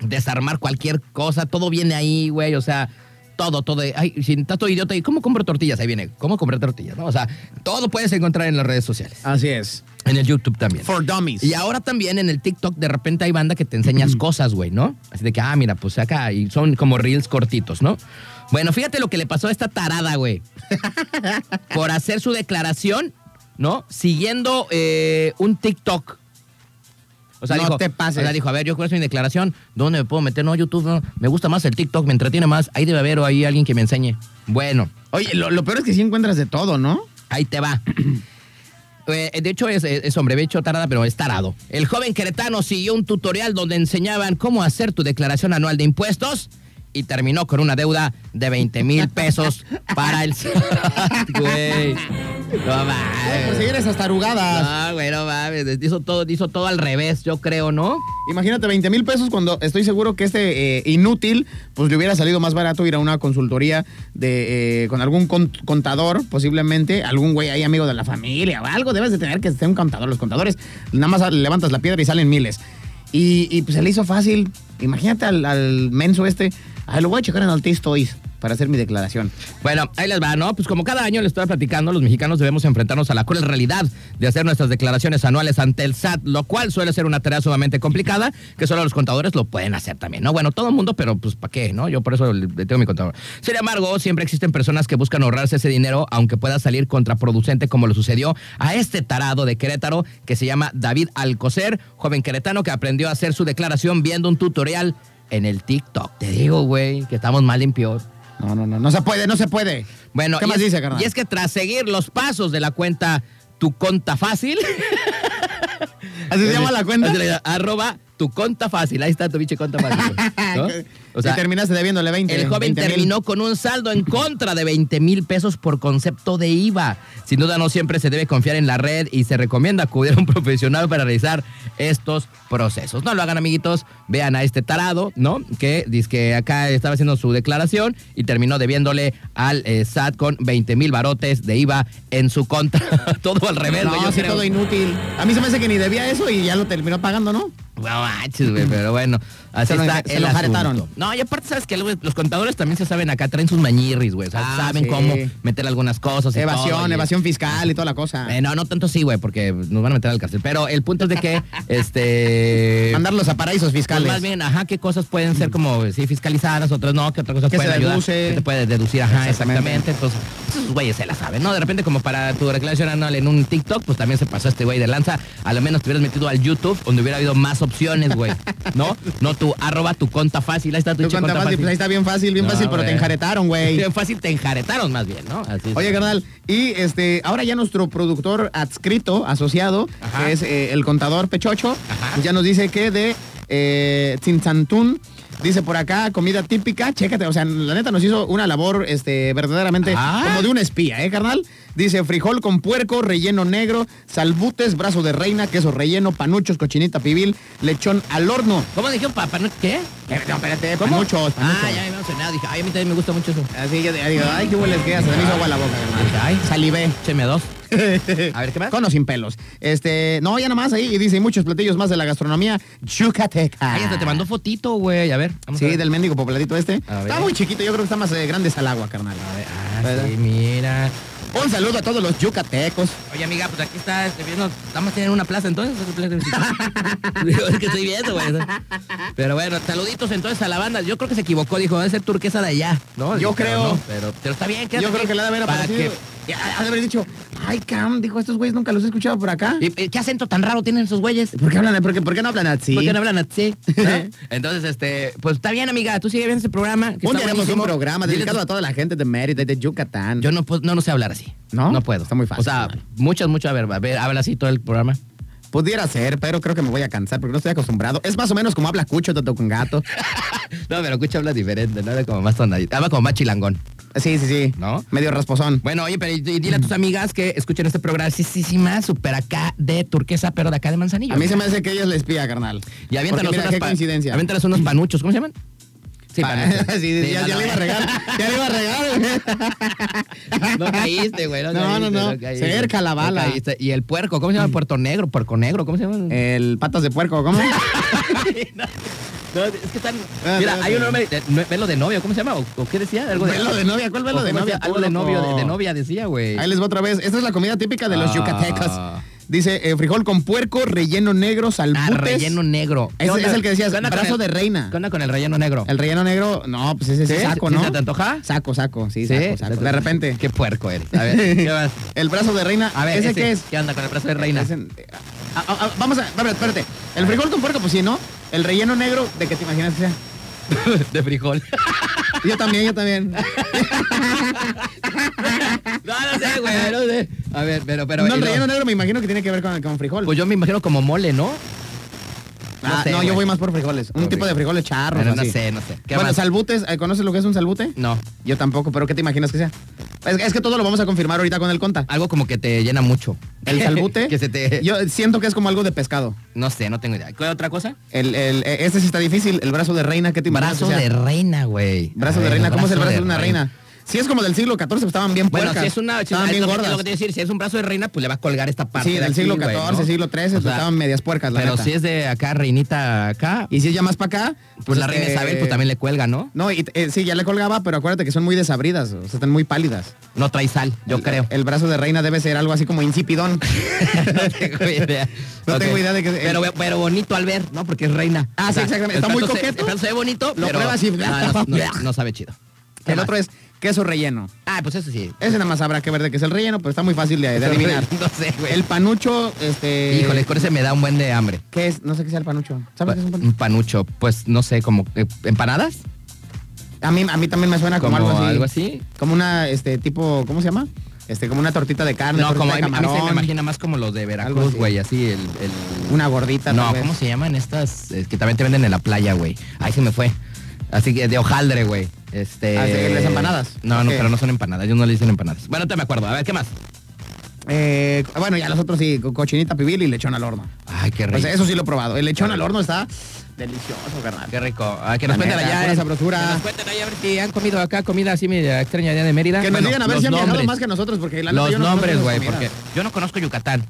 [SPEAKER 2] desarmar cualquier cosa, todo viene ahí, güey, o sea, todo, todo. Ay, si estás todo idiota, ¿y cómo compro tortillas? Ahí viene, ¿cómo comprar tortillas? ¿no? O sea, todo puedes encontrar en las redes sociales,
[SPEAKER 3] Así es.
[SPEAKER 2] en el YouTube también.
[SPEAKER 3] For dummies.
[SPEAKER 2] Y ahora también en el TikTok de repente hay banda que te enseñas cosas, güey, ¿no? Así de que, ah, mira, pues acá, y son como reels cortitos, ¿no? Bueno, fíjate lo que le pasó a esta tarada,
[SPEAKER 3] <laughs>
[SPEAKER 2] güey. Por hacer su declaración, ¿no? Siguiendo eh, un TikTok. O sea,
[SPEAKER 3] No
[SPEAKER 2] dijo,
[SPEAKER 3] te pases.
[SPEAKER 2] o sea, dijo, a ver, yo quiero hacer mi declaración. ¿Dónde me puedo meter? No, YouTube, no. Me gusta más el TikTok, me entretiene más. Ahí debe haber o ahí alguien que me enseñe. Bueno,
[SPEAKER 3] Oye, lo, lo peor es que sí encuentras de todo, ¿no?
[SPEAKER 2] Ahí te va. Eh, de hecho, es, es hombre becho tarada, pero es tarado. El joven queretano siguió un tutorial donde enseñaban cómo hacer tu declaración anual de impuestos y terminó con una deuda de 20 mil pesos para el SAT, güey. No
[SPEAKER 3] Por seguir
[SPEAKER 2] mames.
[SPEAKER 3] esas tarugadas.
[SPEAKER 2] No, güey, no mames. Hizo todo, hizo todo al revés, yo creo, ¿no?
[SPEAKER 3] Imagínate 20 mil pesos cuando estoy seguro que este eh, inútil, pues le hubiera salido más barato ir a una consultoría de eh, con algún con- contador, posiblemente, algún güey ahí amigo de la familia o algo. Debes de tener que esté un contador. Los contadores, nada más levantas la piedra y salen miles. Y, y, pues se le hizo fácil. Imagínate al, al menso este. Ay, lo voy a checar en Altis Toys para hacer mi declaración.
[SPEAKER 2] Bueno, ahí les va, ¿no? Pues como cada año les estoy platicando, los mexicanos debemos enfrentarnos a la cruel realidad de hacer nuestras declaraciones anuales ante el SAT, lo cual suele ser una tarea sumamente complicada, que solo los contadores lo pueden hacer también, ¿no? Bueno, todo el mundo, pero pues ¿para qué, no? Yo por eso le le tengo mi contador. Sin embargo, siempre existen personas que buscan ahorrarse ese dinero, aunque pueda salir contraproducente, como le sucedió a este tarado de Querétaro, que se llama David Alcocer, joven queretano que aprendió a hacer su declaración viendo un tutorial en el TikTok. Te digo, güey, que estamos mal en peor.
[SPEAKER 3] No, no, no, no se puede, no se puede.
[SPEAKER 2] Bueno,
[SPEAKER 3] ¿qué
[SPEAKER 2] y
[SPEAKER 3] más
[SPEAKER 2] es-
[SPEAKER 3] dice, carnal?
[SPEAKER 2] Y es que tras seguir los pasos de la cuenta Tu Conta Fácil.
[SPEAKER 3] <laughs> Así se llama
[SPEAKER 2] <laughs>
[SPEAKER 3] la cuenta.
[SPEAKER 2] Así le llama, Arroba Tu Conta Fácil. Ahí está tu biche Conta
[SPEAKER 3] <laughs>
[SPEAKER 2] Fácil. pues, ¿no? O sea,
[SPEAKER 3] y terminaste debiéndole 20.
[SPEAKER 2] el joven
[SPEAKER 3] 20,000.
[SPEAKER 2] terminó con un saldo en contra de 20 mil pesos por concepto de IVA. Sin duda, no siempre se debe confiar en la red y se recomienda acudir a un <laughs> profesional para realizar estos procesos. No lo hagan, amiguitos. Vean a este tarado, ¿no? Que dice que acá estaba haciendo su declaración y terminó debiéndole al eh, SAT con 20 mil barotes de IVA en su contra. <laughs> todo al revés,
[SPEAKER 3] No,
[SPEAKER 2] güey, yo
[SPEAKER 3] sí,
[SPEAKER 2] creo.
[SPEAKER 3] todo inútil. A mí se me hace que ni debía eso y ya lo terminó pagando, ¿no?
[SPEAKER 2] No manches, güey, pero bueno, así
[SPEAKER 3] Se lo-
[SPEAKER 2] está
[SPEAKER 3] se
[SPEAKER 2] el
[SPEAKER 3] lo jaretaron.
[SPEAKER 2] asunto. No, y aparte, ¿sabes que Los contadores también se saben acá, traen sus mañirris, güey. O sea,
[SPEAKER 3] Ah,
[SPEAKER 2] saben
[SPEAKER 3] sí.
[SPEAKER 2] cómo meter algunas cosas. y Pues todo,
[SPEAKER 3] Evasión,
[SPEAKER 2] y-
[SPEAKER 3] evasión fiscal y toda la cosa.
[SPEAKER 2] Eh, no, no tanto sí, güey, porque nos van a meter al cárcel. Pero el punto es de
[SPEAKER 3] <laughs>
[SPEAKER 2] que, este...
[SPEAKER 3] Mandarlos a paraísos
[SPEAKER 2] pues,
[SPEAKER 3] fiscales. Mm.
[SPEAKER 2] más bien, ajá, qué cosas pueden ser como, eh, sí, fiscalizadas, otras no, que otras cosas
[SPEAKER 3] Que se
[SPEAKER 2] pueden ayudar.
[SPEAKER 3] deduce.
[SPEAKER 2] Que te puedes deducir, ajá, exactamente.
[SPEAKER 3] Exactamente.
[SPEAKER 2] Entonces, esos güeyes se la saben, ¿no? De repente, como para tu declaración anual en un TikTok, pues también se pasó este güey de lanza. A lo menos te hubieras metido al YouTube, donde hubiera habido más opciones, güey.
[SPEAKER 3] <laughs>
[SPEAKER 2] ¿No? No tu arroba, tu conta fácil. Ahí está tu
[SPEAKER 3] Tú
[SPEAKER 2] che
[SPEAKER 3] cuenta fácil, pues ahí está bien fácil, bien
[SPEAKER 2] No,
[SPEAKER 3] fácil, pero
[SPEAKER 2] güey.
[SPEAKER 3] te
[SPEAKER 2] <laughs>
[SPEAKER 3] enjaretaron, güey.
[SPEAKER 2] Bien fácil, te enjaretaron más bien, ¿no? Así es.
[SPEAKER 3] Oye, carnal, y este, ahora ya nuestro productor adscrito, asociado,
[SPEAKER 2] Ajá.
[SPEAKER 3] que es eh, el contador Pechocho,
[SPEAKER 2] Ajá.
[SPEAKER 3] pues ya nos dice que de eh, Tzintzantún, dice por acá, comida típica, chécate, o sea, la neta nos hizo una labor este, verdaderamente
[SPEAKER 2] Ah.
[SPEAKER 3] como de un espía, ¿eh, carnal? Dice frijol con puerco, relleno negro, salbutes, brazo de reina, queso relleno, panuchos, cochinita pibil, lechón al horno.
[SPEAKER 2] ¿Cómo dijeron, papá? ¿No? ¿Qué?
[SPEAKER 3] Eh, No, espérate,
[SPEAKER 2] ¿Cómo?
[SPEAKER 3] panuchos, panuchos.
[SPEAKER 2] Ah, ya me emocionado. Dije, ay, a mí también me gusta mucho eso.
[SPEAKER 3] Así yo digo, ay, qué hueles que hace, se me hizo agua la boca,
[SPEAKER 2] Dije,
[SPEAKER 3] carnal.
[SPEAKER 2] ay,
[SPEAKER 3] Salivé.
[SPEAKER 2] écheme dos. <laughs> A ver, ¿qué más?
[SPEAKER 3] Con o sin pelos. Este, no, ya nada más ahí. Y dice, y muchos platillos más de la gastronomía yucateca.
[SPEAKER 2] Ahí hasta te mandó fotito, güey. A ver, vamos a
[SPEAKER 3] Sí,
[SPEAKER 2] ver.
[SPEAKER 3] del mendigo pobladito este.
[SPEAKER 2] A ver.
[SPEAKER 3] Está muy chiquito, yo creo que está más eh, grande al agua, carnal.
[SPEAKER 2] Ah,
[SPEAKER 3] ¿Verdad?
[SPEAKER 2] sí, mira.
[SPEAKER 3] Un saludo a todos los yucatecos.
[SPEAKER 2] Oye, amiga, pues aquí está este, viendo. Vamos a tener una plaza entonces.
[SPEAKER 3] <laughs>
[SPEAKER 2] Digo, es que estoy viendo, güey. Pero bueno, saluditos entonces a la banda. Yo creo que se equivocó, dijo, debe ser turquesa de allá, ¿no?
[SPEAKER 3] Yo
[SPEAKER 2] Digo, pero
[SPEAKER 3] creo.
[SPEAKER 2] no, pero, pero está bien,
[SPEAKER 3] Yo creo que le ha de haber
[SPEAKER 2] para
[SPEAKER 3] aparecido. y Ha ha de haber dicho, ay, Cam, dijo, estos güeyes nunca los he escuchado por acá.
[SPEAKER 2] que- ¿Y- y ¿Qué acento tan raro tienen esos güeyes?
[SPEAKER 3] ¿Por qué, hablan, por, qué, por qué no hablan así?
[SPEAKER 2] ¿Por qué no hablan así?
[SPEAKER 3] <laughs>
[SPEAKER 2] ¿No? Entonces, este, pues está bien, amiga, tú sigue viendo ese programa. que
[SPEAKER 3] Un
[SPEAKER 2] está
[SPEAKER 3] día haremos un
[SPEAKER 2] buenísimo.
[SPEAKER 3] programa
[SPEAKER 2] Diles
[SPEAKER 3] dedicado a toda la gente de Mérida y de Yucatán.
[SPEAKER 2] Yo no, puedo- no, no sé hablar así.
[SPEAKER 3] ¿No?
[SPEAKER 2] No puedo.
[SPEAKER 3] Está muy fácil,
[SPEAKER 2] O sea,
[SPEAKER 3] carnal.
[SPEAKER 2] muchas, muchas, a ver, a ver, habla así todo el programa.
[SPEAKER 3] Pudiera ser, pero creo que me voy a cansar porque no estoy acostumbrado. Es más o menos como habla Cucho, tanto
[SPEAKER 2] <laughs>
[SPEAKER 3] con gato.
[SPEAKER 2] No, pero escucha habla diferente, ¿no? Habla como más tonadito. Habla como más chilangón.
[SPEAKER 3] Sí, sí, sí.
[SPEAKER 2] ¿No?
[SPEAKER 3] Medio rasposón.
[SPEAKER 2] Bueno, oye, pero y- y dile a tus amigas que escuchen este programa. Sí, sí, sí, más super acá de turquesa, pero de acá de manzanillo.
[SPEAKER 3] A mí se me hace que ella es la espía, carnal.
[SPEAKER 2] Y aviéntanos
[SPEAKER 3] Porque mira,
[SPEAKER 2] unas
[SPEAKER 3] qué
[SPEAKER 2] pa-
[SPEAKER 3] coincidencia.
[SPEAKER 2] aviéntanos unos panuchos. ¿Cómo se llaman? Sí,
[SPEAKER 3] Pa-
[SPEAKER 2] panuchos.
[SPEAKER 3] Sí, <laughs> sí,
[SPEAKER 2] Sí,
[SPEAKER 3] ya,
[SPEAKER 2] no,
[SPEAKER 3] ya
[SPEAKER 2] no.
[SPEAKER 3] le iba a regar. Ya le iba a regar.
[SPEAKER 2] <laughs>
[SPEAKER 3] eh.
[SPEAKER 2] No caíste, güey. No,
[SPEAKER 3] No,
[SPEAKER 2] caíste,
[SPEAKER 3] no, no.
[SPEAKER 2] caíste.
[SPEAKER 3] Cerca la bala.
[SPEAKER 2] No caíste. y el puerco, ¿cómo se llama? Puerto Negro, Puerco Negro, ¿cómo se llama?
[SPEAKER 3] El patas de puerco, ¿cómo?
[SPEAKER 2] No, es que están.
[SPEAKER 3] Ah,
[SPEAKER 2] Mira,
[SPEAKER 3] no,
[SPEAKER 2] hay un
[SPEAKER 3] no.
[SPEAKER 2] hombre. de- no, Velo de novio, ¿cómo se llama? ¿O, o qué decía? Algo de,
[SPEAKER 3] <laughs> Velo de novia, ¿cuál velo
[SPEAKER 2] o
[SPEAKER 3] de
[SPEAKER 2] cómo
[SPEAKER 3] novia?
[SPEAKER 2] decía, Algo de
[SPEAKER 3] Tú,
[SPEAKER 2] novio, de,
[SPEAKER 3] loco.
[SPEAKER 2] de novia decía, güey.
[SPEAKER 3] Ahí les va otra vez. Esta es la comida típica de los
[SPEAKER 2] Ah.
[SPEAKER 3] yucatecos. Dice eh, frijol con puerco, relleno negro,
[SPEAKER 2] Ah,
[SPEAKER 3] salbutes.
[SPEAKER 2] relleno negro. ¿Qué
[SPEAKER 3] Ese
[SPEAKER 2] onda-
[SPEAKER 3] es el que decías,
[SPEAKER 2] qué onda con
[SPEAKER 3] brazo
[SPEAKER 2] el-
[SPEAKER 3] de reina.
[SPEAKER 2] ¿Qué onda con el relleno negro?
[SPEAKER 3] El relleno negro, no, pues ese es
[SPEAKER 2] ¿Sí?
[SPEAKER 3] saco,
[SPEAKER 2] ¿Sí
[SPEAKER 3] ¿no?
[SPEAKER 2] se te antoja?
[SPEAKER 3] Saco, saco, sí, saco, saco. De repente.
[SPEAKER 2] Qué puerco eres. A ver, ¿qué más?
[SPEAKER 3] <laughs> El brazo de reina,
[SPEAKER 2] A ver,
[SPEAKER 3] ¿ese
[SPEAKER 2] este,
[SPEAKER 3] qué es?
[SPEAKER 2] ¿Qué onda con el brazo de reina? <laughs>
[SPEAKER 3] Ese- Eh, ah, ah, ah, vamos a, a ver, espérate. El frijol con puerco, pues sí, ¿no? El relleno negro, ¿de qué te imaginas que sea?
[SPEAKER 2] De frijol. <laughs>
[SPEAKER 3] Yo también, yo también.
[SPEAKER 2] No, no sé, güey, no sé. A ver, pero, <laughs> pero.
[SPEAKER 3] no,
[SPEAKER 2] y
[SPEAKER 3] el
[SPEAKER 2] no.
[SPEAKER 3] relleno negro me imagino que tiene que ver con, con frijol.
[SPEAKER 2] Pues yo me imagino como mole, ¿no?
[SPEAKER 3] Ah,
[SPEAKER 2] no sé,
[SPEAKER 3] no, yo
[SPEAKER 2] güey.
[SPEAKER 3] voy más por frijoles. Un
[SPEAKER 2] Ok.
[SPEAKER 3] tipo de frijoles charros.
[SPEAKER 2] Pero no
[SPEAKER 3] así.
[SPEAKER 2] sé, no sé. ¿Qué
[SPEAKER 3] Ah, Bueno,
[SPEAKER 2] más?
[SPEAKER 3] salbutes, eh, ¿conoces lo que es un salbute?
[SPEAKER 2] No.
[SPEAKER 3] Yo tampoco, pero ¿qué te imaginas que sea? Es, es que todo lo vamos a confirmar ahorita con el conta.
[SPEAKER 2] Algo como que te llena mucho. <laughs>
[SPEAKER 3] El salbute.
[SPEAKER 2] que se te.
[SPEAKER 3] Yo siento que es como algo de pescado.
[SPEAKER 2] No sé, no tengo idea. ¿Qué otra cosa?
[SPEAKER 3] El, el- eh, este sí está difícil. El brazo de reina, ¿qué te imaginas?
[SPEAKER 2] Brazo
[SPEAKER 3] que sea?
[SPEAKER 2] de reina, güey.
[SPEAKER 3] Brazo
[SPEAKER 2] A
[SPEAKER 3] de
[SPEAKER 2] ver,
[SPEAKER 3] reina. ¿Cómo es el brazo de una reina?
[SPEAKER 2] reina?
[SPEAKER 3] Si es como del siglo XIV, pues estaban bien
[SPEAKER 2] Bueno,
[SPEAKER 3] puercas.
[SPEAKER 2] si es una. Si
[SPEAKER 3] estaban
[SPEAKER 2] es
[SPEAKER 3] bien
[SPEAKER 2] lo que-
[SPEAKER 3] gordas.
[SPEAKER 2] lo que te iba a decir, si es un brazo de reina, pues le va a colgar esta parte.
[SPEAKER 3] sí,
[SPEAKER 2] de
[SPEAKER 3] del
[SPEAKER 2] aquí,
[SPEAKER 3] siglo
[SPEAKER 2] güey,
[SPEAKER 3] XIV,
[SPEAKER 2] ¿no?
[SPEAKER 3] siglo XIII, pues,
[SPEAKER 2] O sea,
[SPEAKER 3] estaban medias puercas, la
[SPEAKER 2] Pero
[SPEAKER 3] neta.
[SPEAKER 2] si es de acá, reinita acá,
[SPEAKER 3] Y si ya más para acá,
[SPEAKER 2] pues la reina
[SPEAKER 3] este,
[SPEAKER 2] Isabel, pues también le cuelga, ¿no?
[SPEAKER 3] No, y, eh, sí, ya le colgaba, pero acuérdate que son muy desabridas, o sea, están muy pálidas.
[SPEAKER 2] No trae sal, yo
[SPEAKER 3] El- <laughs>
[SPEAKER 2] creo.
[SPEAKER 3] El brazo de reina debe ser algo así
[SPEAKER 2] <laughs>
[SPEAKER 3] como insípidón.
[SPEAKER 2] no tengo idea.
[SPEAKER 3] No tengo
[SPEAKER 2] Ok.
[SPEAKER 3] idea de que-
[SPEAKER 2] Pero, pero bonito al ver, ¿no? Porque es reina.
[SPEAKER 3] Ah, sí, exactamente. Está
[SPEAKER 2] el
[SPEAKER 3] muy
[SPEAKER 2] plato se-
[SPEAKER 3] coqueto.
[SPEAKER 2] el plato se ve bonito,
[SPEAKER 3] Lo
[SPEAKER 2] pero
[SPEAKER 3] pruebas y-
[SPEAKER 2] Ah, no, no- no sabe chido. ¿Qué
[SPEAKER 3] el
[SPEAKER 2] más?
[SPEAKER 3] otro es queso relleno.
[SPEAKER 2] Ah, pues eso sí.
[SPEAKER 3] Ese nada más habrá que ver de qué es el relleno, pero está muy fácil de, de adivinar.
[SPEAKER 2] <laughs> No sé, güey.
[SPEAKER 3] El panucho, este...
[SPEAKER 2] Pues, Híjole, con ese me da un buen de hambre.
[SPEAKER 3] ¿Qué es? No sé qué sea el panucho. ¿Sabes qué es un panucho?
[SPEAKER 2] Un panucho, pues no sé, como eh, empanadas,
[SPEAKER 3] A mí, a mí también me suena como,
[SPEAKER 2] como
[SPEAKER 3] algo así.
[SPEAKER 2] algo así.
[SPEAKER 3] Como una, este, tipo, ¿cómo se llama? Este, como una tortita de carne,
[SPEAKER 2] No,
[SPEAKER 3] tortita
[SPEAKER 2] como a
[SPEAKER 3] de
[SPEAKER 2] mí, a mí se me
[SPEAKER 3] camarón,
[SPEAKER 2] imagina más como los de
[SPEAKER 3] Algo
[SPEAKER 2] Veracruz,
[SPEAKER 3] así.
[SPEAKER 2] güey, así el, el-
[SPEAKER 3] una pues. gordita.
[SPEAKER 2] No,
[SPEAKER 3] tal vez.
[SPEAKER 2] ¿cómo se llaman estas? Es que también te venden en la playa, güey. Ahí se me fue. Así que de hojaldre, güey. Este.
[SPEAKER 3] Ah, ¿de las empanadas?
[SPEAKER 2] No, no,
[SPEAKER 3] Ok.
[SPEAKER 2] pero no son empanadas. Ellos no le dicen empanadas. Bueno, te me acuerdo. A ver, ¿qué más?
[SPEAKER 3] Eh, bueno, ya los otros sí, co- cochinita pibil y lechón al horno.
[SPEAKER 2] Ay, qué rico.
[SPEAKER 3] Pues eso sí lo he probado. El lechón al horno está delicioso, carnal.
[SPEAKER 2] Qué rico. Ay, que nos
[SPEAKER 3] La
[SPEAKER 2] cuenten allá.
[SPEAKER 3] neta, ah, pura
[SPEAKER 2] eh.
[SPEAKER 3] sabrosura.
[SPEAKER 2] Que nos cuenten allá a ver si han comido acá comida así media extraña allá de Mérida.
[SPEAKER 3] Que nos
[SPEAKER 2] Bueno,
[SPEAKER 3] digan a ver
[SPEAKER 2] los
[SPEAKER 3] si han viajado
[SPEAKER 2] nombres.
[SPEAKER 3] más que nosotros, porque la neta
[SPEAKER 2] Los
[SPEAKER 3] yo no conozco
[SPEAKER 2] nombres,
[SPEAKER 3] esas
[SPEAKER 2] güey,
[SPEAKER 3] comidas.
[SPEAKER 2] porque yo no conozco Yucatán.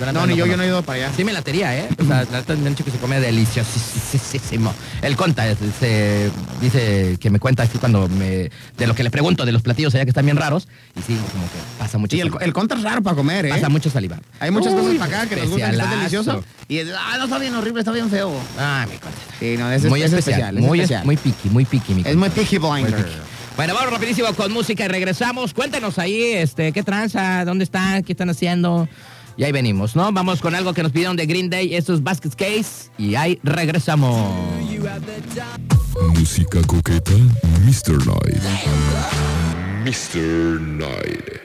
[SPEAKER 2] La neta
[SPEAKER 3] No, ni yo, yo no he
[SPEAKER 2] conozco.
[SPEAKER 3] ido para allá.
[SPEAKER 2] Sí me la tería, ¿eh? O sea, la neta me han dicho que se come deliciosísimo. El conta eh, se dice que me cuenta aquí cuando me... De lo que le pregunto, de los platillos allá que están bien raros. Y sí, como que pasa mucho
[SPEAKER 3] Sí, el,
[SPEAKER 2] saliva.
[SPEAKER 3] el contra es raro para comer, ¿eh?
[SPEAKER 2] Pasa mucho saliva.
[SPEAKER 3] Hay muchas
[SPEAKER 2] Uy,
[SPEAKER 3] cosas para acá que nos gustan, que están
[SPEAKER 2] especialazo.
[SPEAKER 3] deliciosas. Y es, ah, no, está bien horrible, está bien feo.
[SPEAKER 2] Ah, mi conta.
[SPEAKER 3] Sí, no, ese es-
[SPEAKER 2] muy
[SPEAKER 3] ese es
[SPEAKER 2] especial,
[SPEAKER 3] especial, ese es
[SPEAKER 2] muy,
[SPEAKER 3] especial.
[SPEAKER 2] muy piqui, muy piqui, mi
[SPEAKER 3] Es muy
[SPEAKER 2] conta.
[SPEAKER 3] picky blinder.
[SPEAKER 2] Muy piqui. Bueno, vamos rapidísimo con música y regresamos. Cuéntenos ahí, este, qué tranza, dónde están, qué están haciendo. Y ahí venimos, ¿no? Vamos con algo que nos pidieron de Green Day, estos Basket Case. Y ahí regresamos.
[SPEAKER 4] Música coqueta, Mr. Night. Mr. Night.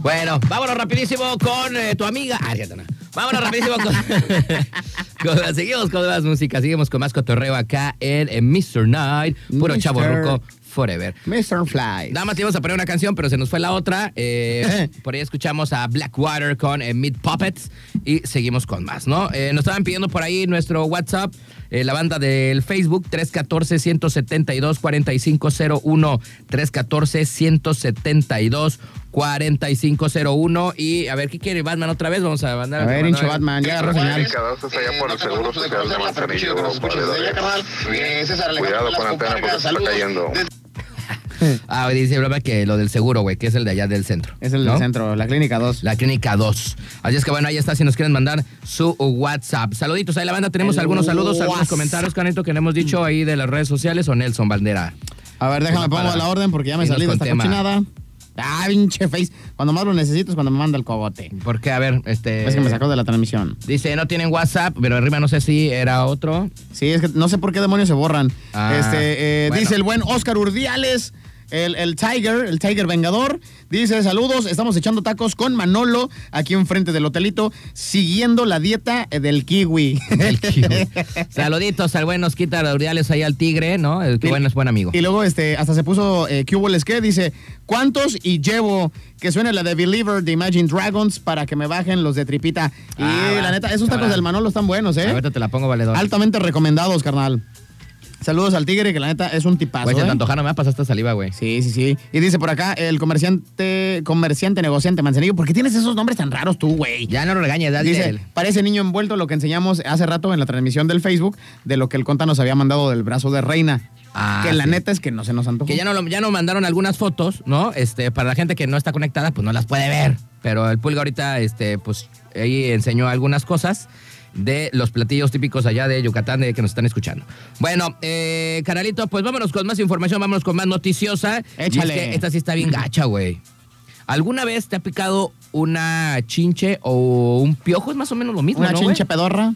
[SPEAKER 2] Bueno, vámonos rapidísimo con eh, tu amiga. Ah, cierto, no. Vámonos rapidísimo con, <laughs> con- Seguimos con más música, seguimos con más cotorreo acá en, eh, Mr. Night. Puro
[SPEAKER 3] Mr.
[SPEAKER 2] chavo ruco forever.
[SPEAKER 3] Mr. Fly.
[SPEAKER 2] Nada más íbamos a poner una canción, pero se nos fue la otra. Eh, por ahí escuchamos a Blackwater con eh, Mid Puppets y seguimos con más, ¿no? Eh, nos estaban pidiendo por ahí nuestro WhatsApp, eh, la banda del Facebook, 314-172-4501. 314-172-4501. Y a ver, ¿qué quiere Batman otra vez? Vamos a mandar
[SPEAKER 3] A ver,
[SPEAKER 2] mandar-
[SPEAKER 3] hincho Batman, ya agarró señal.
[SPEAKER 6] Quedados allá por el Seguro Social de Manzanillo. Cuidado con la antena porque se está cayendo.
[SPEAKER 2] Ah, dice broma que lo del seguro, güey, que es el de allá del centro.
[SPEAKER 3] Es el del
[SPEAKER 2] ¿no?
[SPEAKER 3] centro, la clínica 2.
[SPEAKER 2] La Clínica 2. Así es que bueno, ahí está si nos quieren mandar su WhatsApp. Saluditos ahí la banda, tenemos
[SPEAKER 3] El
[SPEAKER 2] algunos saludos, algunos
[SPEAKER 3] WhatsApp.
[SPEAKER 2] comentarios con esto que le hemos dicho ahí de las redes sociales o Nelson Bandera.
[SPEAKER 3] A ver, déjame
[SPEAKER 2] Una
[SPEAKER 3] pongo
[SPEAKER 2] parada.
[SPEAKER 3] a la orden porque ya me
[SPEAKER 2] Y nos
[SPEAKER 3] salí de esta
[SPEAKER 2] contema.
[SPEAKER 3] cochinada. Ah, pinche face. Cuando más lo necesito es cuando me manda el cogote.
[SPEAKER 2] Porque a ver, este
[SPEAKER 3] Es que me sacó de la transmisión.
[SPEAKER 2] Dice, "No tienen WhatsApp", pero arriba no sé si era
[SPEAKER 3] <laughs>
[SPEAKER 2] otro.
[SPEAKER 3] Sí, es que no sé por qué demonios se borran.
[SPEAKER 2] Ah,
[SPEAKER 3] este, eh,
[SPEAKER 2] bueno.
[SPEAKER 3] Dice el buen Oscar Urdiales, el, el Tiger, el Tiger Vengador. Dice, saludos, estamos echando tacos con Manolo aquí enfrente del hotelito, siguiendo la dieta eh, del kiwi.
[SPEAKER 2] El
[SPEAKER 3] <laughs>
[SPEAKER 2] kiwi. Saluditos al buen nos quita Laureales ahí al Tigre, ¿no? El que
[SPEAKER 3] Y-
[SPEAKER 2] bueno es buen amigo.
[SPEAKER 3] Y luego este, hasta se puso eh, ¿Qué hubo les qué? Dice, ¿cuántos y llevo? Que suene la de Believer de Imagine Dragons para que me bajen los de tripita. Y
[SPEAKER 2] Ah, va.
[SPEAKER 3] la neta, esos tacos
[SPEAKER 2] Ahora.
[SPEAKER 3] del Manolo están buenos, ¿eh?
[SPEAKER 2] Ahorita te la pongo valedor.
[SPEAKER 3] Altamente recomendados, carnal. Saludos al tigre, que la neta es un tipazo.
[SPEAKER 2] Güey, se
[SPEAKER 3] ¿eh?
[SPEAKER 2] te antojaron, me ha pasado esta saliva, güey.
[SPEAKER 3] Sí, sí, sí. Y dice por acá el comerciante, comerciante, negociante Manzanillo, ¿por qué tienes esos nombres tan raros tú, güey?
[SPEAKER 2] Ya no lo regañes, dale.
[SPEAKER 3] Dice, parece niño envuelto lo que enseñamos hace rato en la transmisión del Facebook de lo que el conta nos había mandado del brazo de reina.
[SPEAKER 2] Ah,
[SPEAKER 3] que la
[SPEAKER 2] sí.
[SPEAKER 3] neta es que no se nos antojó.
[SPEAKER 2] Que ya no, lo- ya no mandaron algunas fotos, ¿no? Este, para la gente que no está conectada, pues no las puede ver. Pero el pulga ahorita, este, pues ahí enseñó algunas cosas de los platillos típicos allá de Yucatán de que nos están escuchando. Bueno, eh, canalito, pues vámonos con más información, vámonos con más noticiosa. Y es
[SPEAKER 3] Échale. <clears throat>
[SPEAKER 2] que esta sí está bien gacha, güey. ¿Alguna vez te ha picado una chinche o un piojo? Es más o menos lo mismo,
[SPEAKER 3] ¿Una
[SPEAKER 2] ¿no, güey?
[SPEAKER 3] chinche pedorra?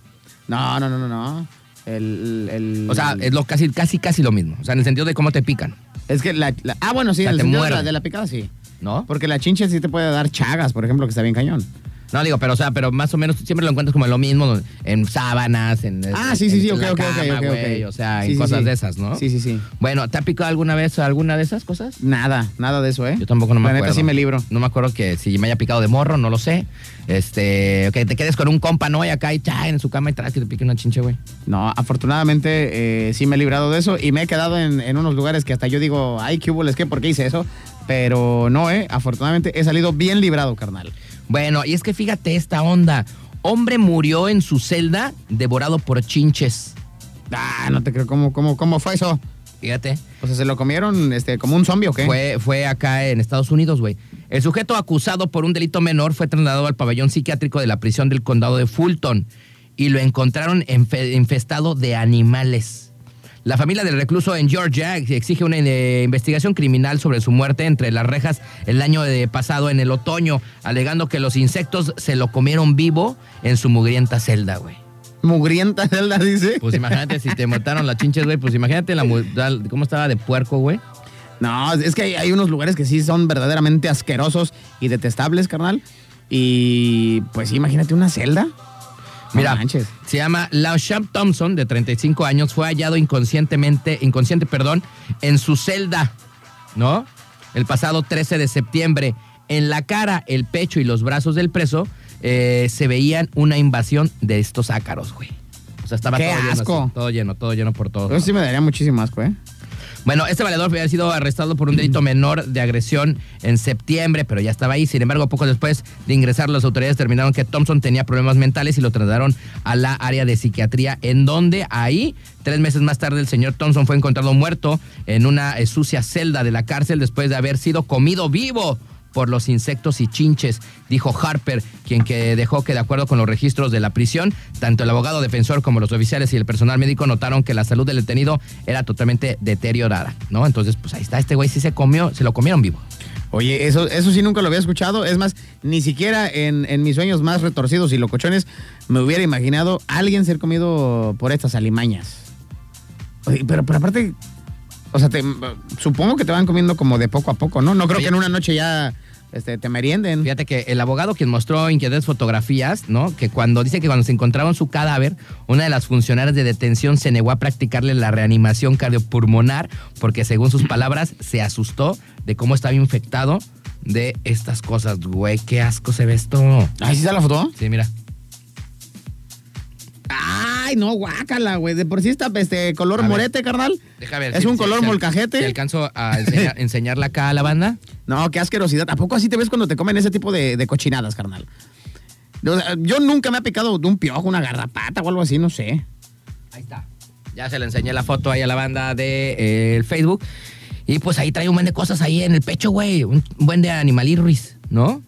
[SPEAKER 3] No, no, no, no, no. El, el-
[SPEAKER 2] O sea, es lo casi, casi, casi lo mismo. O sea, en el sentido de cómo te pican,
[SPEAKER 3] es que la, la- Ah, bueno, sí,
[SPEAKER 2] sea,
[SPEAKER 3] el
[SPEAKER 2] te
[SPEAKER 3] sentido de la,
[SPEAKER 2] muerde.
[SPEAKER 3] de la picada sí.
[SPEAKER 2] ¿no?
[SPEAKER 3] Porque la chinche sí te puede dar chagas, por ejemplo, que está bien cañón.
[SPEAKER 2] No digo, pero o sea, pero más o menos siempre lo encuentras como lo mismo en sábanas, en
[SPEAKER 3] Ah, sí, sí, sí,
[SPEAKER 2] en
[SPEAKER 3] ok,
[SPEAKER 2] la
[SPEAKER 3] ok, ok,
[SPEAKER 2] cama,
[SPEAKER 3] ok, ok.
[SPEAKER 2] güey, o sea,
[SPEAKER 3] Sí,
[SPEAKER 2] en
[SPEAKER 3] sí,
[SPEAKER 2] cosas
[SPEAKER 3] sí.
[SPEAKER 2] de esas, ¿no?
[SPEAKER 3] Sí, sí, sí.
[SPEAKER 2] Bueno, ¿te ha picado alguna vez alguna de esas cosas?
[SPEAKER 3] Nada, nada de eso, ¿eh?
[SPEAKER 2] Yo tampoco no me
[SPEAKER 3] La
[SPEAKER 2] acuerdo.
[SPEAKER 3] neta sí me libro.
[SPEAKER 2] No me acuerdo que si me haya picado de morro, no lo sé. Este, que te quedes con un compa, ¿no? Y acá y cha, en su cama y tras que te pique una chinche, güey.
[SPEAKER 3] No, afortunadamente eh, sí me he librado de eso y me he quedado en, en unos lugares que hasta yo digo, ay, qué hubo, es que, ¿por qué hice eso? Pero no, ¿eh? Afortunadamente he salido bien librado, carnal.
[SPEAKER 2] Bueno, y es que fíjate esta onda. Hombre murió en su celda devorado por chinches.
[SPEAKER 3] Ah, no te creo, ¿cómo, cómo, cómo fue eso?
[SPEAKER 2] Fíjate.
[SPEAKER 3] O sea, ¿se lo comieron este, como un zombie o qué?
[SPEAKER 2] Fue, fue acá en Estados Unidos, güey. El sujeto acusado por un delito menor fue trasladado al pabellón psiquiátrico de la prisión del condado de Fulton y lo encontraron enfe- infestado de animales. La familia del recluso en Georgia exige una eh, investigación criminal sobre su muerte entre las rejas el año de- pasado en el otoño, alegando que los insectos se lo comieron vivo en su mugrienta celda, güey.
[SPEAKER 3] Mugrienta <laughs> celda, dice.
[SPEAKER 2] Pues imagínate si te mataron las chinches, güey. Pues imagínate la, mu- la- cómo estaba de puerco, güey.
[SPEAKER 3] No, es que hay, hay unos lugares que sí son verdaderamente asquerosos y detestables, carnal. Y pues sí, imagínate una celda.
[SPEAKER 2] Mira,
[SPEAKER 3] No manches.
[SPEAKER 2] se llama Lasham Thompson, de 35 años, fue hallado inconscientemente, inconsciente, perdón, en su celda, ¿no? El pasado 13 de septiembre. En la cara, el pecho y los brazos del preso eh, se veían una invasión de estos ácaros, güey. O sea, estaba
[SPEAKER 3] ¡Qué
[SPEAKER 2] todo lleno, así,
[SPEAKER 3] asco! Pues
[SPEAKER 2] todo lleno, todo lleno por todos.
[SPEAKER 3] Eso
[SPEAKER 2] lados.
[SPEAKER 3] sí me daría muchísimo asco, ¿eh?
[SPEAKER 2] Bueno, este valedor había sido arrestado por un delito menor de agresión en septiembre, pero ya estaba ahí. Sin embargo, poco después de ingresar, las autoridades determinaron que Thompson tenía problemas mentales y lo trasladaron a la área de psiquiatría, en donde ahí, tres meses más tarde, el señor Thompson fue encontrado muerto en una eh, sucia celda de la cárcel después de haber sido comido vivo por los insectos y chinches, dijo Harper, quien que dejó que de acuerdo con los registros de la prisión, tanto el abogado defensor como los oficiales y el personal médico notaron que la salud del detenido era totalmente deteriorada, ¿no? Entonces, pues ahí está, este güey sí se comió, se lo comieron vivo.
[SPEAKER 3] Oye, eso, eso sí nunca lo había escuchado. Es más, ni siquiera en, en mis sueños más retorcidos y locochones me hubiera imaginado alguien ser comido por estas alimañas. Oye, pero, pero aparte, o sea, te- supongo que te van comiendo como de poco a poco, ¿no? No creo
[SPEAKER 2] Oye.
[SPEAKER 3] que en una noche ya este, te merienden.
[SPEAKER 2] Fíjate que el abogado quien mostró inquietudes fotografías, ¿no? Que cuando dice que cuando se encontraban su cadáver, una de las funcionarias de detención se negó a practicarle la reanimación cardiopulmonar porque según sus palabras se asustó de cómo estaba infectado de estas cosas, güey, qué asco se ve esto.
[SPEAKER 3] Ay, ¿sí está la foto?
[SPEAKER 2] Sí, mira.
[SPEAKER 3] Ay, no, guácala, güey. De por sí está este color
[SPEAKER 2] A ver.
[SPEAKER 3] morete, carnal.
[SPEAKER 2] Deja ver.
[SPEAKER 3] Es
[SPEAKER 2] si-
[SPEAKER 3] un
[SPEAKER 2] si-
[SPEAKER 3] color
[SPEAKER 2] si-
[SPEAKER 3] molcajete.
[SPEAKER 2] si alcanzo a enseñar- <laughs> enseñarla acá a la banda.
[SPEAKER 3] No, qué asquerosidad. ¿A poco así te ves cuando te comen ese tipo de, de cochinadas, carnal? O sea, yo nunca me ha picado de un piojo, una garrapata o algo así, no sé.
[SPEAKER 2] Ahí está. Ya se le enseñé la foto ahí a la banda de eh, el Facebook. Y pues ahí trae un buen de cosas ahí en el pecho, güey. Un buen de animalirruis, ¿no?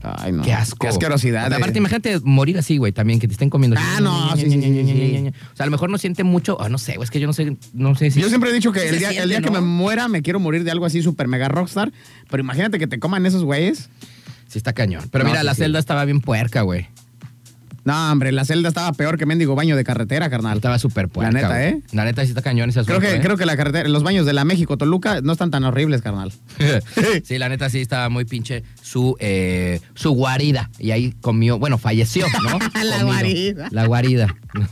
[SPEAKER 3] Ay, no.
[SPEAKER 2] Qué asco.
[SPEAKER 3] Qué asquerosidad.
[SPEAKER 2] O sea,
[SPEAKER 3] eh.
[SPEAKER 2] aparte, imagínate morir así, güey, también, que te estén comiendo.
[SPEAKER 3] Ah, no, sí, sí, sí, sí, sí.
[SPEAKER 2] O sea, a lo mejor no siente mucho. ah, no sé, güey, es que yo no sé, no sé si.
[SPEAKER 3] Yo siempre he dicho que
[SPEAKER 2] si
[SPEAKER 3] el
[SPEAKER 2] se
[SPEAKER 3] día, el
[SPEAKER 2] siente,
[SPEAKER 3] día que
[SPEAKER 2] ¿no?
[SPEAKER 3] me muera me quiero morir de algo así super mega rockstar. Pero imagínate que te coman esos güeyes.
[SPEAKER 2] Sí, está cañón. Pero
[SPEAKER 3] No,
[SPEAKER 2] mira,
[SPEAKER 3] sí,
[SPEAKER 2] la
[SPEAKER 3] sí.
[SPEAKER 2] celda estaba bien puerca, güey.
[SPEAKER 3] No, hombre, la celda estaba peor que mendigo baño de carretera, carnal.
[SPEAKER 2] Estaba súper puerca.
[SPEAKER 3] neta,
[SPEAKER 2] güey.
[SPEAKER 3] ¿eh?
[SPEAKER 2] La neta, sí está cañón ese asunto.
[SPEAKER 3] Creo que,
[SPEAKER 2] ¿eh?
[SPEAKER 3] creo que la carretera, los baños de la México-Toluca no están tan horribles, carnal.
[SPEAKER 2] <laughs> sí, la neta sí estaba muy pinche su, eh, su guarida. Y ahí comió, bueno, falleció,
[SPEAKER 3] <laughs>
[SPEAKER 2] ¿no? Comido.
[SPEAKER 3] guarida.
[SPEAKER 2] La guarida. ¿no?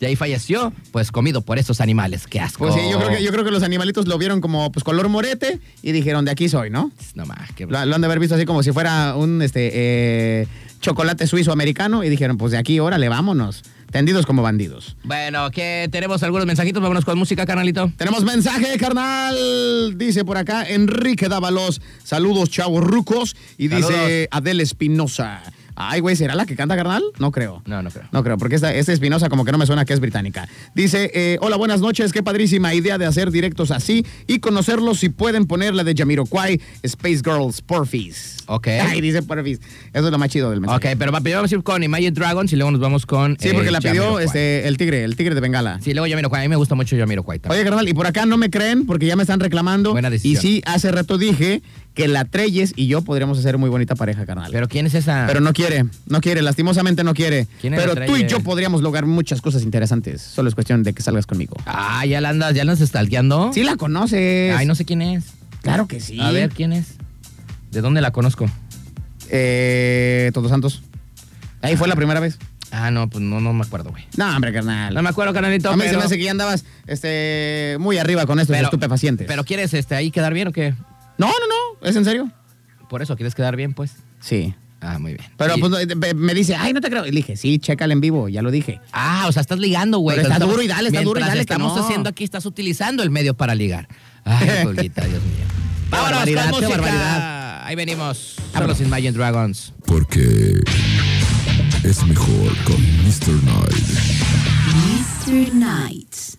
[SPEAKER 2] Y ahí falleció, pues comido por esos animales. Qué asco.
[SPEAKER 3] Pues sí, yo
[SPEAKER 2] Oh.
[SPEAKER 3] creo, que, yo creo que los animalitos lo vieron como pues, color morete y dijeron, de aquí soy, ¿no?
[SPEAKER 2] No más, qué
[SPEAKER 3] Lo, lo han de haber visto así como si fuera un este, eh, chocolate suizo americano y dijeron, pues de aquí, órale, vámonos. Tendidos como bandidos.
[SPEAKER 2] Bueno, que tenemos algunos mensajitos. Vámonos con música, carnalito.
[SPEAKER 3] Tenemos mensaje, carnal. Dice por acá Enrique Dávalos. Saludos, chavos rucos. Y
[SPEAKER 2] Saludos.
[SPEAKER 3] dice Adel Espinosa. Ay, güey, ¿será la que canta, carnal? No creo.
[SPEAKER 2] No, no creo.
[SPEAKER 3] No creo, porque esta, esta Espinosa como que no me suena que es británica. Dice, eh, hola, buenas noches, qué padrísima idea de hacer directos así y conocerlos si pueden poner la de Jamiroquai, Space Girls, Porfis.
[SPEAKER 2] Ok.
[SPEAKER 3] Ay, dice Porfis. Eso es lo más chido del mensaje.
[SPEAKER 2] Ok, pero va- primero vamos a ir con Imagine Dragons y luego nos vamos con.
[SPEAKER 3] Sí, porque
[SPEAKER 2] eh,
[SPEAKER 3] la pidió
[SPEAKER 2] Jamiroquai.
[SPEAKER 3] este, el tigre, el tigre de Bengala.
[SPEAKER 2] Sí, luego Jamiroquai. A mí me gusta mucho Jamiroquai también.
[SPEAKER 3] Oye, carnal, y por acá no me creen porque ya me están reclamando.
[SPEAKER 2] Buena decisión.
[SPEAKER 3] Y sí, hace rato dije que la Treyes y yo podríamos hacer muy bonita pareja, carnal.
[SPEAKER 2] Pero ¿quién es esa?
[SPEAKER 3] Pero no quiere, no quiere, lastimosamente no quiere.
[SPEAKER 2] ¿Quién es la
[SPEAKER 3] Pero tú y
[SPEAKER 2] Treyes?
[SPEAKER 3] yo podríamos lograr muchas cosas interesantes. Solo es cuestión de que salgas conmigo.
[SPEAKER 2] Ah, ya la andas, ya la andas stalkeando.
[SPEAKER 3] Sí la conoces.
[SPEAKER 2] Ay, no sé quién es.
[SPEAKER 3] Claro que sí.
[SPEAKER 2] A ver, ¿quién es? ¿De dónde la conozco?
[SPEAKER 3] Eh, Todos Santos. Ahí fue la primera vez.
[SPEAKER 2] Ah, no, pues no, no me acuerdo, güey.
[SPEAKER 3] No, hombre, carnal.
[SPEAKER 2] No me acuerdo, canalito.
[SPEAKER 3] A mí se
[SPEAKER 2] pero-
[SPEAKER 3] me hace que ya andabas este, muy arriba con estos estupefacientes.
[SPEAKER 2] Pero ¿quieres este, ahí quedar bien o qué?
[SPEAKER 3] no, no, no. ¿Es en serio?
[SPEAKER 2] Por eso, ¿quieres quedar bien, pues?
[SPEAKER 3] Sí.
[SPEAKER 2] Ah, muy bien.
[SPEAKER 3] Pero
[SPEAKER 2] Y-
[SPEAKER 3] pues, no, me- me dice, ay, no te creo. Y le dije, sí, chécale en vivo, ya lo dije.
[SPEAKER 2] Ah, o sea, estás ligando, güey.
[SPEAKER 3] Pero está
[SPEAKER 2] Estamos-
[SPEAKER 3] duro y dale, está duro y
[SPEAKER 2] mientras
[SPEAKER 3] dale que
[SPEAKER 2] estamos
[SPEAKER 3] no.
[SPEAKER 2] haciendo aquí, estás utilizando el medio para ligar. <laughs> Ay, Julita, Dios mío. Vámonos
[SPEAKER 3] barbaridad,
[SPEAKER 2] con
[SPEAKER 3] qué
[SPEAKER 2] música.
[SPEAKER 3] barbaridad.
[SPEAKER 2] Ahí venimos. Son
[SPEAKER 3] Vámonos.
[SPEAKER 2] los Imagine Dragons.
[SPEAKER 4] Porque es mejor con Mr. Knight.
[SPEAKER 5] Mr. Knights.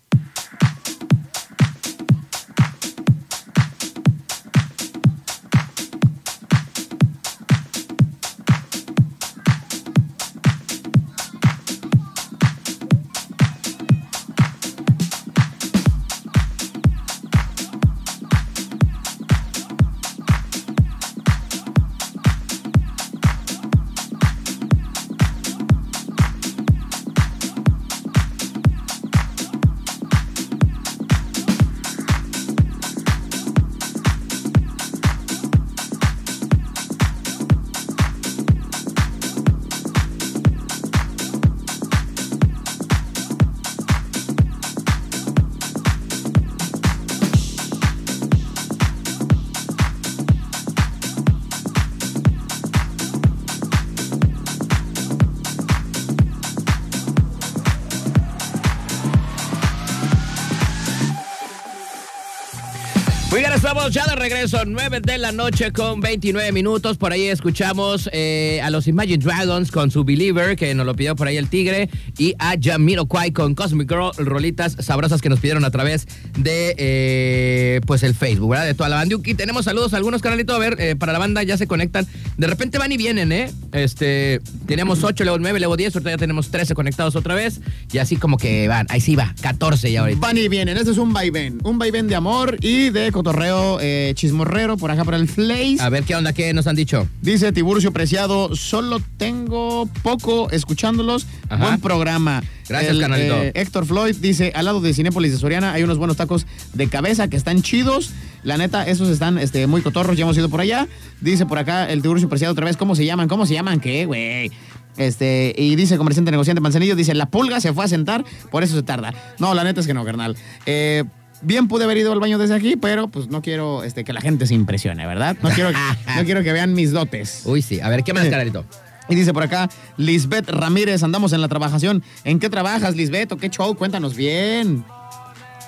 [SPEAKER 2] Muy bien, estamos ya de regreso, 9 de la noche con 29 minutos. Por ahí escuchamos eh, a los Imagine Dragons con su Believer, que nos lo pidió por ahí el Tigre, y a Jamiroquai con Cosmic Girl, rolitas sabrosas que nos pidieron a través de eh, pues el Facebook, ¿verdad? De toda la banda. Y tenemos saludos a algunos, canalitos, a ver, eh, para la banda ya se conectan. De repente van y vienen, ¿eh? Este, teníamos 8, luego 9, luego 10, ahorita ya tenemos 13 conectados otra vez, y así como que van, ahí sí va, 14 ya ahorita.
[SPEAKER 3] Van y vienen, este es un vaivén, un vaivén de amor y de cotorreo eh, chismorrero por acá por el Flays.
[SPEAKER 2] A ver qué onda, qué nos han dicho.
[SPEAKER 3] Dice Tiburcio Preciado, solo tengo poco escuchándolos.
[SPEAKER 2] Ajá.
[SPEAKER 3] Buen programa. eh,
[SPEAKER 2] Gracias, canalito.
[SPEAKER 3] Héctor Floyd dice, al lado de Cinépolis de Soriana hay unos buenos tacos de cabeza que están chidos. La neta, esos están este, muy cotorros, ya hemos ido por allá. Dice por acá el Tiburcio Preciado otra vez, ¿cómo se llaman? ¿Cómo se llaman? ¿Qué, güey? Este, y dice comerciante negociante Manzanillo, dice, la pulga se fue a sentar, por eso se tarda. No, la neta es que no, carnal. Eh, Bien pude haber ido al baño desde aquí, pero pues no quiero este, que la gente se impresione, ¿verdad? No
[SPEAKER 2] <laughs>
[SPEAKER 3] quiero, no quiero que vean mis dotes.
[SPEAKER 2] Uy, sí. A ver,
[SPEAKER 3] <laughs>
[SPEAKER 2] ¿qué más, canalito?
[SPEAKER 3] Y dice por acá, Lisbeth Ramírez, andamos en la trabajación. ¿En qué trabajas, Lisbeth? ¿O qué show? Cuéntanos bien.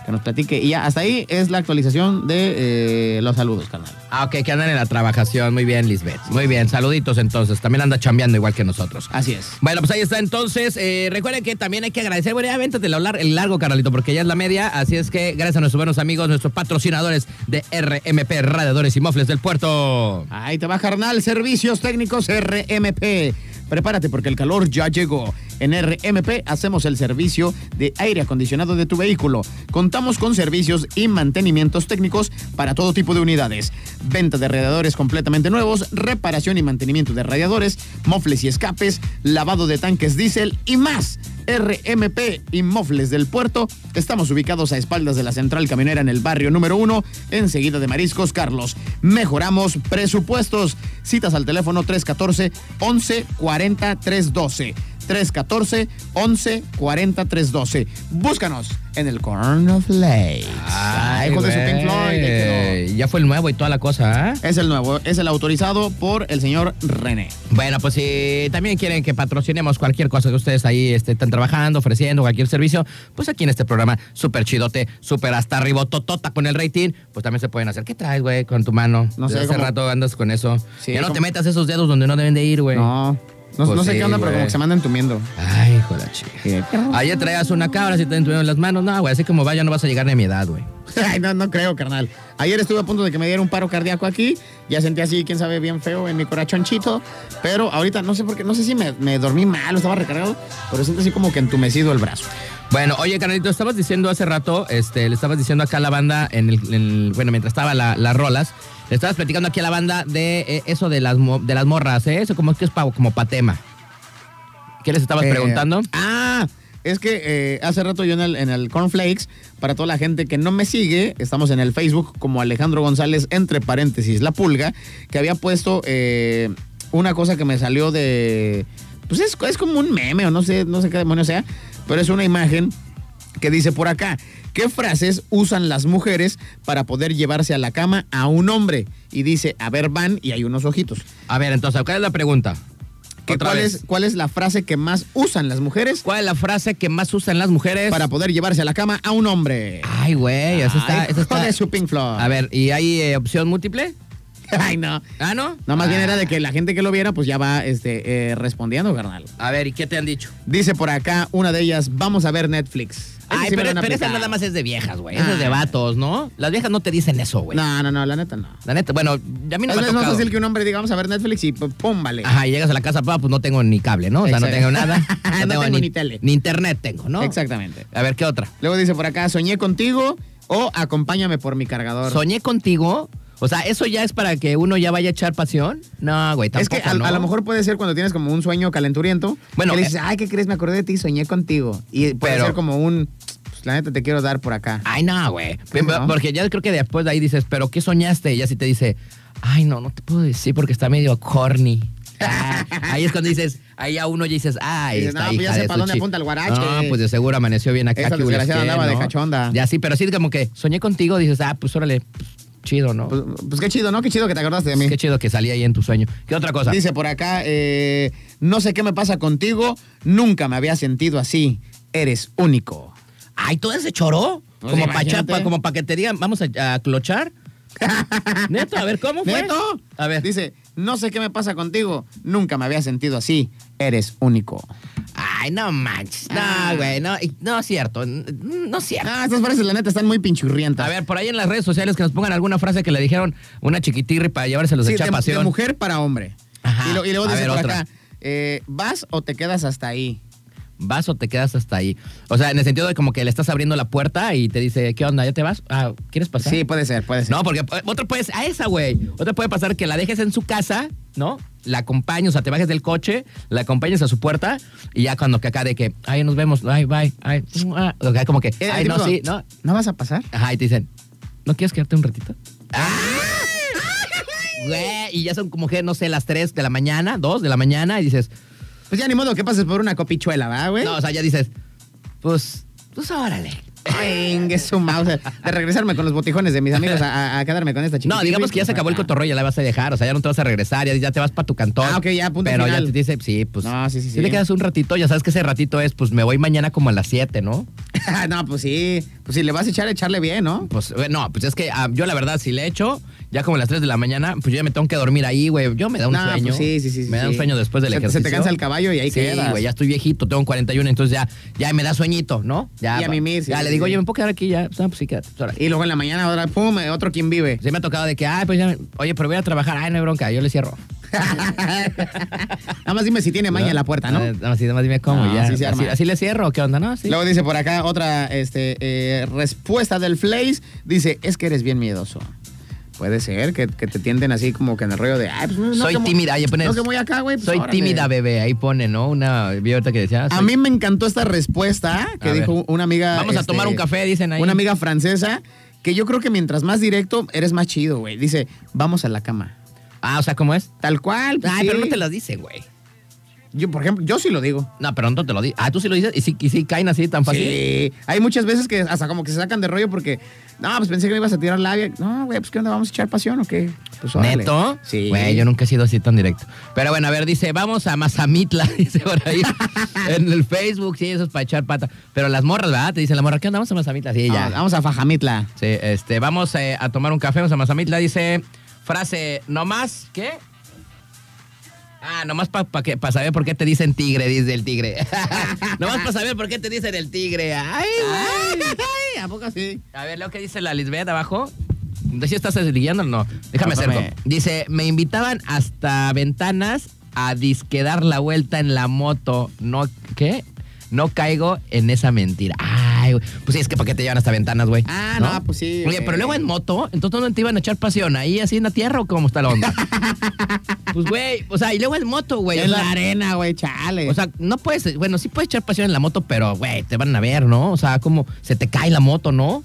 [SPEAKER 3] Que nos platique. Y ya, hasta ahí es la actualización de eh, los saludos, canal.
[SPEAKER 2] Ah, ok, que andan en la trabajación. Muy bien, Lisbeth. Muy bien, saluditos entonces. También anda chambeando igual que nosotros.
[SPEAKER 3] Así es.
[SPEAKER 2] Bueno, pues ahí está entonces. Eh, recuerden que también hay que agradecer. Bueno, ya véntate lo lar- el largo, carnalito, porque ya es la media. Así es que gracias a nuestros buenos amigos, nuestros patrocinadores de RMP, Radiadores y Mofles del Puerto.
[SPEAKER 3] Ahí te va, carnal. Servicios técnicos RMP. Prepárate porque el calor ya llegó. En RMP hacemos el servicio de aire acondicionado de tu vehículo. Contamos con servicios y mantenimientos técnicos para todo tipo de unidades. Venta de radiadores completamente nuevos, reparación y mantenimiento de radiadores, mofles y escapes, lavado de tanques diésel y más. RMP y Mofles del Puerto. Estamos ubicados a espaldas de la central caminera en el barrio número 1, enseguida de Mariscos Carlos. Mejoramos presupuestos. Citas al teléfono 314 11 40 312. 314 11 40 312. Búscanos en el Cornflakes. Ay, hijo Ah, de su
[SPEAKER 2] güey.
[SPEAKER 3] Pink Floyd, ahí
[SPEAKER 2] Ya fue el nuevo y toda la cosa, ¿ah?
[SPEAKER 3] quedó. Es el nuevo, es el autorizado por el señor René.
[SPEAKER 2] Bueno, pues si también quieren que patrocinemos cualquier cosa que ustedes ahí este, están trabajando, ofreciendo, cualquier servicio, pues aquí en este programa, súper chidote, súper hasta arriba, totota con el rating, pues también se pueden hacer. ¿Qué traes, güey, con tu mano?
[SPEAKER 3] No
[SPEAKER 2] Desde
[SPEAKER 3] sé,
[SPEAKER 2] hace
[SPEAKER 3] como-
[SPEAKER 2] rato andas con eso.
[SPEAKER 3] Sí,
[SPEAKER 2] ya no
[SPEAKER 3] como-
[SPEAKER 2] te metas esos dedos donde no deben de ir, güey.
[SPEAKER 3] No. No,
[SPEAKER 2] Pues
[SPEAKER 3] no sé
[SPEAKER 2] sí,
[SPEAKER 3] qué onda, pero
[SPEAKER 2] güey.
[SPEAKER 3] como que se mandan tumiendo.
[SPEAKER 2] Ay, hijo de la chica. Ayer traías una cabra, si te entuvieron las manos. No, güey, así como va, ya no vas a llegar ni a mi edad, güey.
[SPEAKER 3] <laughs> Ay, no, no creo, carnal. Ayer estuve a punto de que me diera un paro cardíaco aquí. Ya sentí así, quién sabe, bien feo en mi corachonchito. Pero ahorita no sé por qué, no sé si me, me dormí mal o estaba recargado, pero siento así como que entumecido el brazo.
[SPEAKER 2] Bueno, oye, carnalito, estabas diciendo hace rato, este, le estabas diciendo acá a la banda, en el, en el- bueno, mientras estaba la- las rolas, le estabas platicando aquí a la banda de eh, eso de las, mo- de las morras, ¿eh? Eso como que es pa- como patema. ¿Qué les estabas
[SPEAKER 3] Eh,
[SPEAKER 2] preguntando?
[SPEAKER 3] Ah, es que eh, hace rato yo en el, en el Cornflakes, para toda la gente que no me sigue, estamos en el Facebook como Alejandro González, entre paréntesis, la pulga, que había puesto eh, una cosa que me salió de. Pues es, es como un meme o no sé, no sé qué demonio sea, pero es una imagen que dice por acá, ¿qué frases usan las mujeres para poder llevarse a la cama a un hombre? Y dice, a ver, van, y hay unos ojitos.
[SPEAKER 2] A ver, entonces, ¿cuál es la pregunta?
[SPEAKER 3] Que
[SPEAKER 2] Otra
[SPEAKER 3] ¿Cuál
[SPEAKER 2] vez.
[SPEAKER 3] es, ¿Cuál es la frase que más usan las mujeres
[SPEAKER 2] ¿Cuál es la frase que más usan las mujeres?
[SPEAKER 3] para poder llevarse a la cama a
[SPEAKER 2] <laughs>
[SPEAKER 3] un hombre.
[SPEAKER 2] Ay, güey, eso está...
[SPEAKER 3] Ay,
[SPEAKER 2] eso está-
[SPEAKER 3] joder, su Pink Floyd.
[SPEAKER 2] A ver, ¿y hay eh, opción múltiple?
[SPEAKER 3] Ay, no.
[SPEAKER 2] Ah, ¿no?
[SPEAKER 3] No, más bien
[SPEAKER 2] Ah.
[SPEAKER 3] era de que la gente que lo viera, pues ya va este, eh, respondiendo, carnal.
[SPEAKER 2] A ver, ¿y qué te han dicho?
[SPEAKER 3] Dice por acá una de ellas, vamos a ver Netflix. Esa
[SPEAKER 2] Ay,
[SPEAKER 3] sí me
[SPEAKER 2] pero,
[SPEAKER 3] la han
[SPEAKER 2] pero esa
[SPEAKER 3] aplicado.
[SPEAKER 2] nada más es de viejas, güey. Esa es de
[SPEAKER 3] Ah.
[SPEAKER 2] vatos, ¿no? Las viejas no te dicen eso, güey.
[SPEAKER 3] No, no, no, la neta no.
[SPEAKER 2] La neta, bueno, a mí no
[SPEAKER 3] es
[SPEAKER 2] me ha
[SPEAKER 3] más- es más
[SPEAKER 2] tocado.
[SPEAKER 3] fácil que un hombre diga, vamos a ver Netflix y pues, pum, vale.
[SPEAKER 2] Ajá, y llegas a la casa, papá, pues no tengo ni cable, ¿no? O sea, no
[SPEAKER 3] Exacto.
[SPEAKER 2] tengo nada.
[SPEAKER 3] <laughs> No tengo ni tele.
[SPEAKER 2] Ni internet tengo, ¿no?
[SPEAKER 3] Exactamente.
[SPEAKER 2] A ver, ¿qué otra?
[SPEAKER 3] Luego dice por acá, soñé contigo o acompáñame por mi cargador.
[SPEAKER 2] Soñé contigo. O sea, ¿eso ya es para que uno ya vaya a echar pasión? No, güey,
[SPEAKER 3] es
[SPEAKER 2] tampoco,
[SPEAKER 3] que a,
[SPEAKER 2] ¿no?
[SPEAKER 3] a lo mejor puede ser cuando tienes como un sueño calenturiento.
[SPEAKER 2] Bueno,
[SPEAKER 3] Bueno, dices,
[SPEAKER 2] eh,
[SPEAKER 3] ay, ¿qué crees? Me acordé de ti, soñé contigo. Y puede
[SPEAKER 2] Pero-
[SPEAKER 3] ser como un, pues, la neta te quiero dar por acá.
[SPEAKER 2] Ay, no, güey.
[SPEAKER 3] Ay, no.
[SPEAKER 2] Porque ya creo que después de ahí dices, ¿pero qué soñaste? Y ya sí te dice, ay, no, no te puedo decir porque está medio
[SPEAKER 3] <laughs>
[SPEAKER 2] corny. Ah, ahí es cuando dices, ahí a uno ya dices, "Ah, ay,
[SPEAKER 3] Dices,
[SPEAKER 2] está
[SPEAKER 3] no, pues ya sé pa' dónde apunta el guarache.
[SPEAKER 2] No, pues de seguro amaneció bien acá.
[SPEAKER 3] Esa
[SPEAKER 2] ¿qué hubo,
[SPEAKER 3] desgraciada
[SPEAKER 2] qué,
[SPEAKER 3] andaba de
[SPEAKER 2] no?
[SPEAKER 3] cachonda.
[SPEAKER 2] Ya sí, pero sí como que soñé contigo, dices, ah, pues órale, pues, chido, ¿no? Pues
[SPEAKER 3] Pues, pues qué chido, ¿no? Qué chido que te acordaste de mí.
[SPEAKER 2] qué chido que salí ahí en tu sueño. ¿Qué otra cosa?
[SPEAKER 3] Dice por acá, eh, no sé qué me pasa contigo, nunca me había sentido así, eres único.
[SPEAKER 2] ay, todo ese choró.
[SPEAKER 3] Pues
[SPEAKER 2] como
[SPEAKER 3] imagínate.
[SPEAKER 2] pachapa, como para que te digan, vamos a, a
[SPEAKER 3] <laughs>
[SPEAKER 2] clochar. Neto, a ver, ¿cómo fue?
[SPEAKER 3] ¿Neto?
[SPEAKER 2] A ver.
[SPEAKER 3] Dice, no sé qué me pasa contigo, nunca me había sentido así, eres único.
[SPEAKER 2] Ay, no manches. No, güey, no, y- no es cierto. n- No es cierto.
[SPEAKER 3] Ah, estas frases la neta están muy pinchurrientas.
[SPEAKER 2] A ver, por ahí en las redes sociales que nos pongan alguna frase que le dijeron una chiquitirri para llevárselos
[SPEAKER 3] Sí,
[SPEAKER 2] de
[SPEAKER 3] de,
[SPEAKER 2] echar
[SPEAKER 3] de
[SPEAKER 2] pasión.
[SPEAKER 3] mujer para hombre.
[SPEAKER 2] Ajá.
[SPEAKER 3] Y, lo- y luego
[SPEAKER 2] A
[SPEAKER 3] dice
[SPEAKER 2] ver,
[SPEAKER 3] por
[SPEAKER 2] otra.
[SPEAKER 3] acá, eh, ¿vas o te quedas hasta ahí?
[SPEAKER 2] ¿Vas o te quedas hasta ahí? O sea, en el sentido de como que le estás abriendo la puerta y te dice, ¿qué onda? ¿Ya te vas? Ah, ¿quieres pasar?
[SPEAKER 3] Sí, puede ser, puede ser.
[SPEAKER 2] No, porque eh, otra puede a esa, güey. Otra puede pasar que la dejes en su casa, ¿no? La acompañes, o sea, te bajes del coche, la acompañes a su puerta y ya cuando que acá de que, ay, nos vemos, ay, bye, ay, ah", o sea, como que,
[SPEAKER 3] Eh,
[SPEAKER 2] ay, no,
[SPEAKER 3] típico,
[SPEAKER 2] sí, no.
[SPEAKER 3] ¿No vas a pasar?
[SPEAKER 2] Ajá, y te dicen, ¿no quieres quedarte un ratito?
[SPEAKER 3] ¡Ah!
[SPEAKER 2] <laughs> Güey, y ya son como que, no sé, las 3 de la mañana, 2 de la mañana, y dices,
[SPEAKER 3] Pues ya ni modo que pases por una copichuela, ¿verdad, güey?
[SPEAKER 2] no, o sea, ya dices, pues, pues órale.
[SPEAKER 3] Venga, su mouse. De regresarme con los botijones de mis amigos a, a- a quedarme con esta chica.
[SPEAKER 2] No, digamos que ya se acabó el cotorreo, ya la vas a dejar, o sea, ya no te vas a regresar, ya, ya te vas para tu cantón.
[SPEAKER 3] Ah, ok, ya, punto
[SPEAKER 2] Pero
[SPEAKER 3] final.
[SPEAKER 2] ya te dice, sí, pues.
[SPEAKER 3] No, sí, sí,
[SPEAKER 2] Si
[SPEAKER 3] sí.
[SPEAKER 2] le quedas un ratito, ya sabes que ese ratito es, pues me voy mañana como a las 7, ¿no?
[SPEAKER 3] <laughs> no, pues sí. Pues si le vas a echar, echarle bien, ¿no?
[SPEAKER 2] Pues eh, no, pues es que ah, yo la verdad, si le echo, ya como a las 3 de la mañana, pues yo ya me tengo que dormir ahí, güey. Yo me da un
[SPEAKER 3] No,
[SPEAKER 2] sueño.
[SPEAKER 3] pues sí, sí, sí, sí,
[SPEAKER 2] Me da un
[SPEAKER 3] sí.
[SPEAKER 2] sueño después del
[SPEAKER 3] Se- se te
[SPEAKER 2] ejercicio.
[SPEAKER 3] cansa el caballo y ahí
[SPEAKER 2] sí,
[SPEAKER 3] quedas.
[SPEAKER 2] güey, ya estoy viejito, tengo 41, entonces ya, ya me da sueñito, ¿no? Ya,
[SPEAKER 3] Y a mimir, sí,
[SPEAKER 2] Ya
[SPEAKER 3] sí,
[SPEAKER 2] le digo,
[SPEAKER 3] sí.
[SPEAKER 2] oye, me puedo quedar aquí, ya. Pues, ah, pues sí, quédate. pues, órale.
[SPEAKER 3] Y luego en la mañana, ahora, pum, eh, otro quien vive. <laughs>
[SPEAKER 2] Sí me ha tocado de que, ay, pues ya, oye, pero voy a trabajar, ay, no hay bronca, yo le cierro.
[SPEAKER 3] Nada más dime si tiene maña en la puerta,
[SPEAKER 2] Ah,
[SPEAKER 3] ¿no?
[SPEAKER 2] Nada más, nada más dime cómo,
[SPEAKER 3] No,
[SPEAKER 2] ya.
[SPEAKER 3] sí se
[SPEAKER 2] así,
[SPEAKER 3] arma.
[SPEAKER 2] así le cierro, ¿qué onda, no? Sí.
[SPEAKER 3] Luego dice por acá otra este, eh, respuesta del Flays. Dice, es que eres bien miedoso. Puede ser que, que te tienden así como que en el rollo de... Ay, pues, no, no
[SPEAKER 2] soy
[SPEAKER 3] que mu-
[SPEAKER 2] tímida, ahí pones.
[SPEAKER 3] No que voy acá, güey. pues,
[SPEAKER 2] soy
[SPEAKER 3] órale".
[SPEAKER 2] tímida, bebé, ahí pone, ¿no? Una vi ahorita que decía.
[SPEAKER 3] A
[SPEAKER 2] soy-
[SPEAKER 3] mí me encantó esta respuesta que
[SPEAKER 2] A
[SPEAKER 3] dijo
[SPEAKER 2] ver.
[SPEAKER 3] una amiga. este,
[SPEAKER 2] Vamos a tomar un café, dicen ahí.
[SPEAKER 3] Una amiga francesa que yo creo que mientras más directo eres más chido, güey. Dice, vamos a la cama.
[SPEAKER 2] Ah, o sea, ¿cómo es?
[SPEAKER 3] Tal cual. pues,
[SPEAKER 2] Ay, pero
[SPEAKER 3] sí.
[SPEAKER 2] no te las dicen, güey.
[SPEAKER 3] Yo, por ejemplo, yo sí lo digo.
[SPEAKER 2] No, pero no te lo dices. Ah, tú sí lo dices y sí, y ¿Ah, sí caen así tan fácil.
[SPEAKER 3] Sí. Hay muchas veces que hasta como que se sacan de rollo porque, no, pues pensé que me ibas a tirar labia. No, güey, pues ¿qué onda? ¿Vamos a echar pasión o qué? Pues, órale.
[SPEAKER 2] ¿Neto?
[SPEAKER 3] Sí.
[SPEAKER 2] Güey, yo nunca he sido así tan directo. Pero bueno, a ver, dice, vamos a Mazamitla, <laughs> dice por
[SPEAKER 3] <laughs>
[SPEAKER 2] ahí. en el Facebook, sí, eso es para echar pata. Pero las morras, ¿verdad? Te dicen, la morra, ¿qué onda? Vamos a Mazamitla. Sí, ya.
[SPEAKER 3] Ah, Vamos a Fajamitla.
[SPEAKER 2] Sí, este, vamos eh, a tomar un café, vamos a Mazamitla. Dice, frase, no más, ¿qué? Ah, nomás para saber por qué te dicen tigre, dice el tigre. <laughs> nomás para saber por qué te dicen el tigre. Ay, güey.
[SPEAKER 3] Ay, <laughs> ¿A poco sí?
[SPEAKER 2] A ver, lo que dice la Lisbeth abajo. ¿De si estás desligueando o no? Déjame
[SPEAKER 3] Ópame.
[SPEAKER 2] hacerlo. Dice, me invitaban hasta ventanas a disque dar la vuelta en la moto. No, ¿qué? No caigo en esa mentira. Ay, güey. pues sí, es que ¿para qué te llevan hasta ventanas, güey?
[SPEAKER 3] Ah, no, pues sí,
[SPEAKER 2] Oye,
[SPEAKER 3] güey.
[SPEAKER 2] pero luego en moto, entonces ¿dónde te iban a echar pasión? ¿Ahí así en la tierra o cómo está la
[SPEAKER 3] <laughs>
[SPEAKER 2] onda? pues, güey, o sea, y luego en moto, güey. o
[SPEAKER 3] en la
[SPEAKER 2] sea,
[SPEAKER 3] arena, güey, chale.
[SPEAKER 2] o sea, no puedes, bueno, sí puedes echar pasión en la moto, pero, güey, te van a ver, ¿no? O sea, como se te cae la moto, ¿no?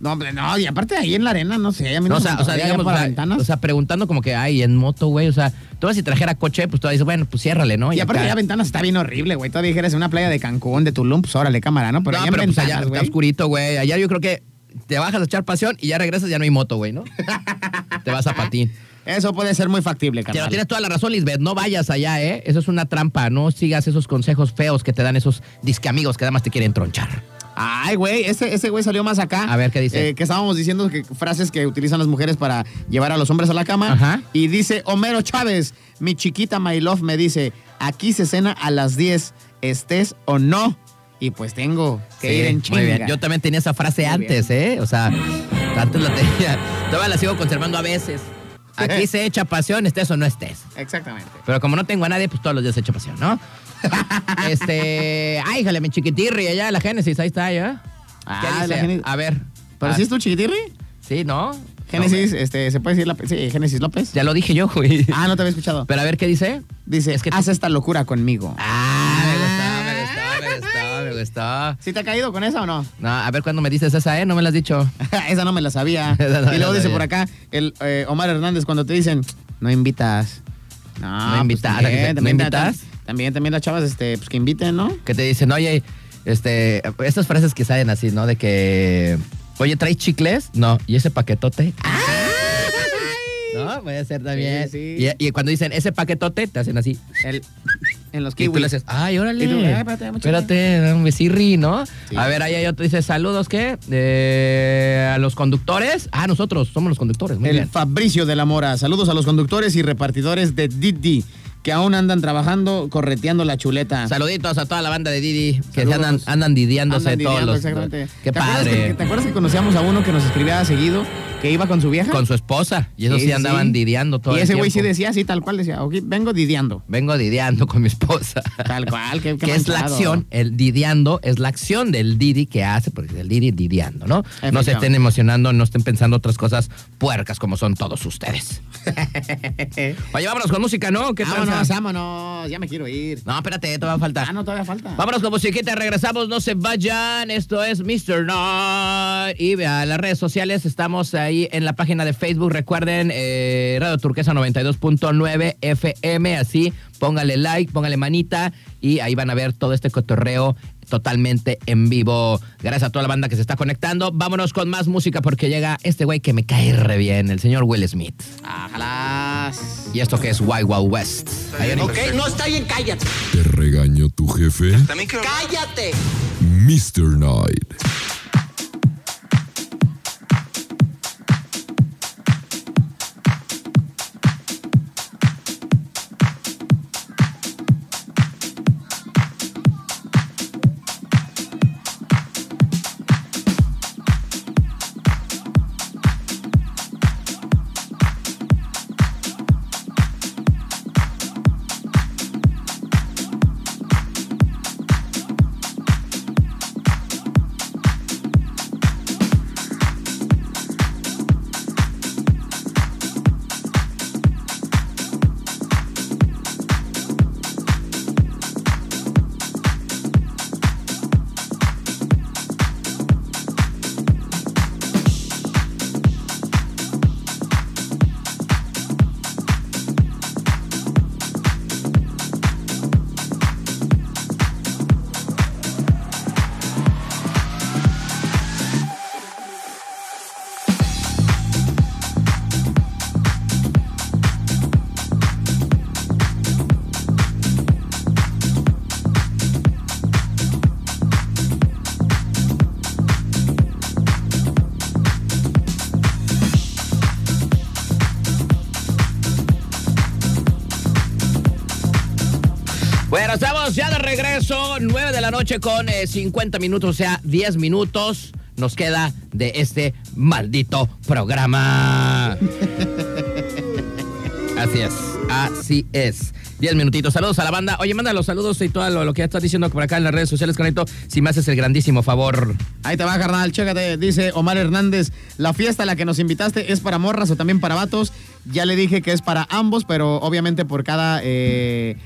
[SPEAKER 3] no, hombre, no, y aparte ahí en la arena, no sé, a mí
[SPEAKER 2] No, o
[SPEAKER 3] no, me
[SPEAKER 2] sea, o sea,
[SPEAKER 3] antojaría allá
[SPEAKER 2] digamos, o
[SPEAKER 3] por las
[SPEAKER 2] sea,
[SPEAKER 3] ventanas.
[SPEAKER 2] o sea, preguntando como que, ay, en moto, güey, o sea, tú vas y trajera coche, pues todavía dices, bueno, pues ciérrale, ¿no?
[SPEAKER 3] y aparte
[SPEAKER 2] acá-
[SPEAKER 3] allá ventanas está bien horrible, güey. Todavía dijeras en una playa de Cancún, de Tulum, pues órale, cámara, ¿no? Pero
[SPEAKER 2] no,
[SPEAKER 3] allá en
[SPEAKER 2] pero pues allá
[SPEAKER 3] ventanas,
[SPEAKER 2] está
[SPEAKER 3] güey.
[SPEAKER 2] oscurito, güey. Allá yo creo que te bajas a echar pasión y ya regresas, ya no hay moto, güey,
[SPEAKER 3] <laughs>
[SPEAKER 2] ¿no? te vas a patín.
[SPEAKER 3] Eso puede ser muy factible,
[SPEAKER 2] Pero
[SPEAKER 3] carnal.
[SPEAKER 2] tienes toda la razón, Lisbeth, no vayas allá, ¿eh? Eso es una trampa, no sigas esos consejos feos que te dan esos disque amigos que además te quieren tronchar.
[SPEAKER 3] Ay, güey, ese, ese güey salió más acá.
[SPEAKER 2] A ver, ¿qué dice?
[SPEAKER 3] Eh, que estábamos diciendo que frases que utilizan las mujeres para llevar a los hombres a la cama.
[SPEAKER 2] Ajá.
[SPEAKER 3] Y dice Homero Chávez, mi chiquita My Love me dice, aquí se cena a las 10, estés o no. Y pues tengo que
[SPEAKER 2] Sí,
[SPEAKER 3] ir en
[SPEAKER 2] Muy
[SPEAKER 3] chinga.
[SPEAKER 2] bien. Yo también tenía esa frase
[SPEAKER 3] Muy
[SPEAKER 2] antes, ¿eh? O sea, antes la tenía. Todavía la sigo conservando a veces. Aquí se echa pasión, estés o no estés.
[SPEAKER 3] Exactamente.
[SPEAKER 2] Pero como no tengo a nadie, pues todos los días se echa pasión, <laughs> ¿no? este. Ay, jale, mi chiquitirri, allá la Génesis, ahí está, ¿ya?
[SPEAKER 3] Ah, la Génesis.
[SPEAKER 2] A ver.
[SPEAKER 3] ¿Pero
[SPEAKER 2] Ah,
[SPEAKER 3] si es tu chiquitirri?
[SPEAKER 2] Sí, ¿no?
[SPEAKER 3] Génesis,
[SPEAKER 2] No,
[SPEAKER 3] este, ¿se puede decir la... Sí, Génesis López.
[SPEAKER 2] ya lo dije yo, güey.
[SPEAKER 3] Ah, no te había escuchado.
[SPEAKER 2] Pero a ver qué dice.
[SPEAKER 3] Dice,
[SPEAKER 2] es que-
[SPEAKER 3] haz esta locura conmigo.
[SPEAKER 2] Ah, me gustó, me gustó, me gustó, me gustó.
[SPEAKER 3] ¿Sí te ha caído con esa o no? <laughs>
[SPEAKER 2] No, a ver cuándo me dices esa, ¿eh? No me la has dicho.
[SPEAKER 3] Esa no me la sabía.
[SPEAKER 2] <laughs> Esa no me la
[SPEAKER 3] y luego dice
[SPEAKER 2] sabía.
[SPEAKER 3] por acá el eh, Omar Hernández cuando te dicen, no invitas. No,
[SPEAKER 2] No invitas,
[SPEAKER 3] pues también,
[SPEAKER 2] ¿no
[SPEAKER 3] también,
[SPEAKER 2] invitas?
[SPEAKER 3] También, también, también las chavas, este, pues que inviten, ¿no?
[SPEAKER 2] que te dicen, oye, este, estas frases que salen así, ¿no? De que, oye, ¿traes chicles? No, ¿y ese
[SPEAKER 3] <laughs>
[SPEAKER 2] paquetote? Ah. No, puede ser también.
[SPEAKER 3] Sí, sí.
[SPEAKER 2] Y, y cuando dicen ese paquetote, te hacen así.
[SPEAKER 3] El- en los
[SPEAKER 2] Y tú
[SPEAKER 3] kiwis.
[SPEAKER 2] le haces, ay, órale.
[SPEAKER 3] Y tú, "Ay, espérate, dame un chicle".
[SPEAKER 2] espérate, dame un besirri, ¿no?
[SPEAKER 3] Sí.
[SPEAKER 2] A ver, ahí hay otro, dice, saludos, ¿qué? Eh, a los conductores. Ah, nosotros somos los conductores, muy
[SPEAKER 3] el
[SPEAKER 2] bien.
[SPEAKER 3] Fabricio de la Mora. Saludos a los conductores y repartidores de Didi que aún andan trabajando correteando la chuleta.
[SPEAKER 2] Saluditos a toda la banda de Didi, que se
[SPEAKER 3] Saludos.
[SPEAKER 2] andan, andan didiándose
[SPEAKER 3] Andan
[SPEAKER 2] todos
[SPEAKER 3] lidiando,
[SPEAKER 2] los...
[SPEAKER 3] exactamente.
[SPEAKER 2] Qué
[SPEAKER 3] ¿Te acuerdas
[SPEAKER 2] padre.
[SPEAKER 3] que- ¿Te acuerdas que conocíamos a uno que nos escribía seguido que iba con su vieja?
[SPEAKER 2] Con su esposa. Y eso sí, andaban didiando todo
[SPEAKER 3] Y
[SPEAKER 2] el
[SPEAKER 3] ese güey sí
[SPEAKER 2] tiempo.
[SPEAKER 3] decía así, tal cual decía, "Ok,
[SPEAKER 2] <laughs>
[SPEAKER 3] vengo didiando.
[SPEAKER 2] Vengo dideando con mi esposa.
[SPEAKER 3] Tal cual, qué, qué
[SPEAKER 2] que es la
[SPEAKER 3] manchado.
[SPEAKER 2] acción, el dideando es la acción del Didi que hace, porque el Didi dideando, ¿no? No se
[SPEAKER 3] Efectivamente.
[SPEAKER 2] estén emocionando, no estén pensando otras cosas puercas como son todos ustedes. Oye, vámonos con música, ¿no? ¿Qué tal?
[SPEAKER 3] Vámonos, vámonos, ya me quiero ir.
[SPEAKER 2] No, espérate, todavía
[SPEAKER 3] Ah,
[SPEAKER 2] falta.
[SPEAKER 3] no, todavía falta.
[SPEAKER 2] Vámonos con musiquita, regresamos, no se vayan. Esto es Mr. Night. Y a las redes sociales estamos ahí en la página de Facebook. Recuerden, eh, Radio Turquesa 92.9 FM. Así, póngale like, póngale manita y ahí van a ver todo este cotorreo totalmente en vivo. Gracias a toda la banda que se está conectando. Vámonos con más música porque llega este güey que me cae re bien, el señor Will Smith.
[SPEAKER 3] Ajalás.
[SPEAKER 2] Y esto que es Wild Wild West. Ahí venimos.
[SPEAKER 4] ¿Te regañó tu jefe?
[SPEAKER 7] También quiero.
[SPEAKER 4] Mr. Knight.
[SPEAKER 8] Thank
[SPEAKER 2] Bueno, estamos ya de regreso, 9 de la noche con eh, 50 minutos, o sea, 10 minutos nos queda de este maldito
[SPEAKER 3] <laughs>
[SPEAKER 2] programa. Así es, así es. 10 minutitos. Saludos a la banda. Oye, manda los saludos y todo lo, lo que ya estás diciendo por acá en las redes sociales, Carnito. Si me haces el grandísimo favor.
[SPEAKER 3] Ahí te va, carnal, chécate. Dice Omar Hernández, la fiesta a la que nos invitaste es para morras o también para vatos. Ya le dije que es para ambos, pero obviamente por cada... eh,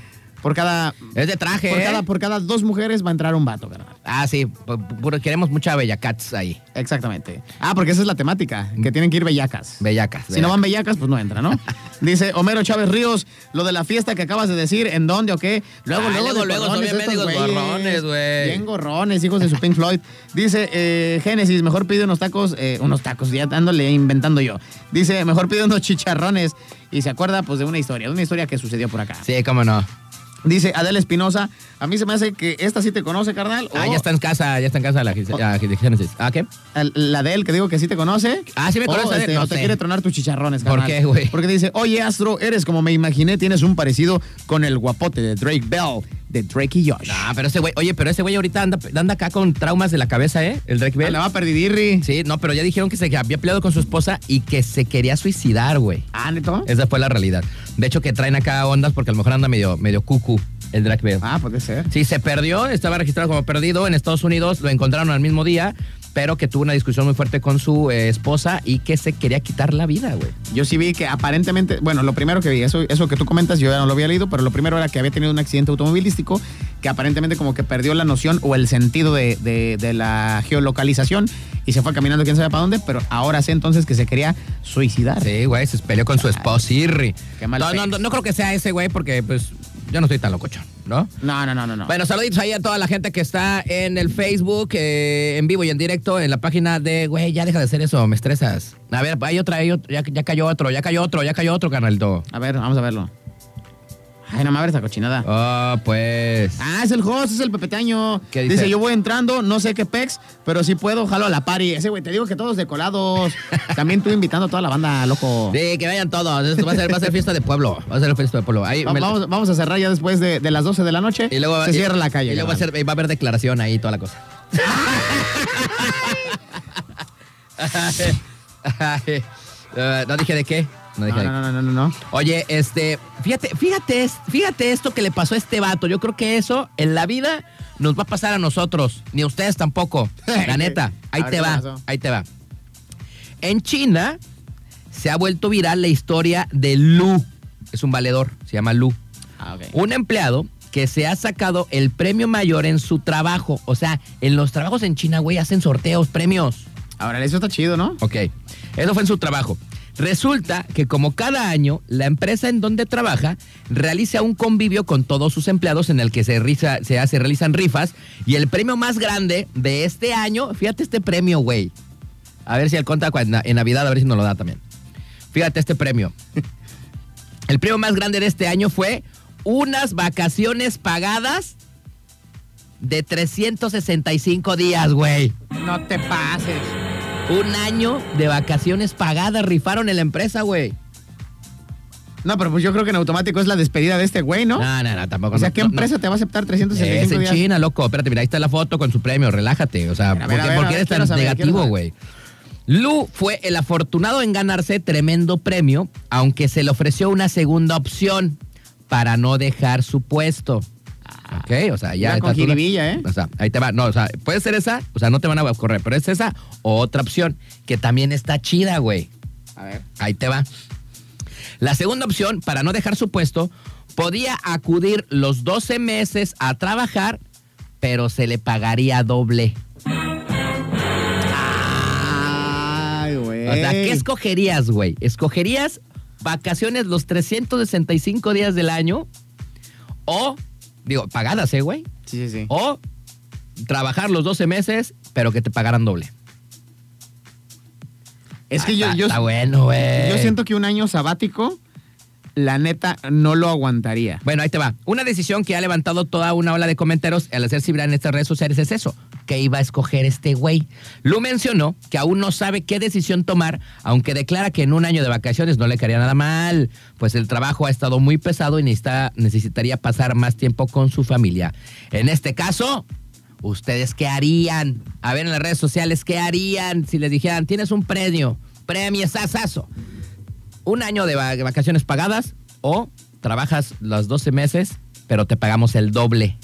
[SPEAKER 3] por cada...
[SPEAKER 2] Es de traje.
[SPEAKER 3] Por
[SPEAKER 2] ¿eh?
[SPEAKER 3] cada, por cada dos mujeres va a entrar un vato, carnal.
[SPEAKER 2] Ah, sí, pu- pu- queremos mucha Bellacats ahí.
[SPEAKER 3] Exactamente. Ah, porque esa es la temática, que tienen que ir bellacas.
[SPEAKER 2] Bellacas.
[SPEAKER 3] Si no van bellacas, pues no
[SPEAKER 2] <laughs>
[SPEAKER 3] entra, ¿no? Dice Homero Chávez Ríos, lo de la fiesta que acabas de decir, ¿en dónde o qué? Luego,
[SPEAKER 2] Ah,
[SPEAKER 3] luego,
[SPEAKER 2] luego,
[SPEAKER 3] de
[SPEAKER 2] luego, son
[SPEAKER 3] gorrones
[SPEAKER 2] bien
[SPEAKER 3] estos
[SPEAKER 2] mendigos
[SPEAKER 3] güeyes.
[SPEAKER 2] gorrones, güey.
[SPEAKER 3] Bien gorrones, hijos de su Pink Floyd. Dice eh, Génesis, mejor pide unos tacos, eh, unos tacos, ya dándole inventando yo. Dice, mejor pide unos chicharrones. Y se acuerda, pues, de una historia, de una historia que sucedió por acá.
[SPEAKER 2] Sí, cómo no.
[SPEAKER 3] Dice Adela Espinosa, a mí se me hace que esta sí te conoce, carnal.
[SPEAKER 2] Ah,
[SPEAKER 3] o
[SPEAKER 2] ya está en casa, ya está en casa la Gis-
[SPEAKER 3] Oh.
[SPEAKER 2] la Gis- Génesis. ¿Ah, qué?
[SPEAKER 3] al- La de él, que digo que sí te conoce.
[SPEAKER 2] Ah, sí me
[SPEAKER 3] o,
[SPEAKER 2] conoce,
[SPEAKER 3] este,
[SPEAKER 2] no
[SPEAKER 3] o te
[SPEAKER 2] sé.
[SPEAKER 3] quiere tronar tus chicharrones,
[SPEAKER 2] ¿Por
[SPEAKER 3] carnal.
[SPEAKER 2] qué, güey?
[SPEAKER 3] Porque dice, oye, Astro, eres como me imaginé, tienes un parecido con el guapote de Drake Bell, de Drake y Josh.
[SPEAKER 2] Ah, pero ese güey, oye, pero ese güey ahorita anda, anda acá con traumas de la cabeza, ¿eh? El Drake
[SPEAKER 3] Me
[SPEAKER 2] Bell.
[SPEAKER 3] Ah, la va a perdidirri.
[SPEAKER 2] Sí, no, pero ya dijeron que se había peleado con su esposa y que se quería suicidar, güey.
[SPEAKER 3] Ah, ¿neto?
[SPEAKER 2] Esa fue la realidad. De hecho, que traen acá ondas porque a lo mejor anda medio, medio cucu el Drake Bell.
[SPEAKER 3] Ah, puede ser.
[SPEAKER 2] Sí, se perdió, estaba registrado como perdido en Estados Unidos, lo encontraron al mismo día, pero que tuvo una discusión muy fuerte con su eh, esposa y que se quería quitar la vida, güey.
[SPEAKER 3] Yo sí vi que aparentemente, bueno, lo primero que vi, eso, eso que tú comentas, yo ya no lo había leído, pero lo primero era que había tenido un accidente automovilístico que aparentemente como que perdió la noción o el sentido de, de- de la geolocalización y se fue caminando quién sabe para dónde, pero ahora sé entonces que se quería suicidar.
[SPEAKER 2] Sí, güey, se peleó con su esposa, Irri.
[SPEAKER 3] Qué mal
[SPEAKER 2] No, no, no,
[SPEAKER 3] pex.
[SPEAKER 2] no creo que sea ese, güey, porque pues yo no estoy tan locochón, ¿no?
[SPEAKER 3] No, no, no, no, no.
[SPEAKER 2] Bueno, saluditos ahí a toda la gente que está en el Facebook, eh, en vivo y en directo, en la página de, güey, ya deja de hacer eso, me estresas. A ver, hay otra, hay otro, ya, ya cayó otro, ya cayó otro, ya cayó otro, canalito.
[SPEAKER 3] A ver, vamos a verlo. Ay, no me abres esa cochinada.
[SPEAKER 2] Oh, pues.
[SPEAKER 3] Ah, es el host, es el pepetaño.
[SPEAKER 2] ¿Qué
[SPEAKER 3] dice?
[SPEAKER 2] dice?
[SPEAKER 3] yo voy entrando, no sé qué pex, pero si puedo, jalo a la pari. Ese güey, te digo que
[SPEAKER 2] <laughs>
[SPEAKER 3] todos decolados. También tú invitando a toda la banda, loco.
[SPEAKER 2] Sí, que vayan todos. Esto va a ser, va a ser fiesta de pueblo. Va a ser fiesta de pueblo. Ahí
[SPEAKER 3] Va-
[SPEAKER 2] me-
[SPEAKER 3] Vamos, vamos a cerrar ya después de, de las 12 de la noche.
[SPEAKER 2] y luego va-
[SPEAKER 3] se
[SPEAKER 2] y-
[SPEAKER 3] cierra la calle.
[SPEAKER 2] Y luego va a,
[SPEAKER 3] carnal.
[SPEAKER 2] ser- va a haber declaración ahí, toda la
[SPEAKER 3] <laughs>
[SPEAKER 2] cosa. <laughs> <laughs> Ay, eh, no dije de qué. No dije
[SPEAKER 3] No,
[SPEAKER 2] de
[SPEAKER 3] no, no, no, no, no.
[SPEAKER 2] Oye, este, fíjate, fíjate, es- fíjate esto que le pasó a este vato. Yo creo que eso en la vida nos va a pasar a nosotros, ni a ustedes
[SPEAKER 3] <laughs>
[SPEAKER 2] tampoco. La neta, ahí
[SPEAKER 3] A ver
[SPEAKER 2] te
[SPEAKER 3] qué
[SPEAKER 2] va,
[SPEAKER 3] pasó.
[SPEAKER 2] ahí te va. En China se ha vuelto viral la historia de Lu. Es un valedor, se llama Lu.
[SPEAKER 3] Ah, ok.
[SPEAKER 2] Un empleado que se ha sacado el premio mayor en su trabajo. O sea, en los trabajos en China, güey, hacen sorteos, premios.
[SPEAKER 3] Ahora, eso está chido, ¿no?
[SPEAKER 2] Ok, eso fue en su trabajo. Resulta que como cada año, la empresa en donde trabaja realiza un convivio con todos sus empleados en el que se, riza- se hace, realizan rifas y el premio más grande de este año, fíjate este premio, güey. A ver si el conta cua- en en Navidad, a ver si nos lo da también. Fíjate este
[SPEAKER 3] <laughs>
[SPEAKER 2] premio. El premio más grande de este año fue unas vacaciones pagadas de 365 días, güey.
[SPEAKER 3] No te pases.
[SPEAKER 2] Un año de vacaciones pagadas rifaron en la empresa, güey.
[SPEAKER 3] No, pero pues yo creo que en automático es la despedida de este güey, ¿no?
[SPEAKER 2] No, no, no, tampoco.
[SPEAKER 3] o sea,
[SPEAKER 2] Ah, no,
[SPEAKER 3] ¿qué
[SPEAKER 2] no,
[SPEAKER 3] empresa te va a aceptar
[SPEAKER 2] no. Es
[SPEAKER 3] 365
[SPEAKER 2] en
[SPEAKER 3] días?
[SPEAKER 2] China, loco. Espérate, mira, ahí está la foto con su premio. Relájate. O sea,
[SPEAKER 3] Mira,
[SPEAKER 2] ¿por
[SPEAKER 3] mira,
[SPEAKER 2] qué,
[SPEAKER 3] a ver,
[SPEAKER 2] por
[SPEAKER 3] a
[SPEAKER 2] qué
[SPEAKER 3] ver,
[SPEAKER 2] eres tan
[SPEAKER 3] quiero saber, quiero
[SPEAKER 2] negativo,
[SPEAKER 3] saber.
[SPEAKER 2] güey? Lu fue el afortunado en ganarse tremendo premio, aunque se le ofreció una segunda opción para no dejar su puesto. Ok, o sea, ya.
[SPEAKER 3] Ya
[SPEAKER 2] a
[SPEAKER 3] Ah. con
[SPEAKER 2] esta altura-
[SPEAKER 3] jiribilla, ¿eh?
[SPEAKER 2] O sea, ahí te va. No, o sea, puede ser esa, o sea, no te van a correr, pero es esa o otra opción, que también está chida, güey.
[SPEAKER 3] A ver.
[SPEAKER 2] Ahí te va. La segunda opción, para no dejar su puesto, podía acudir los 12 meses a trabajar, pero se le pagaría doble.
[SPEAKER 3] Ay, güey.
[SPEAKER 2] O sea, ¿qué escogerías, güey? ¿Escogerías vacaciones los 365 días del año? O, digo, pagadas, ¿eh, güey?
[SPEAKER 3] Sí, sí, sí.
[SPEAKER 2] O trabajar los 12 meses, pero que te pagaran doble. Ah,
[SPEAKER 3] Es que yo,
[SPEAKER 2] Está-
[SPEAKER 3] yo,
[SPEAKER 2] está bueno, güey.
[SPEAKER 3] yo siento que un año sabático, la neta, no lo aguantaría.
[SPEAKER 2] Bueno, ahí te va. Una decisión que ha levantado toda una ola de comentarios al hacerse viral en estas redes sociales es eso. que iba a escoger este güey. Lu mencionó que aún no sabe qué decisión tomar, aunque declara que en un año de vacaciones no le caería nada mal, pues el trabajo ha estado muy pesado y necesita- necesitaría pasar más tiempo con su familia. En este caso, ¿ustedes qué harían? A ver en las redes sociales, ¿qué harían si les dijeran, tienes un premio, premio sasazo? un año de va- vacaciones pagadas o trabajas los 12 meses, pero te pagamos el doble.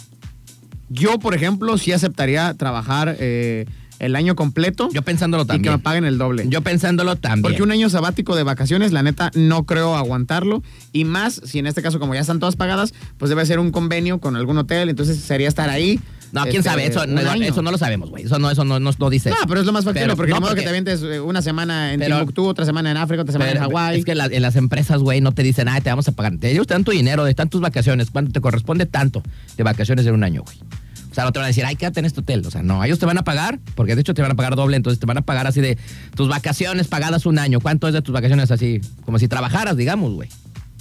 [SPEAKER 3] Yo, por ejemplo, sí aceptaría trabajar eh, el año completo
[SPEAKER 2] Yo pensándolo
[SPEAKER 3] y que
[SPEAKER 2] también.
[SPEAKER 3] me paguen el doble.
[SPEAKER 2] Yo pensándolo también.
[SPEAKER 3] Porque un año sabático de vacaciones, la neta, no creo aguantarlo. Y más, si en este caso, como ya están todas pagadas, pues debe ser un convenio con algún hotel, entonces sería estar ahí.
[SPEAKER 2] no, quién
[SPEAKER 3] este,
[SPEAKER 2] sabe, eso,
[SPEAKER 3] un
[SPEAKER 2] no,
[SPEAKER 3] año.
[SPEAKER 2] eso no lo sabemos, güey. Eso no, eso no, no, no dice.
[SPEAKER 3] No, pero es lo más factible,
[SPEAKER 2] Pero-
[SPEAKER 3] porque
[SPEAKER 2] no,
[SPEAKER 3] de modo
[SPEAKER 2] porque-
[SPEAKER 3] que te avientes eh, una semana en
[SPEAKER 2] Pero-
[SPEAKER 3] Timbuktu, otra semana en África, otra semana
[SPEAKER 2] Pero
[SPEAKER 3] en Hawái.
[SPEAKER 2] Es que la- en las empresas, güey, no te dicen, ah, te vamos a pagar. Te dio tanto dinero, de tantas vacaciones, cuánto te corresponde tanto de vacaciones en un año, güey. O sea, no te van a decir, ay, quédate en este hotel. O sea, no, ellos te van a pagar, porque de hecho te van a pagar doble, entonces te van a pagar así de tus vacaciones pagadas un año. ¿Cuánto es de tus vacaciones así? Como si trabajaras, digamos, güey.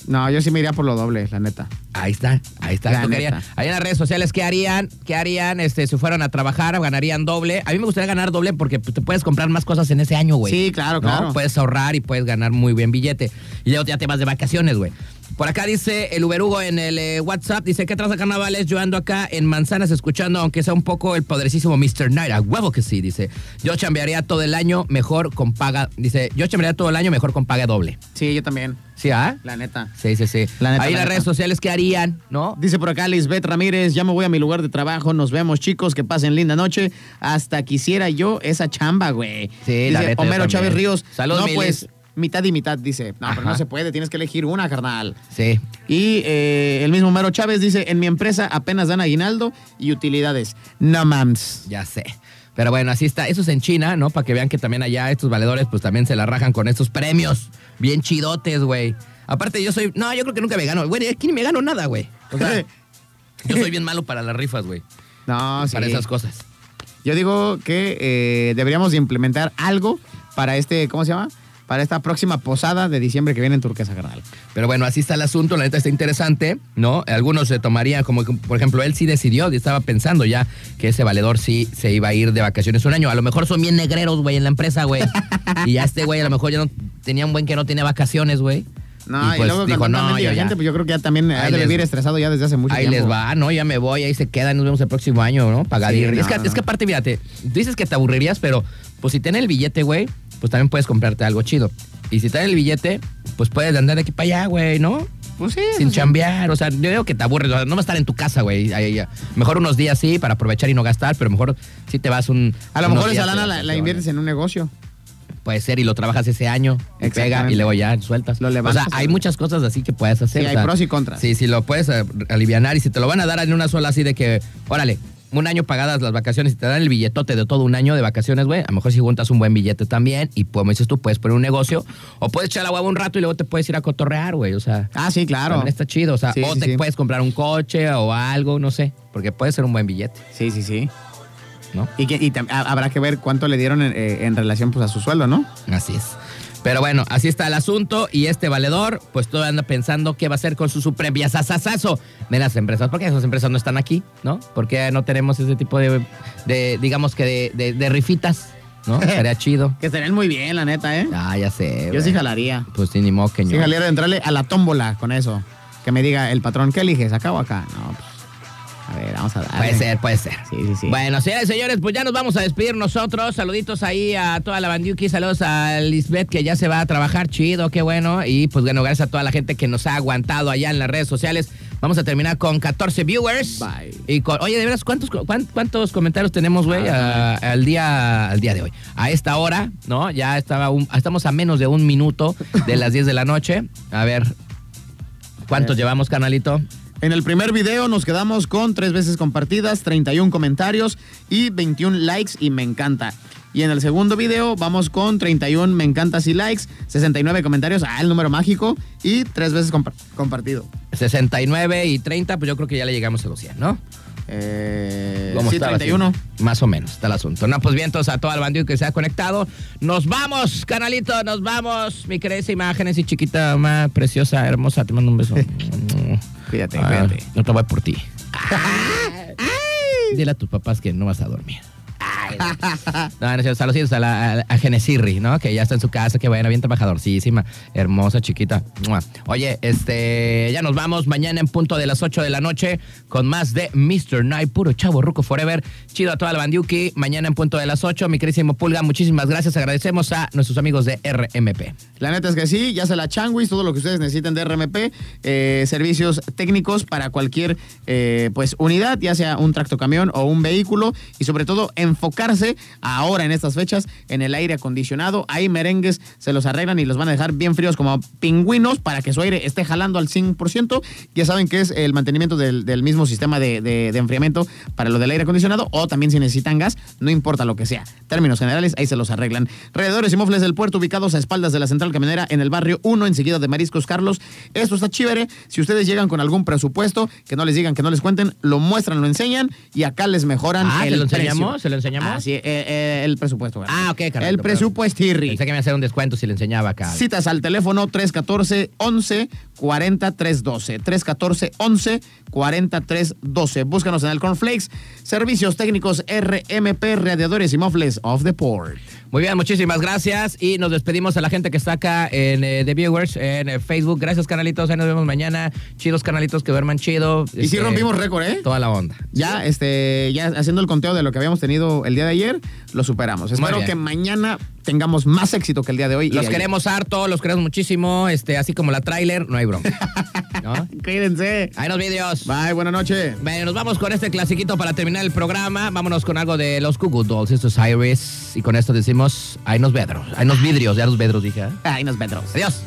[SPEAKER 3] No, yo sí me iría por lo doble, la neta.
[SPEAKER 2] Ahí está, ahí está.
[SPEAKER 3] La
[SPEAKER 2] ¿Tú qué
[SPEAKER 3] neta.
[SPEAKER 2] harían? Ahí en las redes sociales, ¿qué harían? ¿Qué harían este, si fueran a trabajar? ¿Ganarían doble? A mí me gustaría ganar doble porque pues, te puedes comprar más cosas en ese año, güey.
[SPEAKER 3] Sí, claro,
[SPEAKER 2] ¿No?
[SPEAKER 3] claro.
[SPEAKER 2] Puedes ahorrar y puedes ganar muy bien billete. Y luego ya te vas de vacaciones, güey. Por acá dice el Uberugo en el eh, WhatsApp, dice, ¿qué traza carnavales? Yo ando acá en Manzanas escuchando, aunque sea un poco el poderísimo Mr. Night. A huevo que sí, dice. Yo chambearía todo el año mejor con paga... Dice, yo chambearía todo el año mejor con paga doble.
[SPEAKER 3] Sí, yo también,
[SPEAKER 2] ¿Sí, ah?
[SPEAKER 3] la neta.
[SPEAKER 2] Sí, sí, sí.
[SPEAKER 3] La neta,
[SPEAKER 2] Ahí
[SPEAKER 3] la
[SPEAKER 2] las
[SPEAKER 3] neta.
[SPEAKER 2] redes sociales, ¿qué harían? ¿No?
[SPEAKER 3] Dice por acá Lisbeth Ramírez, ya me voy a mi lugar de trabajo, nos vemos chicos, que pasen linda noche. Hasta quisiera yo esa chamba, güey.
[SPEAKER 2] Sí,
[SPEAKER 3] dice
[SPEAKER 2] la neta, yo
[SPEAKER 3] Homero
[SPEAKER 2] también.
[SPEAKER 3] Chávez Ríos.
[SPEAKER 2] Saludos,
[SPEAKER 3] no,
[SPEAKER 2] Milis.
[SPEAKER 3] pues, mitad y mitad, dice. No, pero
[SPEAKER 2] Ajá.
[SPEAKER 3] no se puede, tienes que elegir una, carnal.
[SPEAKER 2] Sí.
[SPEAKER 3] Y eh, el mismo Homero Chávez dice, en mi empresa apenas dan aguinaldo y utilidades. No mams.
[SPEAKER 2] Ya sé. Pero bueno, así está. Eso es en China, ¿no? Para que vean que también allá estos valedores, pues también se la rajan con estos premios. Bien chidotes, güey. Aparte, yo soy. No, yo creo que nunca me gano. Güey, aquí ni me gano nada, güey. O sea, yo soy bien malo para las rifas, güey.
[SPEAKER 3] <laughs> No, Ah, sí.
[SPEAKER 2] Para esas cosas.
[SPEAKER 3] Yo digo que eh, deberíamos de implementar algo para este, ¿cómo se llama? Para esta próxima posada de diciembre que viene en Turquesa, carnal.
[SPEAKER 2] Pero bueno, así está el asunto, la neta está interesante, ¿no? Algunos se tomarían, como que, por ejemplo, él sí decidió, y estaba pensando ya que ese valedor sí se iba a ir de vacaciones un año. A lo mejor son bien negreros, güey, en la empresa, güey. y ya este güey a lo mejor ya no tenía un buen que no tiene vacaciones, güey.
[SPEAKER 3] No, y, luego
[SPEAKER 2] pues dijo,
[SPEAKER 3] cuando
[SPEAKER 2] no,
[SPEAKER 3] andan
[SPEAKER 2] yo ya".
[SPEAKER 3] gente, pues yo creo que ya también
[SPEAKER 2] Ahí
[SPEAKER 3] ha de
[SPEAKER 2] les-
[SPEAKER 3] vivir estresado ya desde hace mucho
[SPEAKER 2] Ahí
[SPEAKER 3] tiempo.
[SPEAKER 2] les va, no, ya me voy, ahí se quedan, nos vemos el próximo año, ¿no? Pagadir.
[SPEAKER 3] Sí,
[SPEAKER 2] es,
[SPEAKER 3] no,
[SPEAKER 2] que,
[SPEAKER 3] no,
[SPEAKER 2] es que
[SPEAKER 3] no.
[SPEAKER 2] aparte, fíjate, dices que te aburrirías, pero pues si tienes el billete, güey, pues también puedes comprarte algo chido. Y si tienes el billete, pues puedes andar de aquí para allá, güey, ¿no?
[SPEAKER 3] Pues sí.
[SPEAKER 2] Sin
[SPEAKER 3] sí.
[SPEAKER 2] chambear, o sea, yo digo que te aburres, o sea, no vas a estar en tu casa, güey. ahí, ya. Mejor unos días sí, para aprovechar y no gastar, pero mejor sí te vas un.
[SPEAKER 3] A lo
[SPEAKER 2] unos
[SPEAKER 3] mejor esa
[SPEAKER 2] días de
[SPEAKER 3] lana la, la
[SPEAKER 2] vacaciones.
[SPEAKER 3] inviertes en un negocio.
[SPEAKER 2] Puede ser, y lo trabajas ese año, y pega,
[SPEAKER 3] Exactamente.
[SPEAKER 2] y luego ya sueltas.
[SPEAKER 3] Lo
[SPEAKER 2] o
[SPEAKER 3] levantas,
[SPEAKER 2] sea, hay
[SPEAKER 3] ¿no?
[SPEAKER 2] muchas cosas así que puedes hacer.
[SPEAKER 3] Sí,
[SPEAKER 2] o
[SPEAKER 3] hay
[SPEAKER 2] sea,
[SPEAKER 3] pros y contras.
[SPEAKER 2] Sí, sí, lo puedes eh, alivianar, y si te lo van a dar en una sola así de que, órale, un año pagadas las vacaciones, y te dan el billetote de todo un año de vacaciones, güey, a lo mejor si juntas un buen billete también, y como dices tú, puedes poner un negocio, o puedes echar la hueva un rato y luego te puedes ir a cotorrear, güey, o sea.
[SPEAKER 3] Ah, sí, claro.
[SPEAKER 2] También está chido, o sea, pues.
[SPEAKER 3] Sí,
[SPEAKER 2] o
[SPEAKER 3] sí,
[SPEAKER 2] te
[SPEAKER 3] sí.
[SPEAKER 2] puedes comprar un coche o algo, no sé, porque puede ser un buen billete,
[SPEAKER 3] Sí, sí, sí.
[SPEAKER 2] ¿no?
[SPEAKER 3] Y, que, y tam- ha- habrá que ver cuánto le dieron en, eh, en relación pues, a su sueldo, ¿no?
[SPEAKER 2] Así es. Pero bueno, así está el asunto y este valedor, pues todo anda pensando qué va a hacer con su supremia sasasazo de las empresas. Porque esas empresas no están aquí, ¿no? Porque no tenemos ese tipo de, de, digamos que de, de- de rifitas,
[SPEAKER 3] <laughs>
[SPEAKER 2] ¿no? Estaría chido.
[SPEAKER 3] Que estarían muy bien, la neta, ¿eh?
[SPEAKER 2] Ah, ya sé.
[SPEAKER 3] Yo
[SPEAKER 2] güey.
[SPEAKER 3] sí jalaría.
[SPEAKER 2] Pues sí, ni modo que
[SPEAKER 3] Sí
[SPEAKER 2] ño.
[SPEAKER 3] jalaría de entrarle a la tómbola con eso. Que me diga el patrón, ¿qué eliges? ¿Acá o acá? No, pues, a ver, vamos a dar.
[SPEAKER 2] Puede ser, puede ser.
[SPEAKER 3] Sí, sí, sí.
[SPEAKER 2] Bueno, señores y señores, pues ya nos vamos a despedir nosotros. Saluditos ahí a toda la bandiuki, saludos a Lisbeth que ya se va a trabajar, chido, qué bueno. Y pues bueno, gracias a toda la gente que nos ha aguantado allá en las redes sociales. Vamos a terminar con 14 viewers.
[SPEAKER 3] Bye.
[SPEAKER 2] Y con- oye, de veras, ¿cuántos, cu- cuán- cuántos comentarios tenemos, güey, a-
[SPEAKER 3] Ah.
[SPEAKER 2] al día, al día de hoy? A esta hora, ¿no? Ya estaba un- estamos a menos de un minuto de las 10 de la noche. A ver, ¿cuántos llevamos, canalito?
[SPEAKER 3] En el primer video nos quedamos con tres veces compartidas, 31 comentarios y 21 likes y me encanta. Y en el segundo video vamos con 31 me encantas y likes, 69 comentarios, ah, el número mágico, y tres veces compa- compartido.
[SPEAKER 2] 69 y 30, pues yo creo que ya le llegamos a los 100, ¿no?
[SPEAKER 3] Eh,
[SPEAKER 2] Como
[SPEAKER 3] sí,
[SPEAKER 2] estaba
[SPEAKER 3] 31.
[SPEAKER 2] así. Más o menos, está el asunto. No, pues bien, entonces a todo el bandido que se ha conectado. Nos vamos, canalito, nos vamos. Mi queridísima Génesis chiquita, más preciosa, hermosa, te mando un beso.
[SPEAKER 3] <laughs> Cuídate,
[SPEAKER 2] Ah,
[SPEAKER 3] cuídate. <laughs>
[SPEAKER 2] No te voy por ti. Dile a tus papás que no vas a dormir. No, no, es cierto, saluditos a, la, a, la- a Genesirri, ¿no? Que ya está en su casa, que bueno, bien trabajadorcísima, hermosa, chiquita. Mua. Oye, este, ya nos vamos mañana en punto de las 8 de la noche con más de Mr. Night, puro chavo ruco forever. Chido a toda la bandiuki, mañana en punto de las 8, mi querísimo Pulga, muchísimas gracias, agradecemos a nuestros amigos de RMP.
[SPEAKER 3] La neta es que sí, ya se la changuis, todo lo que ustedes necesiten de RMP, eh, servicios técnicos para cualquier eh, pues unidad, ya sea un tractocamión o un vehículo, y sobre todo enfocarse ahora en estas fechas en el aire acondicionado. Ahí merengues se los arreglan y los van a dejar bien fríos como pingüinos para que su aire esté jalando al 100%. Ya saben que es el mantenimiento del, del mismo sistema de, de- de enfriamiento para lo del aire acondicionado o también si necesitan gas, no importa lo que sea. Términos generales, ahí se los arreglan. Rededores y mofles del puerto ubicados a espaldas de la central camionera en el barrio 1, enseguida de Mariscos Carlos. Esto está chévere. Si ustedes llegan con algún presupuesto, que no les digan, que no les cuenten, lo muestran, lo enseñan y acá les mejoran
[SPEAKER 2] Ah, ¿se
[SPEAKER 3] el
[SPEAKER 2] lo
[SPEAKER 3] precio.
[SPEAKER 2] enseñamos? ¿Se lo enseñamos?
[SPEAKER 3] Ah, sí, eh, eh, el presupuesto. ¿verdad?
[SPEAKER 2] Ah, ok, carnal.
[SPEAKER 3] El presupuesto, Irri.
[SPEAKER 2] Pensé que me iba a hacer un descuento si le enseñaba acá.
[SPEAKER 3] Citas al teléfono 314 11 40 312. 314 11 40 312. Búscanos en el Cornflakes. Servicios técnicos RMP, radiadores y mofles of the port.
[SPEAKER 2] Muy bien, muchísimas gracias y nos despedimos a la gente que está acá en eh, The Viewers, en eh, Facebook. Gracias, canalitos. Ahí nos vemos mañana. Chidos, canalitos, que duerman chido. Este,
[SPEAKER 3] Y sí rompimos récord, ¿eh?
[SPEAKER 2] Toda la onda.
[SPEAKER 3] Ya, este, ya haciendo el conteo de lo que habíamos tenido el día de ayer, lo superamos. Espero
[SPEAKER 2] bien.
[SPEAKER 3] que mañana tengamos más éxito que el día de hoy. y de
[SPEAKER 2] Los
[SPEAKER 3] ayer.
[SPEAKER 2] queremos harto, los queremos muchísimo. Este, así como la trailer, no hay
[SPEAKER 3] <laughs>
[SPEAKER 2] bronca. ¿No?
[SPEAKER 3] Cuídense.
[SPEAKER 2] Ahí nos videos.
[SPEAKER 3] Bye, buena noche.
[SPEAKER 2] Bueno, nos vamos con este clasiquito para terminar el programa. Vámonos con algo de los Google Dolls. Esto es Iris. Y con esto decimos, ahí nos vedros. Ahí nos vidrios, ya los vedros dije. ¿eh?
[SPEAKER 3] Ay, nos vemos.
[SPEAKER 2] Adiós.